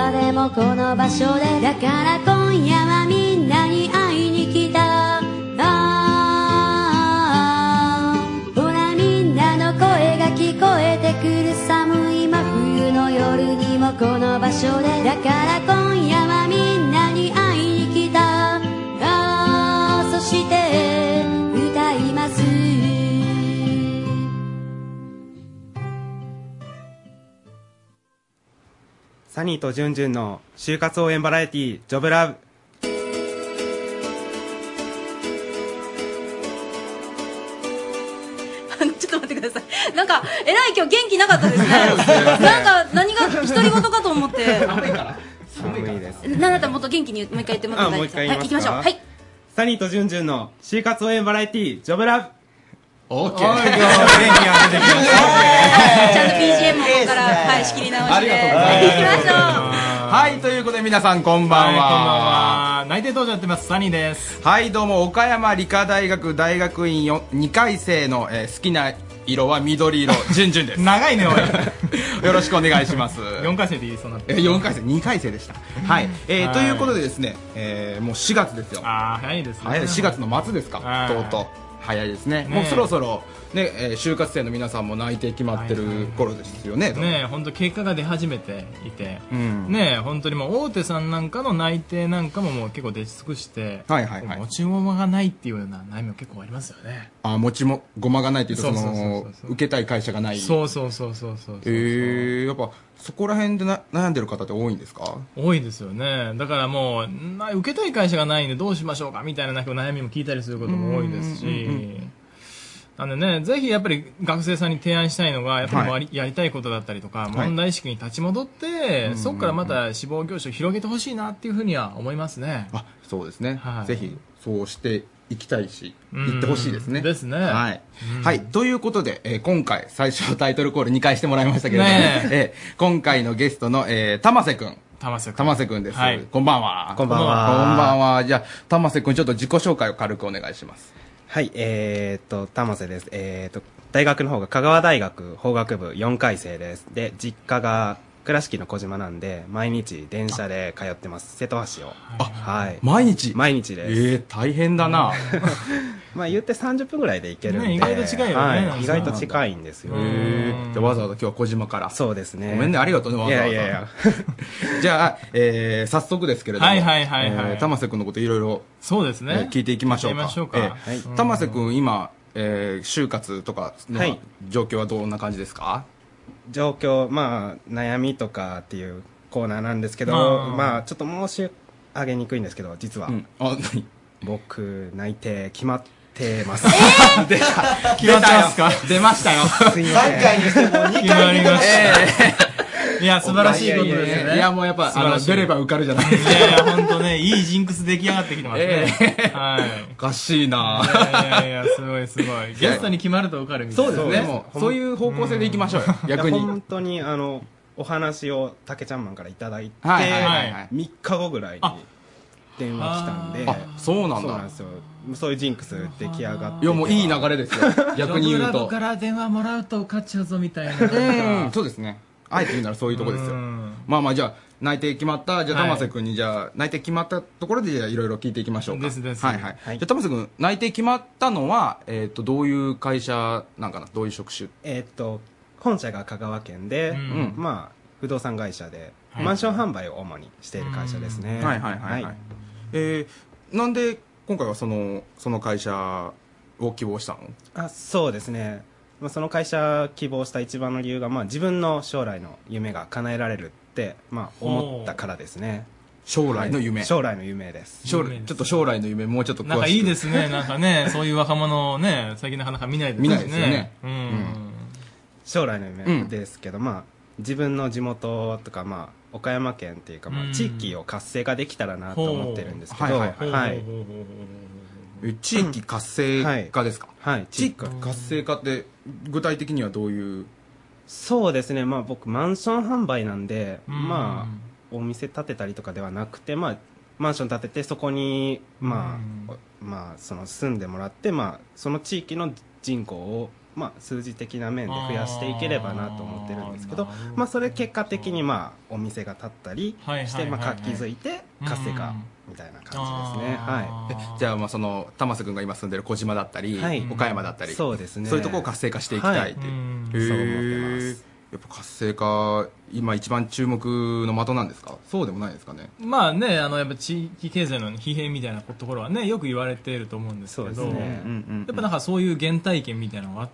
[SPEAKER 31] 所でだから今夜はみんなに会いに来たあーほらみんなの声が聞こえてくる寒い真冬の夜にもこの場所でだから今夜はみんなに会いに来たあーそして歌います
[SPEAKER 32] サニーとジュンジュンの就活応援バラエティージョブラブ
[SPEAKER 3] ちょっと待ってください。なんか、えらい今日元気なかった ですね。なんか、何が独り言かと思って。
[SPEAKER 32] 寒いです
[SPEAKER 3] なんだったらもっと元気にもう一回言ってもらって
[SPEAKER 32] あもう一回
[SPEAKER 3] は
[SPEAKER 32] 言
[SPEAKER 3] い、
[SPEAKER 32] い
[SPEAKER 3] 行
[SPEAKER 32] ます
[SPEAKER 3] き
[SPEAKER 32] か
[SPEAKER 3] ましょう。はい。
[SPEAKER 32] サニーとジュンジュンの就活応援バラエティージョブラブオー
[SPEAKER 33] ケー
[SPEAKER 32] 元気が出てきました
[SPEAKER 3] ちゃんと BGM もここから、はい、仕切り直して。行きましょう。
[SPEAKER 13] はい、ということで皆さんこんばんは。
[SPEAKER 14] はいこん
[SPEAKER 13] ん
[SPEAKER 14] ば
[SPEAKER 13] は。内定登場やってます、サニーです。はい、どうも、岡山理科大学大学院よ2回生の、えー好きな色は緑色、じゅんじゅんです。 長いね、おい。 よろしくお願いします。4回生でいいそうなって。4回生、2回生でした。はい。えー
[SPEAKER 14] はい
[SPEAKER 13] ということでですね、えーもう4月ですよ。ああ、早いですね。早い、4月の末ですか、とうとう。早いですね。
[SPEAKER 14] ね
[SPEAKER 13] もうそろそろ、ね、えー就活生の皆さんも内定決まってる頃ですよね。
[SPEAKER 14] ねえ本当結果が出始めていて、
[SPEAKER 13] うん
[SPEAKER 14] ねえ本当にもう大手さんなんかの内定なんかももう結構出尽くして、
[SPEAKER 13] はいはいはい
[SPEAKER 14] 持ち物がないっていうような悩みも結構ありますよね
[SPEAKER 13] あ持ちもごまがないというと
[SPEAKER 14] そ
[SPEAKER 13] そう
[SPEAKER 14] そうそうそう
[SPEAKER 13] の受けたい会社がない
[SPEAKER 14] そうそうそうそうそう
[SPEAKER 13] えー、やっぱそこら辺でな悩んでる方って多いんですか
[SPEAKER 14] 多いですよねだからもうな受けたい会社がないんでどうしましょうかみたいななんか悩みも聞いたりすることも多いですし、
[SPEAKER 13] うんうんうんうん
[SPEAKER 14] なんでね、ぜひやっぱり学生さんに提案したいのがやっぱり、
[SPEAKER 13] はい
[SPEAKER 14] やりたいことだったりとか
[SPEAKER 13] い
[SPEAKER 14] 問題意識に立ち戻って、
[SPEAKER 13] うん
[SPEAKER 14] そこからまた志望業種を広げてほしいなっていうふうには思いますね。
[SPEAKER 13] あそうですね、
[SPEAKER 14] はい
[SPEAKER 13] ぜひそうしていきたいし
[SPEAKER 14] うん
[SPEAKER 13] 行ってほしいですね
[SPEAKER 14] ですね
[SPEAKER 13] はい、
[SPEAKER 14] うん
[SPEAKER 13] はい、ということで、えー今回最初タイトルコール2回してもらいましたけれども、
[SPEAKER 14] ね
[SPEAKER 13] えー今回のゲストの、えー、玉瀬くん
[SPEAKER 14] 玉瀬くん
[SPEAKER 13] 玉瀬くんです、
[SPEAKER 14] はい
[SPEAKER 13] こんばんは
[SPEAKER 14] こんばんは
[SPEAKER 13] こんばんはじゃあ玉瀬くんちょっと自己紹介を軽くお願いします
[SPEAKER 32] はいえー、っと玉瀬ですえー、っと大学の方が香川大学法学部4回生ですで実家が倉敷の小島なんで毎日電車で通ってます瀬戸橋をあはい
[SPEAKER 13] 毎日
[SPEAKER 32] 毎日です
[SPEAKER 13] えー、大変だな
[SPEAKER 32] まあ言って30分ぐらいで行けるんで、
[SPEAKER 13] ね意外と近いよね
[SPEAKER 32] はい、意外と近いんですよ
[SPEAKER 13] へーじゃあわざわざ今日は小島から
[SPEAKER 32] そうですね
[SPEAKER 13] ごめんねありがとうねわざわざ
[SPEAKER 32] いやいやいや
[SPEAKER 13] じゃあ、えー早速ですけれども、
[SPEAKER 14] はいはいはいはい
[SPEAKER 13] えー玉瀬君のこといろいろ
[SPEAKER 14] そうですね
[SPEAKER 13] 聞いていきましょうか
[SPEAKER 14] 聞いてみましょうか
[SPEAKER 13] えー
[SPEAKER 14] はい
[SPEAKER 13] 玉瀬君今、えー就活とかの
[SPEAKER 32] はい
[SPEAKER 13] 状況はどんな感じですか、
[SPEAKER 32] 状況まあ悩みとかっていうコーナーなんですけど
[SPEAKER 13] あー
[SPEAKER 32] まあちょっと申し上げにくいんですけど実は、
[SPEAKER 13] うん
[SPEAKER 32] 僕内定決まってます、 出た
[SPEAKER 13] 決まってますか
[SPEAKER 32] 出ましたよすいません
[SPEAKER 13] 三回にしても二回目だし
[SPEAKER 14] いや素晴らしいことですね
[SPEAKER 13] いやいやいやいやもうやっぱ
[SPEAKER 14] 素晴らしい
[SPEAKER 13] あの出れば受かるじゃないですか
[SPEAKER 14] いやいや本当 ねいいジンクス出来上がってきてますね、はい
[SPEAKER 13] おかしいない
[SPEAKER 14] やいやいやすご いすごいゲストに決まると受かるみたいな
[SPEAKER 32] そうですねもうそういう方向性でいきましょうよ逆に
[SPEAKER 13] いや本
[SPEAKER 32] 当にあのお話を竹ちゃんマンからいただいて、
[SPEAKER 13] はいはいはいはい
[SPEAKER 32] 3日後ぐらいに電話来たんで
[SPEAKER 13] あそうなんだ
[SPEAKER 32] そうなんですよそういうジンクス出来上がって
[SPEAKER 13] いやもういい流れですよ逆に言う
[SPEAKER 14] ジョブラブ
[SPEAKER 13] と
[SPEAKER 14] から電話もらうと受かっちゃうぞみたいな
[SPEAKER 13] うんそうですねあえて言うならそういうとこですよまあまあじゃあ内定決まったじゃあ
[SPEAKER 14] はい
[SPEAKER 13] 玉瀬君にじゃあ内定決まったところでじゃあいろいろ聞いていきましょうかですですはいはいじゃあ玉瀬君内定決まったのはえっとどういう会社なんかなどういう職種
[SPEAKER 32] えーっと本社が香川県で、
[SPEAKER 13] ん
[SPEAKER 32] まあ不動産会社で、
[SPEAKER 13] はい
[SPEAKER 32] マンション販売を主にしている会社ですね、
[SPEAKER 13] はいはいはいはいえーなんで今回はそのその会社を希望したの
[SPEAKER 32] あそうですね、まあ、その会社希望した一番の理由が、まあ、自分の将来の夢が叶えられるって、まあ、思ったからですね
[SPEAKER 13] 将来の夢
[SPEAKER 32] はい将来の夢です
[SPEAKER 13] 将来ちょっと将来の夢もうちょっと詳しく
[SPEAKER 14] なんかいいです ねなんかねそういう若者をね最近なかなか見ないです
[SPEAKER 32] 見
[SPEAKER 14] しね
[SPEAKER 32] ないですよね
[SPEAKER 14] うん、
[SPEAKER 32] 将来の夢ですけど、まあ、自分の地元とか、まあ、岡山県っていうか、まあ、地域を活性化できたらなと思ってるんですけど、
[SPEAKER 13] ほうはいはいはいえ地域活性化ですか、
[SPEAKER 32] はい、
[SPEAKER 13] 地域活性化って具体的にはどういう
[SPEAKER 32] そうですね、まあ、僕マンション販売なんで、
[SPEAKER 13] うん
[SPEAKER 32] まあ、お店建てたりとかではなくて、まあ、マンション建ててそこに、まあまあ、その住んでもらって、まあ、その地域の人口をまあ、数字的な面で増やしていければなと思ってるんですけどまあ、それ結果的に、まあ、お店が立ったりして、
[SPEAKER 13] はいはいはいはい
[SPEAKER 32] まあ、活気づいて活性化みたいな感じですね。はい
[SPEAKER 13] えじゃあまあその玉瀬君が今住んでる小島だったり、
[SPEAKER 32] はい
[SPEAKER 13] 岡山だったり
[SPEAKER 32] そうですね
[SPEAKER 13] そういうところを活性化していきたいっていう、
[SPEAKER 32] はいそう思
[SPEAKER 13] へえやっぱ活性化今一番注目の的なんですかそうでもないですかね
[SPEAKER 14] まあね、あのやっぱ地域経済の疲弊みたいなところはねよく言われていると思うんですけ
[SPEAKER 32] そう
[SPEAKER 14] ど
[SPEAKER 32] ですねうんうんうん
[SPEAKER 14] やっぱなんかそういう原体験みたいなのがあっ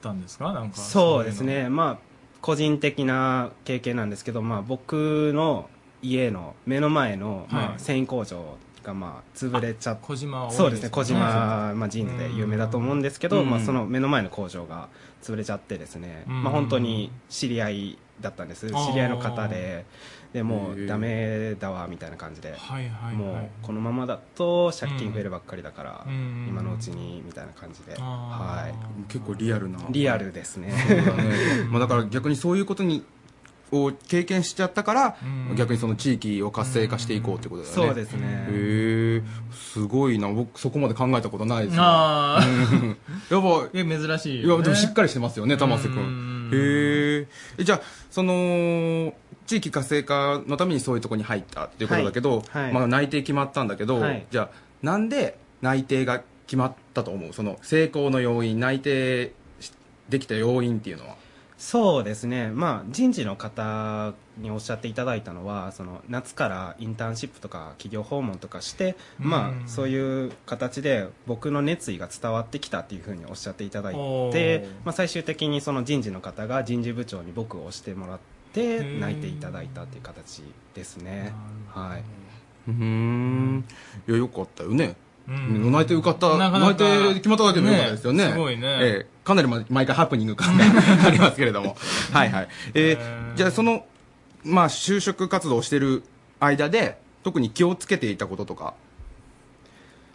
[SPEAKER 14] たんですかなんか
[SPEAKER 32] そうですね、まあ、個人的な経験なんですけど、まあ、僕の家の目の前の、まあ
[SPEAKER 14] はい
[SPEAKER 32] 繊維工場がまあ潰れちゃっ
[SPEAKER 14] 小島は多い
[SPEAKER 32] そうですね小島、
[SPEAKER 14] は
[SPEAKER 32] まあ、ジーンズで有名だと思うんですけど、
[SPEAKER 14] うん
[SPEAKER 32] まあ、その目の前の工場が潰れちゃってですね、
[SPEAKER 14] うん
[SPEAKER 32] まあ、本当に知り合いだったんです知
[SPEAKER 14] あー
[SPEAKER 32] り合いの方ででもうダメだわみたいな感じで、
[SPEAKER 14] いはいはい
[SPEAKER 32] もうこのままだと借金増えるばっかりだから、
[SPEAKER 14] うん
[SPEAKER 32] 今のうちにみたいな感じで、
[SPEAKER 14] あ
[SPEAKER 32] はい、
[SPEAKER 13] 結構リアルな
[SPEAKER 32] リアルですね
[SPEAKER 13] そうだね まあだから逆にそういうことにを経験しちゃったから、
[SPEAKER 32] うん
[SPEAKER 13] 逆にその地域を活性化していこうってことだよね、
[SPEAKER 32] そうですね
[SPEAKER 13] へえすごいな僕そこまで考えたことないです
[SPEAKER 14] あ
[SPEAKER 13] やっぱ
[SPEAKER 14] 珍しい
[SPEAKER 13] い
[SPEAKER 14] よ、ね、
[SPEAKER 13] やでもしっかりしてますよね玉瀬君へーえじゃあその地域活性化のためにそういうとこに入ったっていうことだけど、
[SPEAKER 32] はいはい
[SPEAKER 13] まあ、内定決まったんだけど、
[SPEAKER 32] はい
[SPEAKER 13] じゃあなんで内定が決まったと思うその成功の要因内定しできた要因っていうのは
[SPEAKER 32] そうですね、まあ、人事の方におっしゃっていただいたのはその夏からインターンシップとか企業訪問とかして、ま
[SPEAKER 14] うん
[SPEAKER 32] あ、そういう形で僕の熱意が伝わってきたっていうふうにおっしゃっていただい
[SPEAKER 14] お
[SPEAKER 32] て
[SPEAKER 14] ー、
[SPEAKER 32] まあ、最終的にその人事の方が人事部長に僕を推してもらって
[SPEAKER 14] うん
[SPEAKER 32] 泣いていただいたっていう形ですね。はい、
[SPEAKER 13] うんいやよかったよね、
[SPEAKER 32] うん
[SPEAKER 13] 内定受かった
[SPEAKER 32] なかなか
[SPEAKER 13] 内定決まっただけでもよかったですよね
[SPEAKER 14] ねすごいね
[SPEAKER 13] ええかなりま毎回ハプニング感が ありますけれどもはいはい、えーじゃあその、まあ、就職活動をしてる間で特に気をつけていたこととか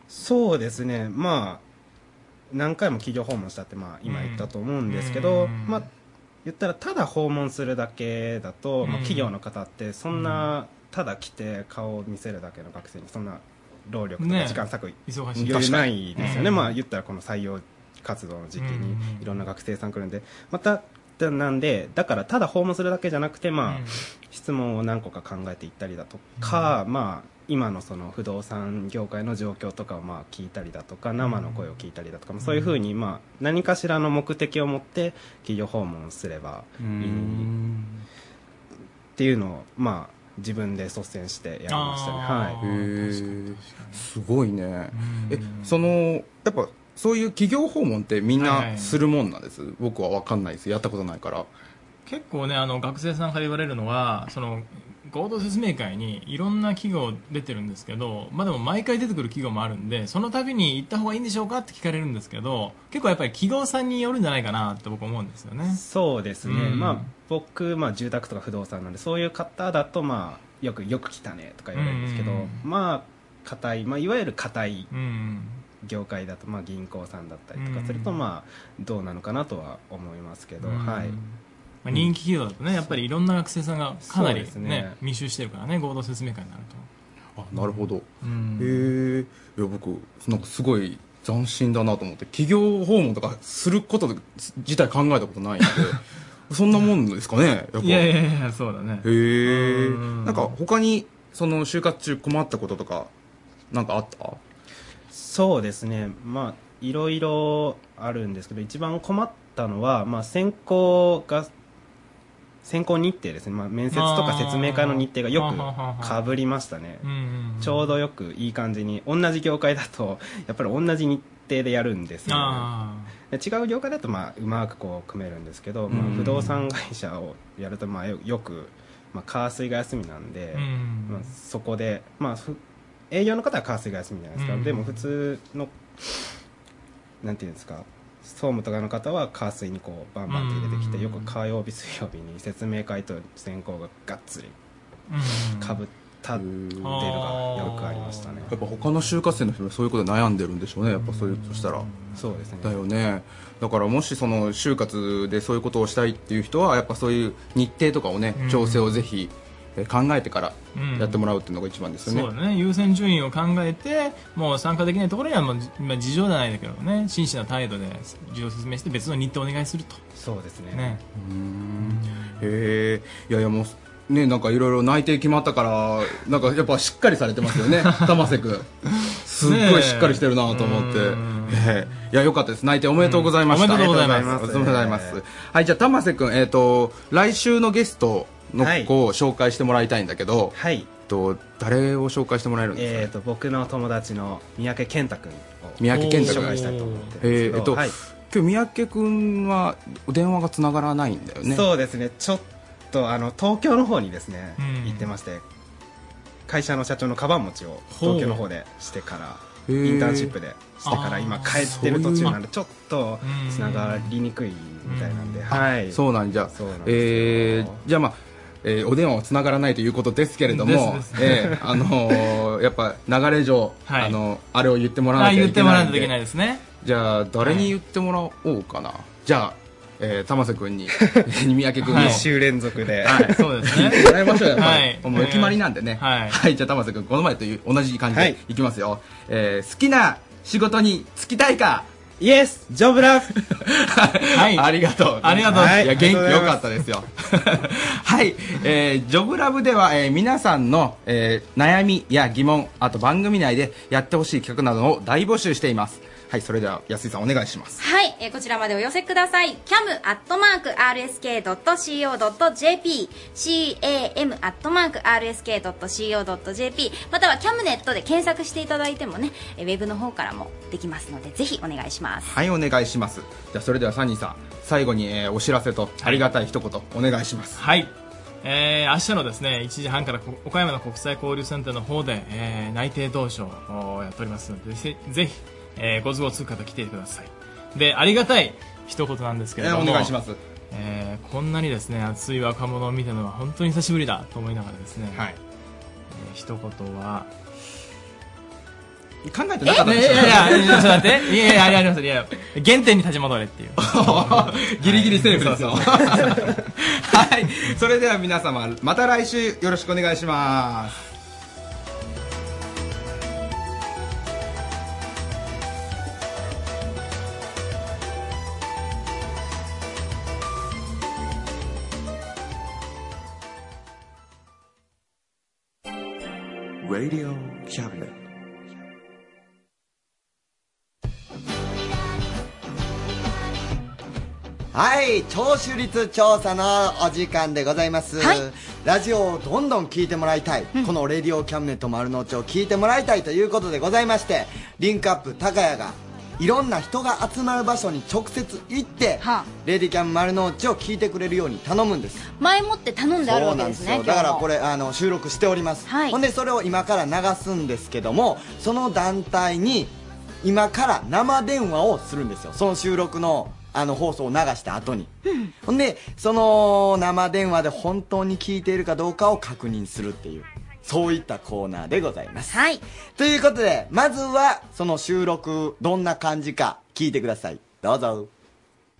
[SPEAKER 32] そうですね、まあ、何回も企業訪問したって、まあ、今言ったと思うんですけど、まあ、言ったらただ訪問するだけだと、まあ、
[SPEAKER 14] うん
[SPEAKER 32] 企業の方ってそんな、ただ来て顔を見せるだけの学生にそんな労力と
[SPEAKER 14] ね
[SPEAKER 32] か時間割く、
[SPEAKER 14] 忙しい
[SPEAKER 32] 余裕ないですよ
[SPEAKER 14] 確か
[SPEAKER 32] ね、
[SPEAKER 14] に
[SPEAKER 32] まあ、言ったらこの採用活動の時期に
[SPEAKER 14] うん
[SPEAKER 32] いろんな学生さん来るんで、まただなんでだからただ訪問するだけじゃなくて、まあ
[SPEAKER 14] うん
[SPEAKER 32] 質問を何個か考えていったりだとか、まあ、今のその不動産業界の状況とかをまあ聞いたりだとか生の声を聞いたりだとか、まあそういうふうにまあ何かしらの目的を持って企業訪問すればいいっていうのをまあ自分で率先してやりましたね。はい
[SPEAKER 13] へえすごいねえそのやっぱそういう企業訪問ってみん
[SPEAKER 14] はいは
[SPEAKER 13] ないするもんなんです、僕は分かんないですやったことないから
[SPEAKER 14] 結構ねあの学生さんから言われるのはその合同説明会にいろんな企業出てるんですけど、まあ、でも毎回出てくる企業もあるんでその度に行った方がいいんでしょうかって聞かれるんですけど結構やっぱり企業さんによるんじゃないかなって僕思うんですよね。
[SPEAKER 32] そうですね、
[SPEAKER 14] うん
[SPEAKER 32] まあ、僕、まあ、住宅とか不動産なんでそういう方だと、まあ、よくよく来たねとか言われるんですけど、
[SPEAKER 14] うん
[SPEAKER 32] まあ固い、まあ、いわゆる固い
[SPEAKER 14] うん
[SPEAKER 32] 業界だと、まあ、銀行さんだったりと
[SPEAKER 14] うん
[SPEAKER 32] かすると、まあ、どうなのかなとは思いますけど、
[SPEAKER 14] うん
[SPEAKER 32] はい
[SPEAKER 14] まあ、人気企業だとねやっぱりいろんな学生さんがかなり、ね
[SPEAKER 32] そうですね
[SPEAKER 14] 密集してるからね合同説明会になると。
[SPEAKER 13] あなるほど、
[SPEAKER 14] うん
[SPEAKER 13] へえいや僕なんかすごい斬新だなと思って企業訪問とかすること自体考えたこと ないんでそんなもんですかねやっぱ
[SPEAKER 14] いやいやいやそうだね
[SPEAKER 13] へえなんか他にその就活中困ったこととかなんかあった
[SPEAKER 32] そうですね、まあ、いろいろあるんですけど一番困ったのは、まあ、選考が選考日程ですね、まあ、面接とか説明会の日程がよくかぶりましたね。ちょうどよくいい感じに同じ業界だとやっぱり同じ日程でやるんですよ
[SPEAKER 14] あ
[SPEAKER 32] ね、で違う業界だとまあうまくこう組めるんですけど、ま
[SPEAKER 14] うん
[SPEAKER 32] あ、不動産会社をやるとまあよよく、まあ、火水が休みなんで、
[SPEAKER 14] うん
[SPEAKER 32] まあ、そこで、まあ、ふ営業の方は火水が休みじゃないですか、
[SPEAKER 14] うん
[SPEAKER 32] でも普通のなんていうんですか総務とかの方は火水にこうバンバンと入れてきて、よく火曜日水曜日に説明会と選考ががっつりかぶったっていうのがよくありましたね。
[SPEAKER 13] やっぱ他の就活生の人もそういうことで悩んでるんでしょうねやっぱそういうとしたら
[SPEAKER 32] そうですね
[SPEAKER 13] だよねだからもしその就活でそういうことをしたいっていう人はやっぱそういう日程とかをね
[SPEAKER 14] うん
[SPEAKER 13] 調整をぜひええー考えてからやってもらうっていうのが一番ですよね、
[SPEAKER 14] そうだね優先順位を考えてもう参加できないところにはもう、じまあ、事情じゃないだけどね真摯な態度で事情を説明して別の日程をお願いすると
[SPEAKER 11] そうですね
[SPEAKER 14] ね
[SPEAKER 13] へえいやいやもうねなんかいろいろ内定決まったからなんかやっぱしっかりされてますよ ね玉瀬君すっごいしっかりしてるなと思って、ええいやよかったです内定おめでとうございました、
[SPEAKER 14] うんおめでとうございます
[SPEAKER 13] おめでとうございますはいじゃあ玉瀬君えっ、と来週のゲストの子を紹介してもらいたいんだけど
[SPEAKER 11] はい
[SPEAKER 13] と誰を紹介してもらえるんですか、
[SPEAKER 11] えー、と僕の友達の三宅健太君を
[SPEAKER 13] 三宅健太君
[SPEAKER 11] 紹介したいと思ってるんです
[SPEAKER 13] え
[SPEAKER 11] けど
[SPEAKER 13] ーえっと、
[SPEAKER 11] はい
[SPEAKER 13] 今日三宅君は電話がつながらないんだよね
[SPEAKER 11] そうですねちょっとあの東京の方にですね、行ってまして会社の社長のカバン持ちを東京の方でしてから
[SPEAKER 13] へー
[SPEAKER 11] インターンシップでしてから
[SPEAKER 13] あー
[SPEAKER 11] 今帰ってる途中なんでちょっと
[SPEAKER 13] うん
[SPEAKER 11] つながりにくいみたいなんで、はい
[SPEAKER 13] そうなんじゃえーじゃあまあ、えーお電話はつながらないということですけれども
[SPEAKER 14] ですです
[SPEAKER 13] えーあのーやっぱ流れ上、あのあれを言ってもらわな
[SPEAKER 14] あ
[SPEAKER 13] きゃ
[SPEAKER 14] 言っ
[SPEAKER 13] い
[SPEAKER 14] て
[SPEAKER 13] け
[SPEAKER 14] もら
[SPEAKER 13] な
[SPEAKER 14] わ
[SPEAKER 13] い
[SPEAKER 14] なんいといけない
[SPEAKER 13] で
[SPEAKER 14] ですね
[SPEAKER 13] じゃあ誰に言ってもらおうかな、じゃあ、えー、玉瀬 君に三宅君の、
[SPEAKER 11] は
[SPEAKER 13] はいい、
[SPEAKER 11] 二週連続で
[SPEAKER 13] はい、
[SPEAKER 11] そうですね
[SPEAKER 13] 言 ってもらいましょうやっぱり、
[SPEAKER 11] はい
[SPEAKER 13] もう決まりなんでねはい、じゃあ玉瀬君この前という同じ感じでいきますよ、えー好きな仕事に就きたいか
[SPEAKER 11] イエスジョブラフ
[SPEAKER 13] はい、ありがとう。
[SPEAKER 14] ありがとうございます
[SPEAKER 13] いや、元気
[SPEAKER 14] あり
[SPEAKER 13] 良
[SPEAKER 14] がとうございます
[SPEAKER 13] かったですよ。はい、えージョブラブでは、えー皆さんの、えー悩みや疑問、あと番組内でやってほしい企画などを大募集しています。はい、それでは安井さんお願いします。
[SPEAKER 34] はい、えーこちらまでお寄せください。cam.rsk.co.jp、cam.rsk.co.jp、または cam ネットで検索していただいてもね、えーウェブの方からもできますので、ぜひお願いします。
[SPEAKER 13] はい、お願いします。じゃあ、それではサニーさん、最後に、えーお知らせとありがたい一言お願いします。
[SPEAKER 14] はい、えー、明日のですね1時半からこ岡山の国際交流センターの方で、えー内定同書をやっておりますのでぜぜひ、えーご都合通過と来てくださいでありがたい一言なんですけれども、
[SPEAKER 13] えーお願いします
[SPEAKER 14] えーこんなにですね熱い若者を見たのは本当に久しぶりだと思いながらですね、はいえー一言は
[SPEAKER 13] 考えてなかったでしょ
[SPEAKER 14] えいやいやいやちょっと待っていやいやありありますいや原点に立ち戻れっていう
[SPEAKER 13] ギリギリセーフですよ。 はい、それでは皆様、また来週よろしくお願いします。
[SPEAKER 27] Radio Cabinet.
[SPEAKER 2] 「はい聴取率調査」のお時間でございます、ラジオをどんどん聞いてもらいたい、この「レディオキャムネット丸の内」を聞いてもらいたいということでございましてリンクアップ高谷がいろんな人が集まる場所に直接行って、レディキャム丸の内を聞いてくれるように頼むんです
[SPEAKER 34] 前もって頼んであるわけです
[SPEAKER 2] そ
[SPEAKER 34] ね、
[SPEAKER 2] うなんですよだからこ
[SPEAKER 34] れ。
[SPEAKER 2] れあの収録しております、ほんでそれを今から流すんですけどもその団体に今から生電話をするんですよその収録のあの放送を流した後にほんでその生電話で本当に聞いているかどうかを確認するっていうそういったコーナーでございます
[SPEAKER 34] はい
[SPEAKER 2] ということでまずはその収録どんな感じか聞いてくださいどうぞ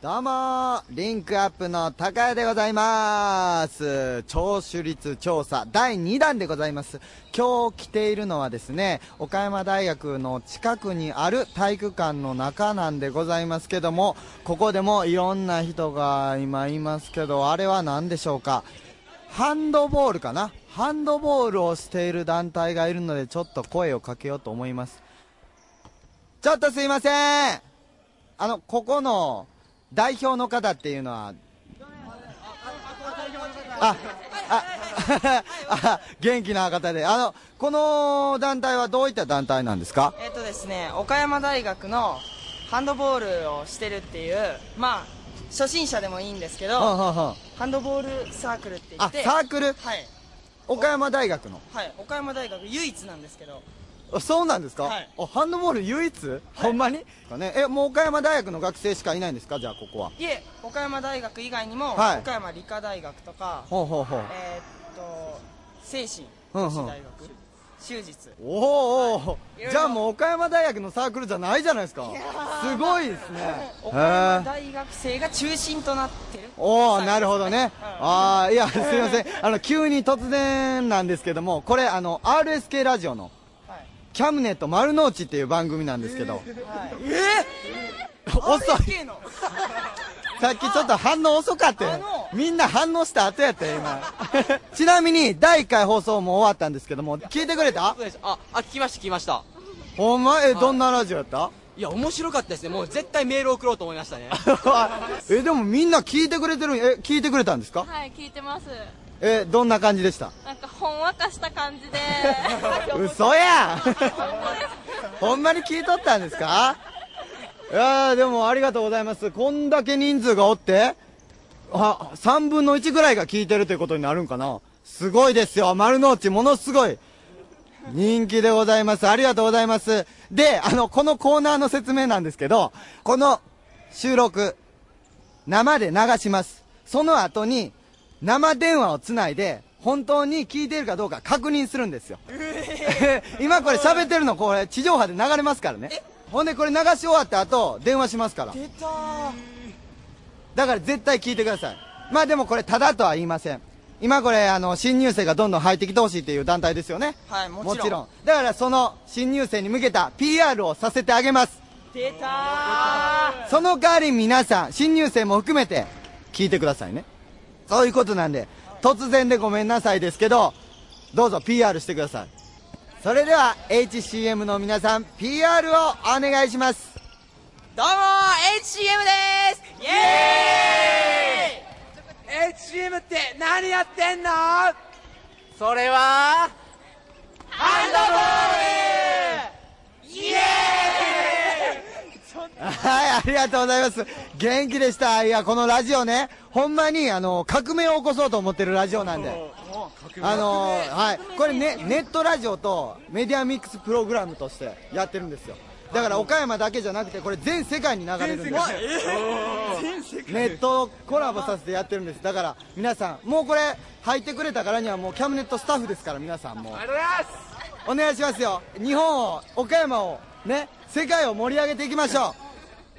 [SPEAKER 2] どうもーリンクアップの高谷でございます。聴取率調査第2弾でございます。今日来ているのはですね、岡山大学の近くにある体育館の中なんでございますけども、ここでもいろんな人が今いますけど、あれは何でしょうかハンドボールかなハンドボールをしている団体がいるので、ちょっと声をかけようと思います。ちょっとすいませんあの、ここの代表の方っていうのは、あ、あ、あ、 元気な方で、あの、この団体はどういった団体なんですか
[SPEAKER 20] えっ、とですね、岡山大学のハンドボールをしてるっていう、まあ、初心者でもいいんですけど、
[SPEAKER 2] はんはんはん
[SPEAKER 20] ハンドボールサークルって言って、
[SPEAKER 2] あサークル
[SPEAKER 20] はい、
[SPEAKER 2] 岡山大学の。
[SPEAKER 20] はい、岡山大学唯一なんですけど、
[SPEAKER 2] あそうなんですか、
[SPEAKER 20] はい
[SPEAKER 2] あハンドボール唯一、ほんまにかねえ、もう岡山大学の学生しかいないんですかじゃあここは。
[SPEAKER 20] いえ、岡山大学以外にも、
[SPEAKER 2] はい
[SPEAKER 20] 岡山理科大学とか、
[SPEAKER 2] ほうほうほう
[SPEAKER 20] えーっと、精神
[SPEAKER 2] うんう
[SPEAKER 20] 女
[SPEAKER 2] ん
[SPEAKER 20] 子大学終日
[SPEAKER 2] おーおー、じゃあもう岡山大学のサークルじゃないじゃないですかすごいですね
[SPEAKER 20] 岡山大学生が中心となってる
[SPEAKER 2] おおなるほどね、ああいやすいませんあの急に突然なんですけどもこれあの RSK ラジオの「キャムネット丸の内」っていう番組なんですけど、えー、遅い
[SPEAKER 20] RSK の
[SPEAKER 2] さっきちょっと反応遅かったよみんな反応した後やったよ今 ちなみに第1回放送も終わったんですけども聞いてくれた
[SPEAKER 16] そうですああ聞きました聞きました
[SPEAKER 2] ほんまえ
[SPEAKER 16] はい
[SPEAKER 2] どんなラジオやった
[SPEAKER 16] いや面白かったですねもう絶対メール送ろうと思いましたね
[SPEAKER 2] えでもみんな聞いてくれてるえ聞いてくれたんですか
[SPEAKER 7] はい聞いてます
[SPEAKER 2] えどんな感じでした
[SPEAKER 7] なんかほんわかした感じで
[SPEAKER 2] 嘘やほんまに聞いとったんですかいやーでもありがとうございますこんだけ人数がおってあ3分の1ぐらいが聞いてるということになるんかなすごいですよ丸の内ものすごい人気でございますありがとうございますであのこのコーナーの説明なんですけどこの収録生で流しますその後に生電話をつないで本当に聞いているかどうか確認するんですよ 今これ喋ってるのこれ地上波で流れますからねほんでこれ流し終わった後電話しますから
[SPEAKER 20] 出たー
[SPEAKER 2] だから絶対聞いてくださいまあでもこれただとは言いません今これあの新入生がどんどん入ってきてほしいっていう団体ですよね
[SPEAKER 20] はいもちろん
[SPEAKER 2] だからその新入生に向けた PR をさせてあげます
[SPEAKER 20] 出たー
[SPEAKER 2] その代わり皆さん新入生も含めて聞いてくださいねそういうことなんで突然でごめんなさいですけどどうぞ PR してくださいそれでは HCM の皆さん PR をお願いします
[SPEAKER 5] どうも HCM ですイエーイ HCM って何やってんのそれはハンドボールイエ
[SPEAKER 2] はい、ありがとうございます。元気でした。いや、このラジオね、ほんまに、あの、革命を起こそうと思ってるラジオなんで。あのーはい、これね、ネットラジオとメディアミックスプログラムとしてやってるんですよ。だから岡山だけじゃなくて、これ全世界に流れるんですよ。ネットコラボさせてやってるんです。だから、皆さん、もうこれ、入ってくれたからにはもうキャムネットスタッフですから、皆さんもう。お願いしますよ。日本を、岡山を、ね、世界を盛り上げていきましょう。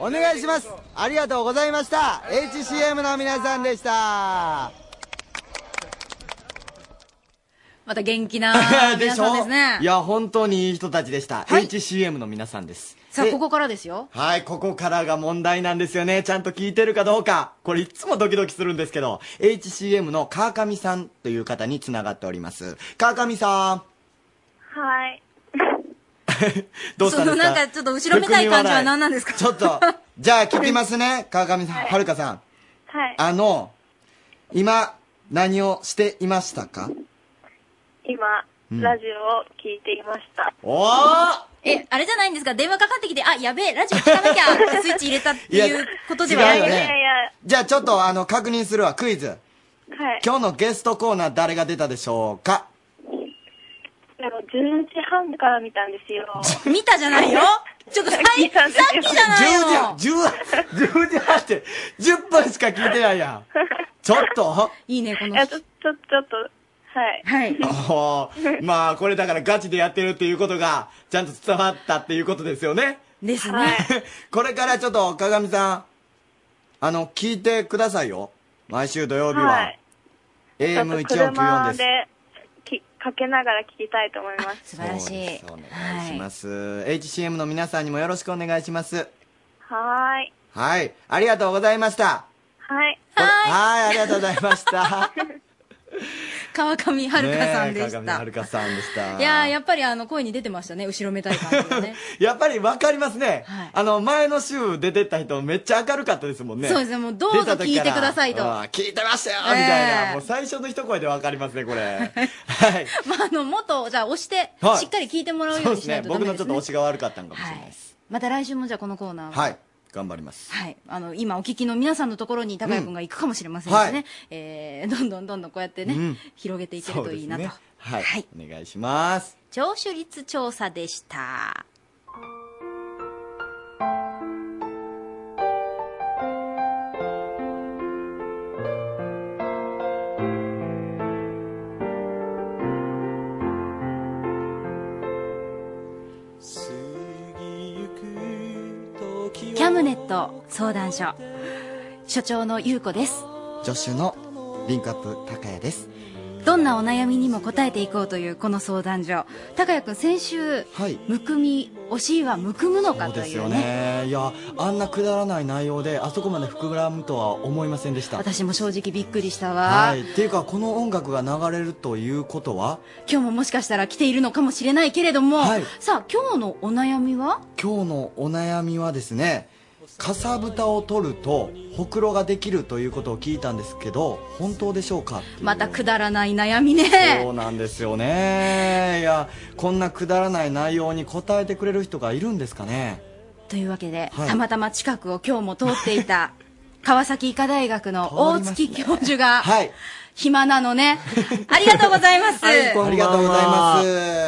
[SPEAKER 2] お願いします。ありがとうございました。HCM の皆さんでした。
[SPEAKER 3] また元気な
[SPEAKER 2] で
[SPEAKER 3] 皆
[SPEAKER 2] し
[SPEAKER 3] さんで
[SPEAKER 2] ょ
[SPEAKER 3] すね
[SPEAKER 2] いや、本当にいい人たちでした。HCM の皆さんです。
[SPEAKER 3] さあ
[SPEAKER 2] で
[SPEAKER 3] ここからですよ
[SPEAKER 2] はい、ここからが問題なんですよね。ちゃんと聞いてるかどうか。これいつもドキドキするんですけど、HCM の川上さんという方に繋がっております。川上さん、
[SPEAKER 7] はい
[SPEAKER 2] どうした
[SPEAKER 7] そ
[SPEAKER 2] んですか
[SPEAKER 7] のなんかちょっと後ろめたい感じは何なんですか
[SPEAKER 2] ちょっと、じゃあ聞きますね、川上さん、はるかさん。
[SPEAKER 7] はい
[SPEAKER 2] あの、今、何をしていましたか
[SPEAKER 7] 今、
[SPEAKER 2] うん
[SPEAKER 7] ラジオを聞いていました
[SPEAKER 2] おー
[SPEAKER 3] え、あれじゃないんですか電話かかってきて、あ、やべえ、ラジオ聞かなきゃってスイッチ入れたっていうことではない
[SPEAKER 2] いや違うよね
[SPEAKER 7] いや
[SPEAKER 2] じゃあちょっとあの、確認するわ、クイズ。
[SPEAKER 7] はい
[SPEAKER 2] 今日のゲストコーナー誰が出たでしょうか
[SPEAKER 7] でも10時半から見たんですよ
[SPEAKER 3] 見たじゃ ないよちょ っとさっき
[SPEAKER 7] さっきじゃないよ
[SPEAKER 2] 10時、10、10時半って、10分しか聞いてないやん。ちょっと
[SPEAKER 3] いいね、この。
[SPEAKER 7] ちょ、ちょ、ちょっと、はい。
[SPEAKER 3] はい。
[SPEAKER 2] おーまあ、これだからガチでやってるっていうことが、ちゃんと伝わったっていうことですよね。
[SPEAKER 3] です
[SPEAKER 7] ね。
[SPEAKER 2] これからちょっと、鏡さん、あの、聞いてくださいよ。毎週土曜日は。
[SPEAKER 7] はい。
[SPEAKER 2] AM1494 です。
[SPEAKER 7] 車でき、かけながら聞きたいと思います。素
[SPEAKER 2] 晴らしい
[SPEAKER 7] い。
[SPEAKER 2] お願いします。HCM の皆さんにもよろしくお願いします。
[SPEAKER 7] はーい。
[SPEAKER 2] はい。ありがとうございました。
[SPEAKER 7] はい。
[SPEAKER 2] はい。ありがとうござい ました。
[SPEAKER 3] 川上遥香さんで
[SPEAKER 2] ねえ
[SPEAKER 3] し
[SPEAKER 2] 川上
[SPEAKER 3] た。
[SPEAKER 2] はるかさんでした。
[SPEAKER 3] いやーやっぱりあの、声に出てましたね、後ろめたい感じ。
[SPEAKER 2] やっぱりわかりますね。あの、前の週出てった人めっちゃ明るかったですもんね。
[SPEAKER 3] そうですねもうどうぞ
[SPEAKER 2] 出た時から
[SPEAKER 3] 聞いてくださいと
[SPEAKER 2] うん聞いてましたよ
[SPEAKER 3] ええ
[SPEAKER 2] みたいな。もう最初の一声でわかりますね、これ。
[SPEAKER 3] まあ、あの、もっと、じゃあ押して、
[SPEAKER 2] はい
[SPEAKER 3] しっかり聞いてもらうよ
[SPEAKER 2] そうう
[SPEAKER 3] に
[SPEAKER 2] です
[SPEAKER 3] しな
[SPEAKER 2] ね
[SPEAKER 3] い。とダメ
[SPEAKER 2] 僕
[SPEAKER 3] で
[SPEAKER 2] の
[SPEAKER 3] すね。
[SPEAKER 2] ちょっと推しが悪かったんかもしれないです。
[SPEAKER 3] また来週もじゃあこのコーナーは。
[SPEAKER 2] はい。頑張ります。
[SPEAKER 3] はい。あの、今お聞きの皆さんのところに高谷くんが行くかもしれませんしね。
[SPEAKER 2] うんはい
[SPEAKER 3] えー、どんどんどんどんこうやってね、
[SPEAKER 2] うん
[SPEAKER 3] 広げていけるといいなと。
[SPEAKER 2] そうですねはい。お願いします。
[SPEAKER 3] 聴取率調査でした。
[SPEAKER 19] 「
[SPEAKER 3] ャムネット相談所所長の優子です
[SPEAKER 2] 助手のリンクアップ高谷です
[SPEAKER 3] どんなお悩みにも答えていこうというこの相談所高谷君先週、むくみお尻はむくむのか
[SPEAKER 2] そう
[SPEAKER 3] と
[SPEAKER 2] で
[SPEAKER 3] い
[SPEAKER 2] す
[SPEAKER 3] う
[SPEAKER 2] よ
[SPEAKER 3] ね
[SPEAKER 2] ねいやあんなくだらない内容であそこまで膨らむとは思いませんでした
[SPEAKER 3] 私も正直びっくりしたわ、
[SPEAKER 2] はいっていうかこの音楽が流れるということは
[SPEAKER 3] 今日ももしかしたら来ているのかもしれないけれども、さあ今日のお悩みは
[SPEAKER 2] 今日のお悩みはですねかさぶたを取るとほくろができるということを聞いたんですけど本当でしょうか
[SPEAKER 3] またくだらない悩みね
[SPEAKER 2] そうなんですよねいやこんなくだらない内容に答えてくれる人がいるんですかね
[SPEAKER 3] というわけで、
[SPEAKER 2] はい
[SPEAKER 3] たまたま近くを今日も通ってい た川崎医科大学の大月教授が、暇なの ねありがとうございます、
[SPEAKER 2] ありがとうございます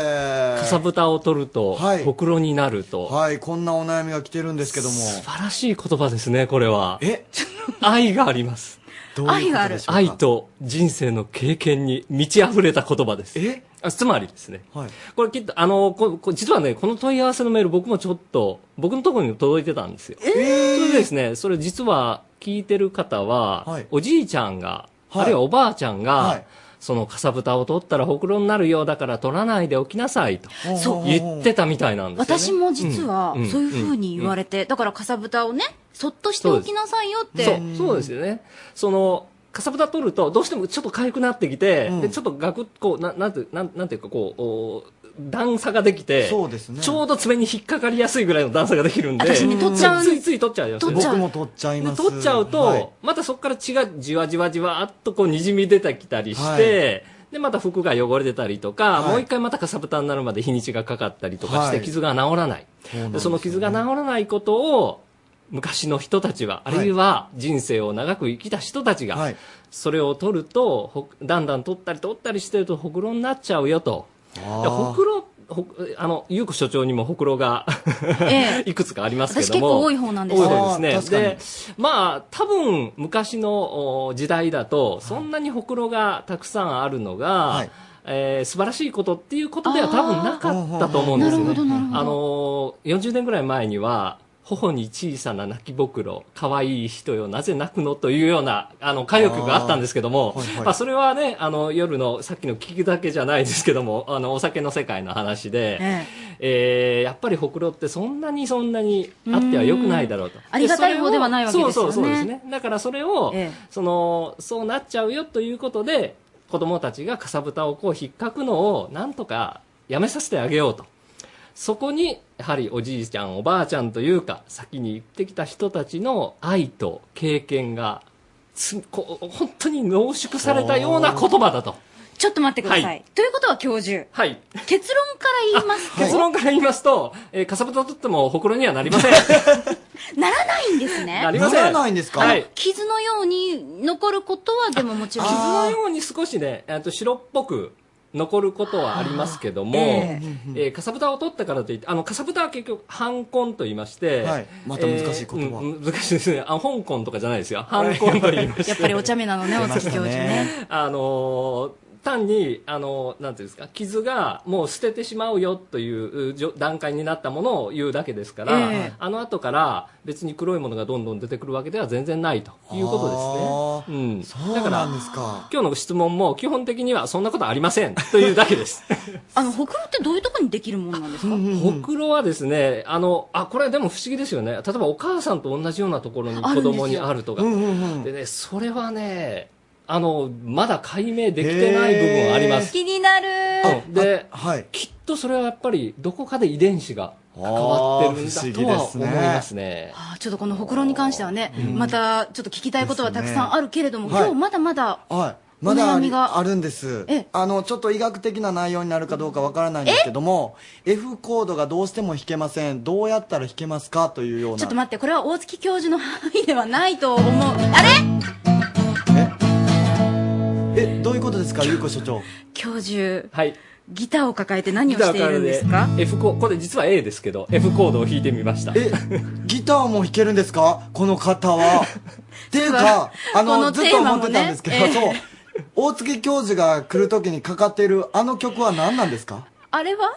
[SPEAKER 19] かさぶたを取ると、
[SPEAKER 2] はい
[SPEAKER 19] ほくろになると。
[SPEAKER 2] はいこんなお悩みが来てるんですけども素
[SPEAKER 19] 晴らしい言葉ですね、これは。
[SPEAKER 2] え
[SPEAKER 19] 愛があります。
[SPEAKER 2] どういうことでしょうか愛がある
[SPEAKER 19] 愛と人生の経験に満ち溢れた言葉です。
[SPEAKER 2] え
[SPEAKER 19] つまりですね。これきっと、あの、ここ実はね、この問い合わせのメール僕もちょっと、僕のところにも届いてたんですよ。それでですね、それ実は聞いてる方は、おじいちゃんが、あるいはおばあちゃんが、そのかさぶたを取ったらほくろになるようだから取らないでおきなさいと
[SPEAKER 3] そう
[SPEAKER 19] 言ってたみたいなんですよ、ね、
[SPEAKER 3] 私も実は
[SPEAKER 19] んん
[SPEAKER 3] そういうふうに言われて、だからかさぶたをねそっとしておきなさいよって
[SPEAKER 19] そうそうですよねそのかさぶた取るとどうしてもちょっと痒くなってきて、でちょっとガクッこうななんてなんなんていうかこうお段差ができて
[SPEAKER 2] そうですね
[SPEAKER 19] ちょうど爪に引っかかりやすいぐらいの段差ができるんで
[SPEAKER 2] 私ね取っちゃうん
[SPEAKER 19] ついつい取っちゃいますよね
[SPEAKER 2] 僕も取っちゃいます
[SPEAKER 19] で取っちゃうと、
[SPEAKER 2] はい
[SPEAKER 19] またそこから血がじわじわじわーっとこうにじみ出てきたりして、でまた服が汚れてたりとか、
[SPEAKER 2] はい
[SPEAKER 19] もう一回またかさぶたになるまで日にちがかかったりとかして、
[SPEAKER 2] はい
[SPEAKER 19] 傷が治らない
[SPEAKER 2] そうなん
[SPEAKER 19] で
[SPEAKER 2] です
[SPEAKER 19] その傷が治らないことを昔の人たちは、あるいは人生を長く生きた人たちが、それを取るとほだんだん取ったり取ったりしてるとほくろになっちゃうよと。で
[SPEAKER 2] ー
[SPEAKER 19] ほくろほあの優子所長にもほくろが いくつかありますけども
[SPEAKER 3] 私結構多い方なんです
[SPEAKER 19] 多
[SPEAKER 3] よ
[SPEAKER 19] い方
[SPEAKER 3] あー
[SPEAKER 19] です
[SPEAKER 3] 確かに
[SPEAKER 19] ねでまあ、多分昔のお時代だと、そんなにほくろがたくさんあるのが、えー素晴らしいことっていうことでは多分なかったと思うんですよね。あのー、40年ぐらい前には、頬に小さな泣きぼくろ、可愛い人よ、なぜ泣くのというような、あの、歌謡曲があったんですけども、まあ、それはね、あの、夜の、さっきの聞きだけじゃないですけども、あの、お酒の世界の話で、
[SPEAKER 3] え
[SPEAKER 19] えーやっぱりほくろってそんなにそんなにあっては良くないだろうと。
[SPEAKER 3] ありがたい方ではないわけですよね
[SPEAKER 19] そうそうそうですね。だからそれを、その、そうなっちゃうよということで、子供たちがかさぶたをこう引っかくのをなんとかやめさせてあげようと。そこに、やはりおじいちゃん、おばあちゃんというか、先に行ってきた人たちの愛と経験が、つこう本当に濃縮されたような言葉だと。
[SPEAKER 3] ちょっと待ってください、
[SPEAKER 19] はい
[SPEAKER 3] ということは教授、
[SPEAKER 19] はい、
[SPEAKER 3] 結論から言います
[SPEAKER 19] 結論から言いますと、えー、かさぶた取ってもほくろにはなりません。
[SPEAKER 3] ならないんですね
[SPEAKER 19] なりませんならないんですかはい
[SPEAKER 3] 傷のように残ることはでももちろん
[SPEAKER 19] 傷のように少しね、えっと白っぽく残ることはありますけども、
[SPEAKER 3] あー
[SPEAKER 19] え
[SPEAKER 3] え
[SPEAKER 19] ーかさぶたを取ったからといって、あの、かさぶたは結局、反婚と言いまして、
[SPEAKER 2] はいまた難しい言
[SPEAKER 19] え
[SPEAKER 2] 葉
[SPEAKER 19] ーうん難しいですね。あ、香港とかじゃないですよ。反婚と言いまして。
[SPEAKER 3] やっぱりお茶目なのね大月教授ね。
[SPEAKER 19] あのー単に、あのーなんていうんですか、傷がもう捨ててしまうよといううじょ段階になったものを言うだけですから、
[SPEAKER 16] ええ
[SPEAKER 19] あの後から別に黒いものがどんどん出てくるわけでは全然ないということですね。うん。だから、今日の質問も基本的にはそんなことありませんというだけ です。
[SPEAKER 3] あのほくろってどういうとこにできるもんなんですか
[SPEAKER 19] ほくろはですね、あの、あ、これでも不思議ですよね。例えばお母さんと同じようなところに子供にあるとか。でね、それはね、あの、まだ解明できてない部分あります。
[SPEAKER 3] 気になる
[SPEAKER 19] うんで、きっとそれはやっぱりどこかで遺伝子が変わってるんだ
[SPEAKER 2] あー
[SPEAKER 19] と
[SPEAKER 2] 不思議で
[SPEAKER 19] は
[SPEAKER 2] す
[SPEAKER 19] 思
[SPEAKER 2] ね
[SPEAKER 19] いますね。
[SPEAKER 3] あちょっとこのほくろに関してはね、
[SPEAKER 19] うん
[SPEAKER 3] またちょっと聞きたいことはたくさんあるけれども、
[SPEAKER 2] ですねはい
[SPEAKER 3] 今日まだまだ
[SPEAKER 2] はいまだあ
[SPEAKER 3] お悩み
[SPEAKER 2] り
[SPEAKER 3] が
[SPEAKER 2] あるんです
[SPEAKER 3] ええ
[SPEAKER 2] あのちょっと医学的な内容になるかどうかわからないんですけども F コードがどうしても弾けませんどうやったら弾けますかというような
[SPEAKER 3] ちょっと待ってこれは大月教授の範囲ではないと思うあれ
[SPEAKER 2] えどういうことですかゆうこ所長
[SPEAKER 3] 教授
[SPEAKER 19] はい
[SPEAKER 3] ギターを抱えて何をしているんですか
[SPEAKER 19] ギターからね F コードこれ実は A ですけど F コードを弾いてみました
[SPEAKER 2] ギターも弾けるんですかこの方 はっていうかあ
[SPEAKER 3] こ
[SPEAKER 2] の
[SPEAKER 3] の
[SPEAKER 2] ずっ
[SPEAKER 3] テ
[SPEAKER 2] と
[SPEAKER 3] ーマ
[SPEAKER 2] 思
[SPEAKER 3] も
[SPEAKER 2] っ
[SPEAKER 3] ね
[SPEAKER 2] てたんですけど、
[SPEAKER 3] ええ
[SPEAKER 2] そう大月教授が来るときにかかっているあの曲は何なんですか
[SPEAKER 3] あれは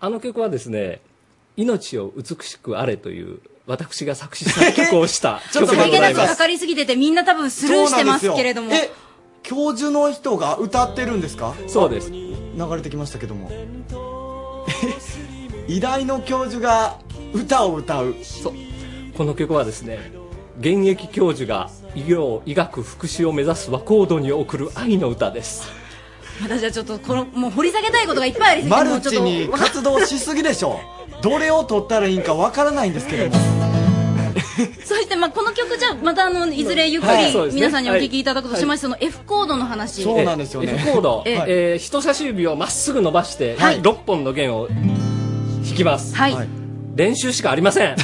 [SPEAKER 19] あの曲はですね「命を美しくあれ」という私が作詞作曲をした曲で
[SPEAKER 3] さ
[SPEAKER 19] ご
[SPEAKER 3] りげ
[SPEAKER 19] ざ
[SPEAKER 3] ないく
[SPEAKER 19] ま
[SPEAKER 3] か
[SPEAKER 19] す。
[SPEAKER 3] かりすぎててみんな多分スルーしてますけれども
[SPEAKER 2] そうなんですよえ教授の人が歌ってるんですか
[SPEAKER 19] そうです
[SPEAKER 2] 流れてきましたけども偉大の教授が歌を歌う
[SPEAKER 19] この曲はですね、現役教授が医療、医学、福祉を目指す和光度に送る愛の歌です。
[SPEAKER 3] 私はちょっとこのもう掘り下げたいことがいっぱいありすぎて
[SPEAKER 2] マ
[SPEAKER 3] も
[SPEAKER 2] ル
[SPEAKER 3] うち
[SPEAKER 2] チに
[SPEAKER 3] ょっと
[SPEAKER 2] 活動しすぎで しょどれを取ったらいいんかわからないんですけども
[SPEAKER 3] そしてまあこの曲じゃまたあのいずれゆっく
[SPEAKER 19] はいそうで
[SPEAKER 3] り
[SPEAKER 19] すね
[SPEAKER 3] 皆さんにお聞きいただくとしまして、その F コードの話
[SPEAKER 19] え F コード、
[SPEAKER 3] え
[SPEAKER 19] え
[SPEAKER 3] え
[SPEAKER 19] ー人差し指をまっすぐ伸ばして、6本の弦を弾きます。練習しかありません。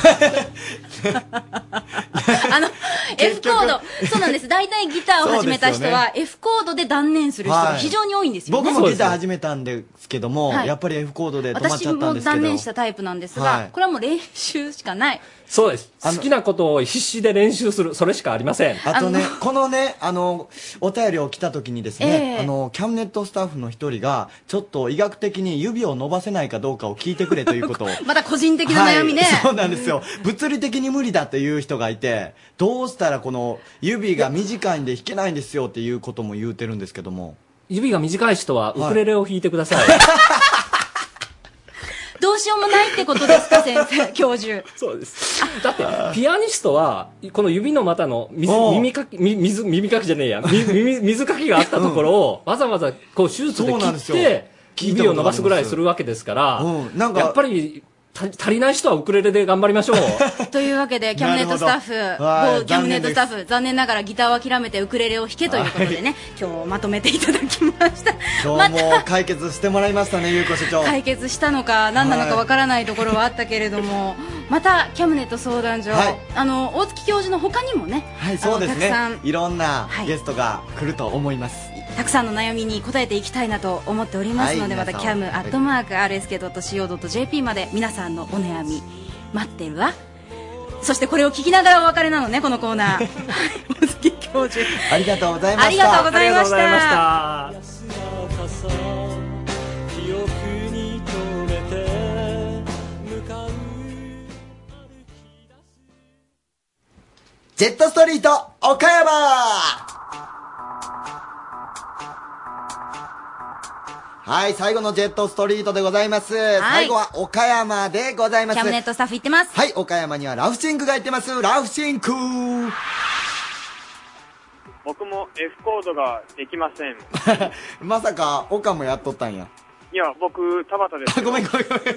[SPEAKER 3] F コードそうなんです大体ギターを始めた人は
[SPEAKER 2] そう
[SPEAKER 3] F コードで断念する人が非常に多いんですよね、
[SPEAKER 2] 僕もギター始めたんですけども、
[SPEAKER 3] はい
[SPEAKER 2] やっぱり F コードで止まっ
[SPEAKER 3] 私
[SPEAKER 2] ちゃったん
[SPEAKER 3] も
[SPEAKER 2] ですけど
[SPEAKER 3] 断念したタイプなんですが、
[SPEAKER 2] はい
[SPEAKER 3] これはもう練習しかない
[SPEAKER 19] そうです。好きなことを必死で練習する、それしかありません。
[SPEAKER 2] あとね、このね、あの、お便りを来た時にですね、
[SPEAKER 19] ええ
[SPEAKER 2] あの、キャムネットスタッフの一人が、ちょっと医学的に指を伸ばせないかどうかを聞いてくれということを。
[SPEAKER 3] また個人的な悩みね、
[SPEAKER 2] はい そうなんですよ。物理的に無理だっていう人がいて、どうしたらこの指が短いんで弾けないんですよっていうことも言うてるんですけども。
[SPEAKER 19] 指が短い人はウクレレを弾いてください。
[SPEAKER 3] どうしようもないってことですか先生教授
[SPEAKER 19] そうです だってピアニストは、この指の股の水耳かき、み水、耳かきじゃねえや、み耳水かきがあったところを、わざわざこう手術で
[SPEAKER 2] そうなんで
[SPEAKER 19] 切
[SPEAKER 2] す
[SPEAKER 19] っ
[SPEAKER 2] よ
[SPEAKER 19] て、
[SPEAKER 2] 聞いたことあります
[SPEAKER 19] 指を伸ばすぐらいするわけですから、
[SPEAKER 2] なんか
[SPEAKER 19] やっぱりた足りない人はウクレレで頑張りましょう。
[SPEAKER 3] というわけでキャムネットスタッフ
[SPEAKER 19] なるほどはい
[SPEAKER 3] 某キャムネットスタッ
[SPEAKER 19] 残
[SPEAKER 3] フ残念ながらギターは諦めてウクレレを弾けということでね、今日まとめていただきました
[SPEAKER 2] 今日も解決してもらいましたね、ゆうこ 所長。
[SPEAKER 3] 解決したのか何なのかわからないところはあったけれども、またキャムネット相談所、
[SPEAKER 2] はい
[SPEAKER 3] あの大月教授の他にもね、
[SPEAKER 2] はい、そうですね
[SPEAKER 3] あのたく。
[SPEAKER 2] いろんなゲストが来ると思います。
[SPEAKER 3] たくさんの悩みに答えていきたいなと思っておりますので、
[SPEAKER 2] はい
[SPEAKER 3] またキ
[SPEAKER 2] 皆さ
[SPEAKER 3] ャ
[SPEAKER 2] ん
[SPEAKER 3] ムアットマーク RSK.CO.JP まで皆さんのお悩み待ってるわそしてこれを聞きながらお別れなのねこのコー ナー
[SPEAKER 2] ありがとうございました。
[SPEAKER 3] ありがとうございました
[SPEAKER 25] ありがとうございました記憶に留めて向かう
[SPEAKER 2] ジェットストリート岡山はい、最後のジェットストリートでございます。最後は岡山でございます。
[SPEAKER 3] キャムネットスタッフ行ってます。
[SPEAKER 2] はい、岡山にはラフシンクが行ってます。ラフシンク
[SPEAKER 9] 僕も F コードができません。
[SPEAKER 2] まさか、岡もやっとったんや。
[SPEAKER 9] いや、僕、田畑です。ごめんごめんごめん。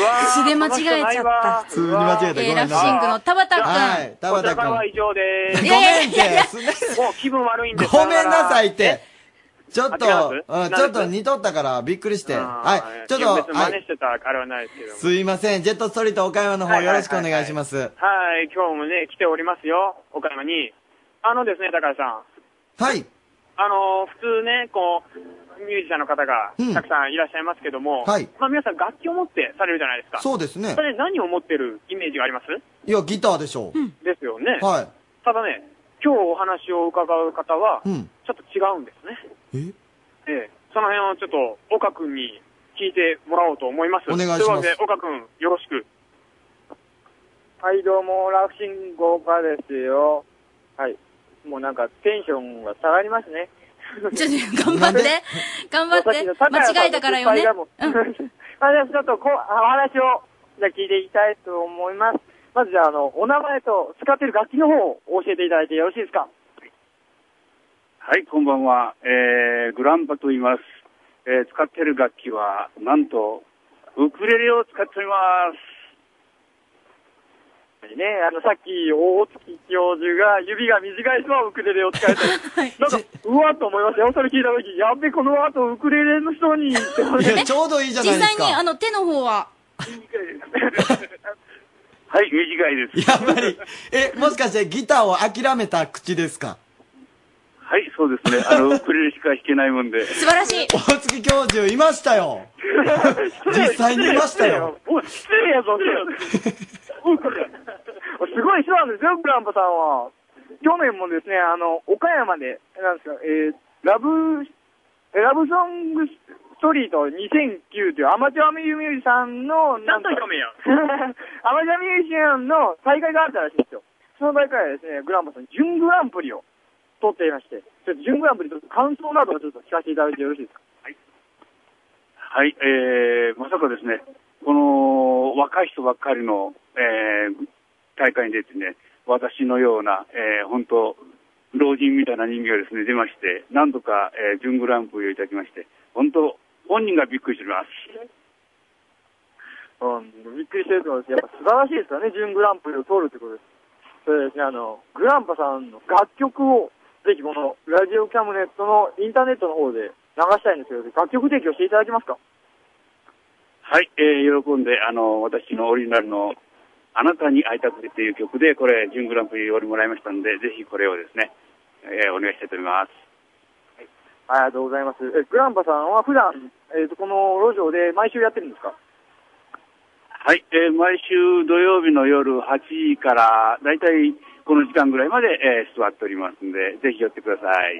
[SPEAKER 9] うわ
[SPEAKER 3] 素で間違えちゃった
[SPEAKER 2] 普通に間違
[SPEAKER 3] え
[SPEAKER 2] えた。ごめんな
[SPEAKER 3] ーラフシンク
[SPEAKER 2] さ
[SPEAKER 3] の田畑君
[SPEAKER 2] はい田畑君
[SPEAKER 9] こちらからは以上でーす。
[SPEAKER 2] いやいやいやいや
[SPEAKER 9] ごめんって。もう気分悪いん
[SPEAKER 2] い。
[SPEAKER 9] です
[SPEAKER 2] ごめんなさいっ。て。ちょっ
[SPEAKER 9] あ
[SPEAKER 2] と
[SPEAKER 9] 違い、
[SPEAKER 2] う
[SPEAKER 9] ます
[SPEAKER 2] んちょっと似とったからびっくりして。はい、ちょっと、
[SPEAKER 9] 別に真
[SPEAKER 2] は
[SPEAKER 9] 似
[SPEAKER 2] い
[SPEAKER 9] してたあれはないですけども。
[SPEAKER 2] すいません。ジェットストリート岡山の方よろしくお願いします。
[SPEAKER 9] はい、今日もね、来ておりますよ、岡山に。あのですね、高橋さん。
[SPEAKER 2] はい。
[SPEAKER 9] あのー普通ね、こう、ミュージシャンの方が
[SPEAKER 2] うん
[SPEAKER 9] たくさんいらっしゃいますけども、
[SPEAKER 2] はい
[SPEAKER 9] まあ皆さん楽器を持ってされるじゃないですか。
[SPEAKER 2] そうですね
[SPEAKER 9] それ何を持ってるイメージがあります
[SPEAKER 2] いや、ギターでしょう。
[SPEAKER 9] ですよね。
[SPEAKER 2] はい。
[SPEAKER 9] ただね、今日お話を伺う方は、
[SPEAKER 2] うん
[SPEAKER 9] ちょっと違うんですね。ええ、その辺をちょっと岡君に聞いてもらおうと思います。
[SPEAKER 2] お願い
[SPEAKER 9] と
[SPEAKER 2] します
[SPEAKER 9] いうわけで、岡君、よろしく。
[SPEAKER 24] はい、どうも、ラフシン豪華ですよ。はい。もうなんかテンションが下がりますね。
[SPEAKER 3] ちょっと頑張っ て、頑張って、間違えたからよね。
[SPEAKER 24] うん。 まあ、じゃあちょっとこう、お話を、じゃあ聞いていきたいと思います。まずじゃあ、あの、お名前と使ってる楽器の方を教えていただいてよろしいですか
[SPEAKER 35] はい、こんばんは。えー、グランパと言います。えー、使ってる楽器は、なんと、ウクレレを使っております。
[SPEAKER 24] ね、あの、さっき、大月教授が指が短い人はウクレレを使えた。なんか、うわっと思いましたよ。それ聞いたとき、やっべ、この後ウクレレの人にって思って。
[SPEAKER 2] ちょうどい
[SPEAKER 24] い
[SPEAKER 3] 実際に、あの、手の方は、
[SPEAKER 35] はい、短いです。
[SPEAKER 2] やっぱり。え、もしかしてギターを諦めた口ですか
[SPEAKER 35] はい、そうですね。あの、ウクレレしか弾けないもんで。
[SPEAKER 3] 素晴らしい。
[SPEAKER 2] 大月教授いましたよ。実際にいましたよ。。
[SPEAKER 24] もう失礼やぞ、失 礼すごい人なんですよ、グランパさんは。去年もですね、あの、岡山で、なんですか、えー、ラブ、えラブソングトリーと2009というアマチュアミュージシャンの、なんと
[SPEAKER 28] めや
[SPEAKER 24] アマチュアミュージシャンの大会があったらしいんですよ。その大会はですね、グランパさん、準グランプリを取っていまして、ちょっと準グランプリの感想などをちょっと聞かせていただいてよろしいですか
[SPEAKER 35] はい、えー、まさかですね、この若い人ばっかりの、えー、大会に出てね、私のような、えー、本当、老人みたいな人間がですね、出まして、何度か、えー、準グランプリをいただきまして、本当、本人がびっくりしております。
[SPEAKER 24] うん、びっくりしてると思います。やっぱ素晴らしいですよね、準グランプリを取るってことです。それでですね、あの、グランパさんの楽曲を、ぜひこの、ラジオキャムネットのインターネットの方で流したいんですけど、楽曲提供していただけますか
[SPEAKER 35] はい、えー、喜んで、あの、私のオリジナルの、あなたに会いたくてっていう曲で、これ、準グランプリをもらいましたので、ぜひこれをですね、えー、お願いしたいと思います。
[SPEAKER 24] ありがとうございます。え、グランパさんは普段、えっ、と、この路上で毎週やってるんですか
[SPEAKER 35] はい、えー、毎週土曜日の夜8時から、だいたいこの時間ぐらいまで、えー、座っておりますので、ぜひ寄ってください。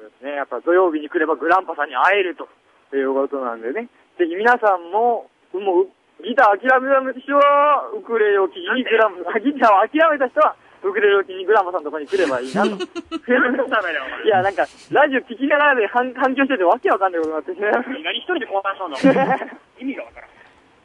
[SPEAKER 24] そうですね、やっぱ土曜日に来ればグランパさんに会えるということなんでね、ぜひ皆さんも、もう、ギター諦めた人は、ウクレレを聴きにグランパ、ギターを諦めた人は、ウクレレを聴きにグランパさんのところに来れば いいなと。いや、なんか、ラジオ聞きながらで反 反響しててわけわかんないことになってしまいました
[SPEAKER 28] 何一人で混乱したんだ意味がわからん。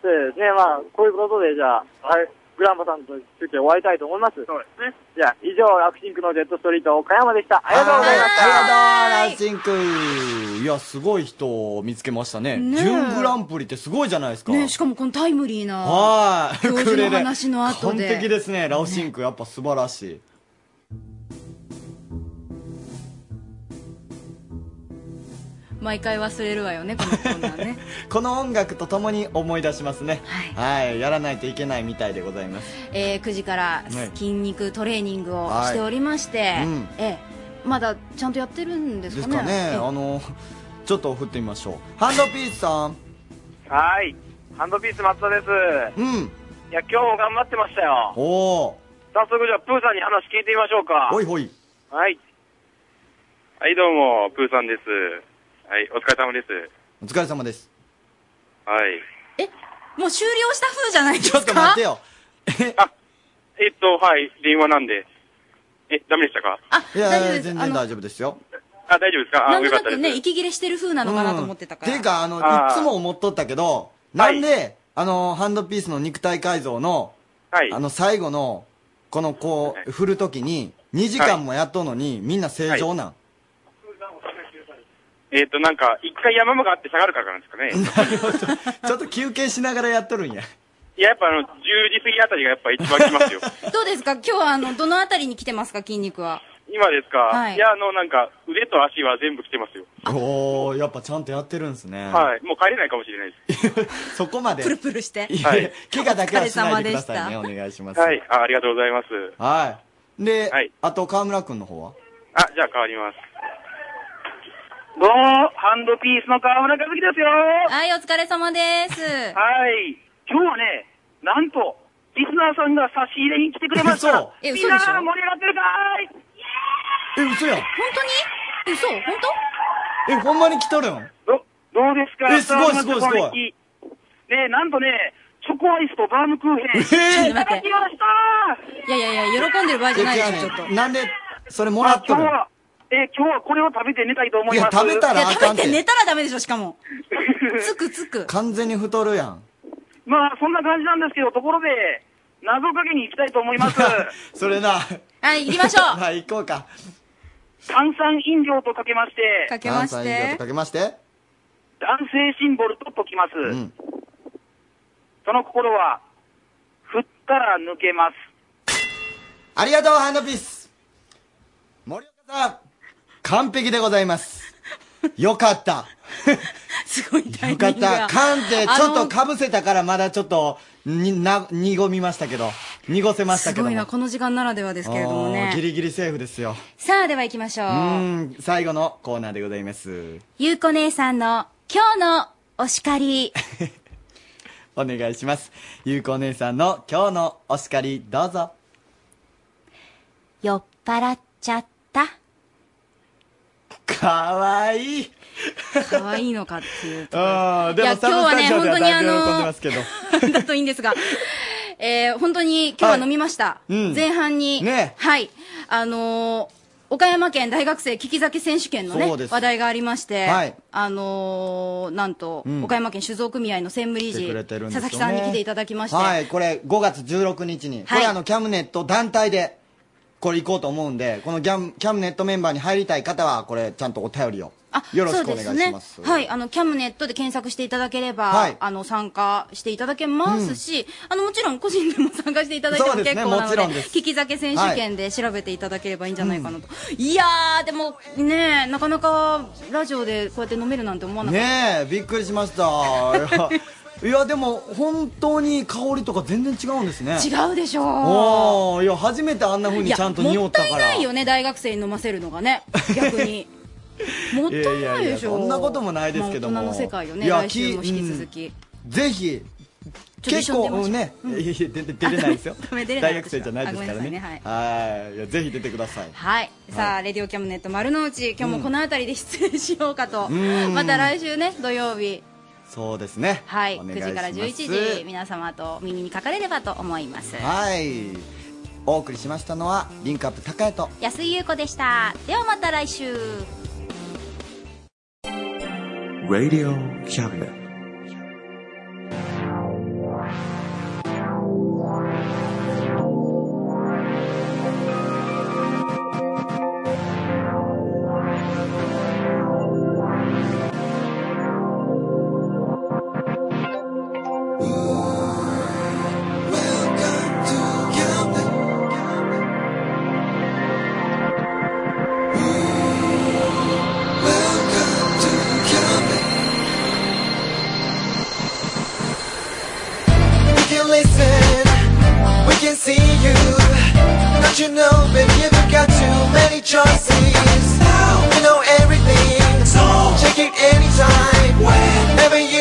[SPEAKER 24] そうですね、まあ、こういうことで、じゃあ、はい、グランパさんと中継終わりたいと思います。そうですね。じゃあ、以上、ラクシンクのジェットストリート岡山でした。ありがとうございました。
[SPEAKER 2] ランシン君いやすごい人を見つけましたね
[SPEAKER 3] ねえ
[SPEAKER 2] 準グランプリってすごいじゃないですか、
[SPEAKER 3] ねしかもこのタイムリーな
[SPEAKER 2] はい
[SPEAKER 3] 教授の話の後
[SPEAKER 2] 完
[SPEAKER 3] で
[SPEAKER 2] 璧ですねラオシンクやっぱ素晴らしい
[SPEAKER 3] 毎回忘れるわよねこ のコーナーね
[SPEAKER 2] この音楽とともに思い出しますねはい、やらないといけないみたいでございます
[SPEAKER 3] えー9時から
[SPEAKER 2] はい
[SPEAKER 3] 筋肉トレーニングを
[SPEAKER 2] はい
[SPEAKER 3] しておりまして、
[SPEAKER 2] うん
[SPEAKER 3] えーまだちゃんとやってるんで
[SPEAKER 2] です
[SPEAKER 3] か
[SPEAKER 2] す
[SPEAKER 3] ね
[SPEAKER 2] かね
[SPEAKER 3] えー
[SPEAKER 2] あのちょっと振ってみましょうハンドピースさん
[SPEAKER 8] はい。ハンドピース松田です。
[SPEAKER 2] うん
[SPEAKER 8] いや、今日も頑張ってましたよ。
[SPEAKER 2] おお
[SPEAKER 8] 早速じゃあ、プーさんに話聞いてみましょうか。
[SPEAKER 2] ほいほい
[SPEAKER 8] はい。
[SPEAKER 9] はい、どうも、プーさんです。はい、お疲れ様です。
[SPEAKER 2] お疲れ様です
[SPEAKER 9] はい。
[SPEAKER 3] もう終了した風じゃないですか
[SPEAKER 2] ちょっと待ってよ
[SPEAKER 9] えっと、はい、電話なんで。え、ダメでしたか
[SPEAKER 2] いや
[SPEAKER 3] 大丈夫です
[SPEAKER 2] 全
[SPEAKER 3] あ
[SPEAKER 2] 然
[SPEAKER 3] の
[SPEAKER 2] 大丈夫ですよ
[SPEAKER 9] あ、大丈夫ですか
[SPEAKER 3] な
[SPEAKER 9] あ、
[SPEAKER 3] ん
[SPEAKER 9] よ
[SPEAKER 3] とな
[SPEAKER 9] かったで
[SPEAKER 3] く
[SPEAKER 9] す。
[SPEAKER 3] ね息切れしてる風なのかなと思ってたから、
[SPEAKER 2] ていうか、あの、
[SPEAKER 9] あー
[SPEAKER 2] いつも思っとったけど、なんで、あの、ハンドピースの肉体改造の、あの、最後の、この、こう、振るときに、2時間もやっとんのに、みんな正常なん。
[SPEAKER 9] えっと、なんか、一回山があって下がるからなんですかね。
[SPEAKER 2] ちょっと休憩しながらやっとるんや。
[SPEAKER 9] いや、やっぱあの、10時過ぎあたりがやっぱ一番き ますよ。
[SPEAKER 3] どうですか今日はあのどのあたりに来てますか筋肉は
[SPEAKER 9] 今ですか、
[SPEAKER 3] はい
[SPEAKER 9] い、や、あの、なんか、腕と足 は全部来てますよ。
[SPEAKER 2] おー、やっぱちゃんとやってるんですね。
[SPEAKER 9] はい。もう帰れないかもしれないです。
[SPEAKER 2] そこまで。
[SPEAKER 3] プルプルして
[SPEAKER 2] いや
[SPEAKER 9] はい
[SPEAKER 2] 怪我だけはしないでくださいね。
[SPEAKER 9] お
[SPEAKER 2] お
[SPEAKER 9] 疲れ様でした
[SPEAKER 2] 願いします。
[SPEAKER 9] はい。あありがとうございます。
[SPEAKER 2] はい。で、あと、河村くんの方は
[SPEAKER 9] あ、じゃあ変わります。
[SPEAKER 24] どうも、ハンドピースの川村和樹ですよ。
[SPEAKER 3] はい、お疲れ様です。
[SPEAKER 24] はい。今日はね、なんと、リスナーさんが差し入れに来てくれました。
[SPEAKER 3] 嘘え
[SPEAKER 24] み
[SPEAKER 3] 嘘
[SPEAKER 24] ん
[SPEAKER 3] で
[SPEAKER 24] な
[SPEAKER 3] しょ
[SPEAKER 24] 盛り上がってるかーい
[SPEAKER 2] え、嘘やん。
[SPEAKER 3] 本当に嘘本
[SPEAKER 2] え、ほんまに来とるん
[SPEAKER 24] どうですか
[SPEAKER 2] えすごいすごいすごい
[SPEAKER 24] 川村君ねなんとね、チョコアイスとバームクーヘ
[SPEAKER 3] え
[SPEAKER 24] ン。
[SPEAKER 3] ー
[SPEAKER 24] いただきました
[SPEAKER 3] 当いやいやいや、喜んでる場合じゃないでしょ、ちょっと。
[SPEAKER 2] え違うねなんで、それもらっとる
[SPEAKER 24] あ
[SPEAKER 2] ん
[SPEAKER 24] 今日は、えー今日はこれを食べて寝たいと思います。
[SPEAKER 3] いや食べて 寝たらダメでしょ、しかも。つくつく。
[SPEAKER 2] 完全に太るやん。
[SPEAKER 24] まあ、そんな感じなんですけど、ところで、謎かけに行きたいと思い ます。
[SPEAKER 2] それな。
[SPEAKER 3] はい、行きましょう
[SPEAKER 2] はい、行こうか。
[SPEAKER 24] 炭酸飲料とかけまして、
[SPEAKER 3] か
[SPEAKER 2] 炭酸飲料とかけまして。
[SPEAKER 24] 男性シンボルと解きます。その心は、振ったら抜けます。
[SPEAKER 2] ありがとう、ハンドピース森岡さん完璧でござい ます。よかった。
[SPEAKER 3] すごいタイミ
[SPEAKER 2] よ
[SPEAKER 3] ング
[SPEAKER 2] か
[SPEAKER 3] が
[SPEAKER 2] った。缶って、ちょっ
[SPEAKER 3] あ
[SPEAKER 2] と
[SPEAKER 3] の
[SPEAKER 2] かぶせたからまだちょっと、に、な、濁みましたけど。濁せました
[SPEAKER 3] す
[SPEAKER 2] けど
[SPEAKER 3] ご
[SPEAKER 2] も。
[SPEAKER 3] いな、この時間ならではですけれども
[SPEAKER 2] おーギ
[SPEAKER 3] ね。
[SPEAKER 2] リギリセーフですよ。
[SPEAKER 3] さあ、では行きましょ
[SPEAKER 2] う
[SPEAKER 3] う。
[SPEAKER 2] ーん、最後のコーナーでございます。
[SPEAKER 3] ゆうこ姉さんの今日のお叱り。
[SPEAKER 2] お願いします。ゆうこお姉さんの今日のお叱り、どうぞ。
[SPEAKER 3] 酔っ払っちゃった。
[SPEAKER 2] かわいい。
[SPEAKER 3] 可愛いのかっていう。
[SPEAKER 22] あーで
[SPEAKER 3] いや
[SPEAKER 22] も
[SPEAKER 3] 今日はね
[SPEAKER 22] サブスタジオではだいぶ
[SPEAKER 3] 本当にあの
[SPEAKER 22] 喜んでますけど。
[SPEAKER 3] だといいんですが、えー本当に今日は飲みました。
[SPEAKER 22] はいうん
[SPEAKER 3] 前半に、
[SPEAKER 22] ね
[SPEAKER 3] はい、あのー岡山県大学生聞き酒選手権のね
[SPEAKER 22] そうで、す
[SPEAKER 3] 話題がありまして、
[SPEAKER 22] はい
[SPEAKER 3] あのーなんと、
[SPEAKER 2] うん
[SPEAKER 3] 岡山県酒造組合の専務理
[SPEAKER 2] 来て
[SPEAKER 3] 事、
[SPEAKER 2] くれてるんです
[SPEAKER 3] 佐
[SPEAKER 2] よね
[SPEAKER 3] 々木さんに来ていただきまして、
[SPEAKER 2] はい、これ5月16日に、これあの、キャムネット団体で、これ行こうと思うんで、このキャムキャムネットメンバーに入りたい方は、これちゃんとお便りを。よろしくお願い
[SPEAKER 3] そう
[SPEAKER 2] します。
[SPEAKER 3] ね、はい、あの、キャムネットで検索していただければ、
[SPEAKER 2] はい
[SPEAKER 3] あの、参加していただけますし、あの、もちろん個人でも参加していただいても
[SPEAKER 2] そう
[SPEAKER 3] 結
[SPEAKER 2] ですね
[SPEAKER 3] 構なの
[SPEAKER 2] もち
[SPEAKER 3] で、
[SPEAKER 2] ろんです
[SPEAKER 3] 聞き酒選手権で調べていただければいいんじゃないかなと。い、やー、でもね、なかなかラジオでこうやって飲めるなんて思わなかった。
[SPEAKER 2] ねえ、びっくりしました。いや、いやでも、本当に香りとか全然違うんですね。
[SPEAKER 3] 違うでしょう
[SPEAKER 2] おーいや、初めてあんな風にちゃんと
[SPEAKER 3] いや
[SPEAKER 2] 匂ったから。
[SPEAKER 3] もったいないよね、大学生に飲ませるのが ね、逆に。もったい
[SPEAKER 2] いや
[SPEAKER 3] ないい
[SPEAKER 2] やい
[SPEAKER 3] で
[SPEAKER 2] や
[SPEAKER 3] しょ。
[SPEAKER 2] そんなこともないですけども
[SPEAKER 3] まあ大人の世界よね、
[SPEAKER 2] いや
[SPEAKER 3] 来週も引き続き。
[SPEAKER 2] ぜ
[SPEAKER 3] ちょ
[SPEAKER 2] ひ、
[SPEAKER 3] っと一
[SPEAKER 2] 結
[SPEAKER 3] 緒に
[SPEAKER 2] 構
[SPEAKER 3] 出ましょう、
[SPEAKER 2] うんね、いやいや、出て出れないですよ
[SPEAKER 3] 。ダメ出れない
[SPEAKER 2] 大学生じゃないですから
[SPEAKER 3] あごめん
[SPEAKER 2] ね。
[SPEAKER 3] なさいね
[SPEAKER 2] はい。いや、ぜひ出てください。
[SPEAKER 3] はい、さあ、レディオキャムネット丸の内、今日もこの辺りで失礼しようかと、
[SPEAKER 2] うん
[SPEAKER 3] また来週ね、土曜日、
[SPEAKER 2] そうですね。
[SPEAKER 3] はい、
[SPEAKER 2] お願い
[SPEAKER 3] 9
[SPEAKER 2] します
[SPEAKER 3] 時から11時、皆様と耳にかかれればと思います。
[SPEAKER 2] はい。お送りしましたのは、リンクアップ高谷と。
[SPEAKER 3] 安井優子でした。ではまた来週。
[SPEAKER 27] Radio Cabinet.
[SPEAKER 23] We can listen, we can see you. Don't you know, baby, you've got too many choices. Now we know everything, so check it anytime. Whenever you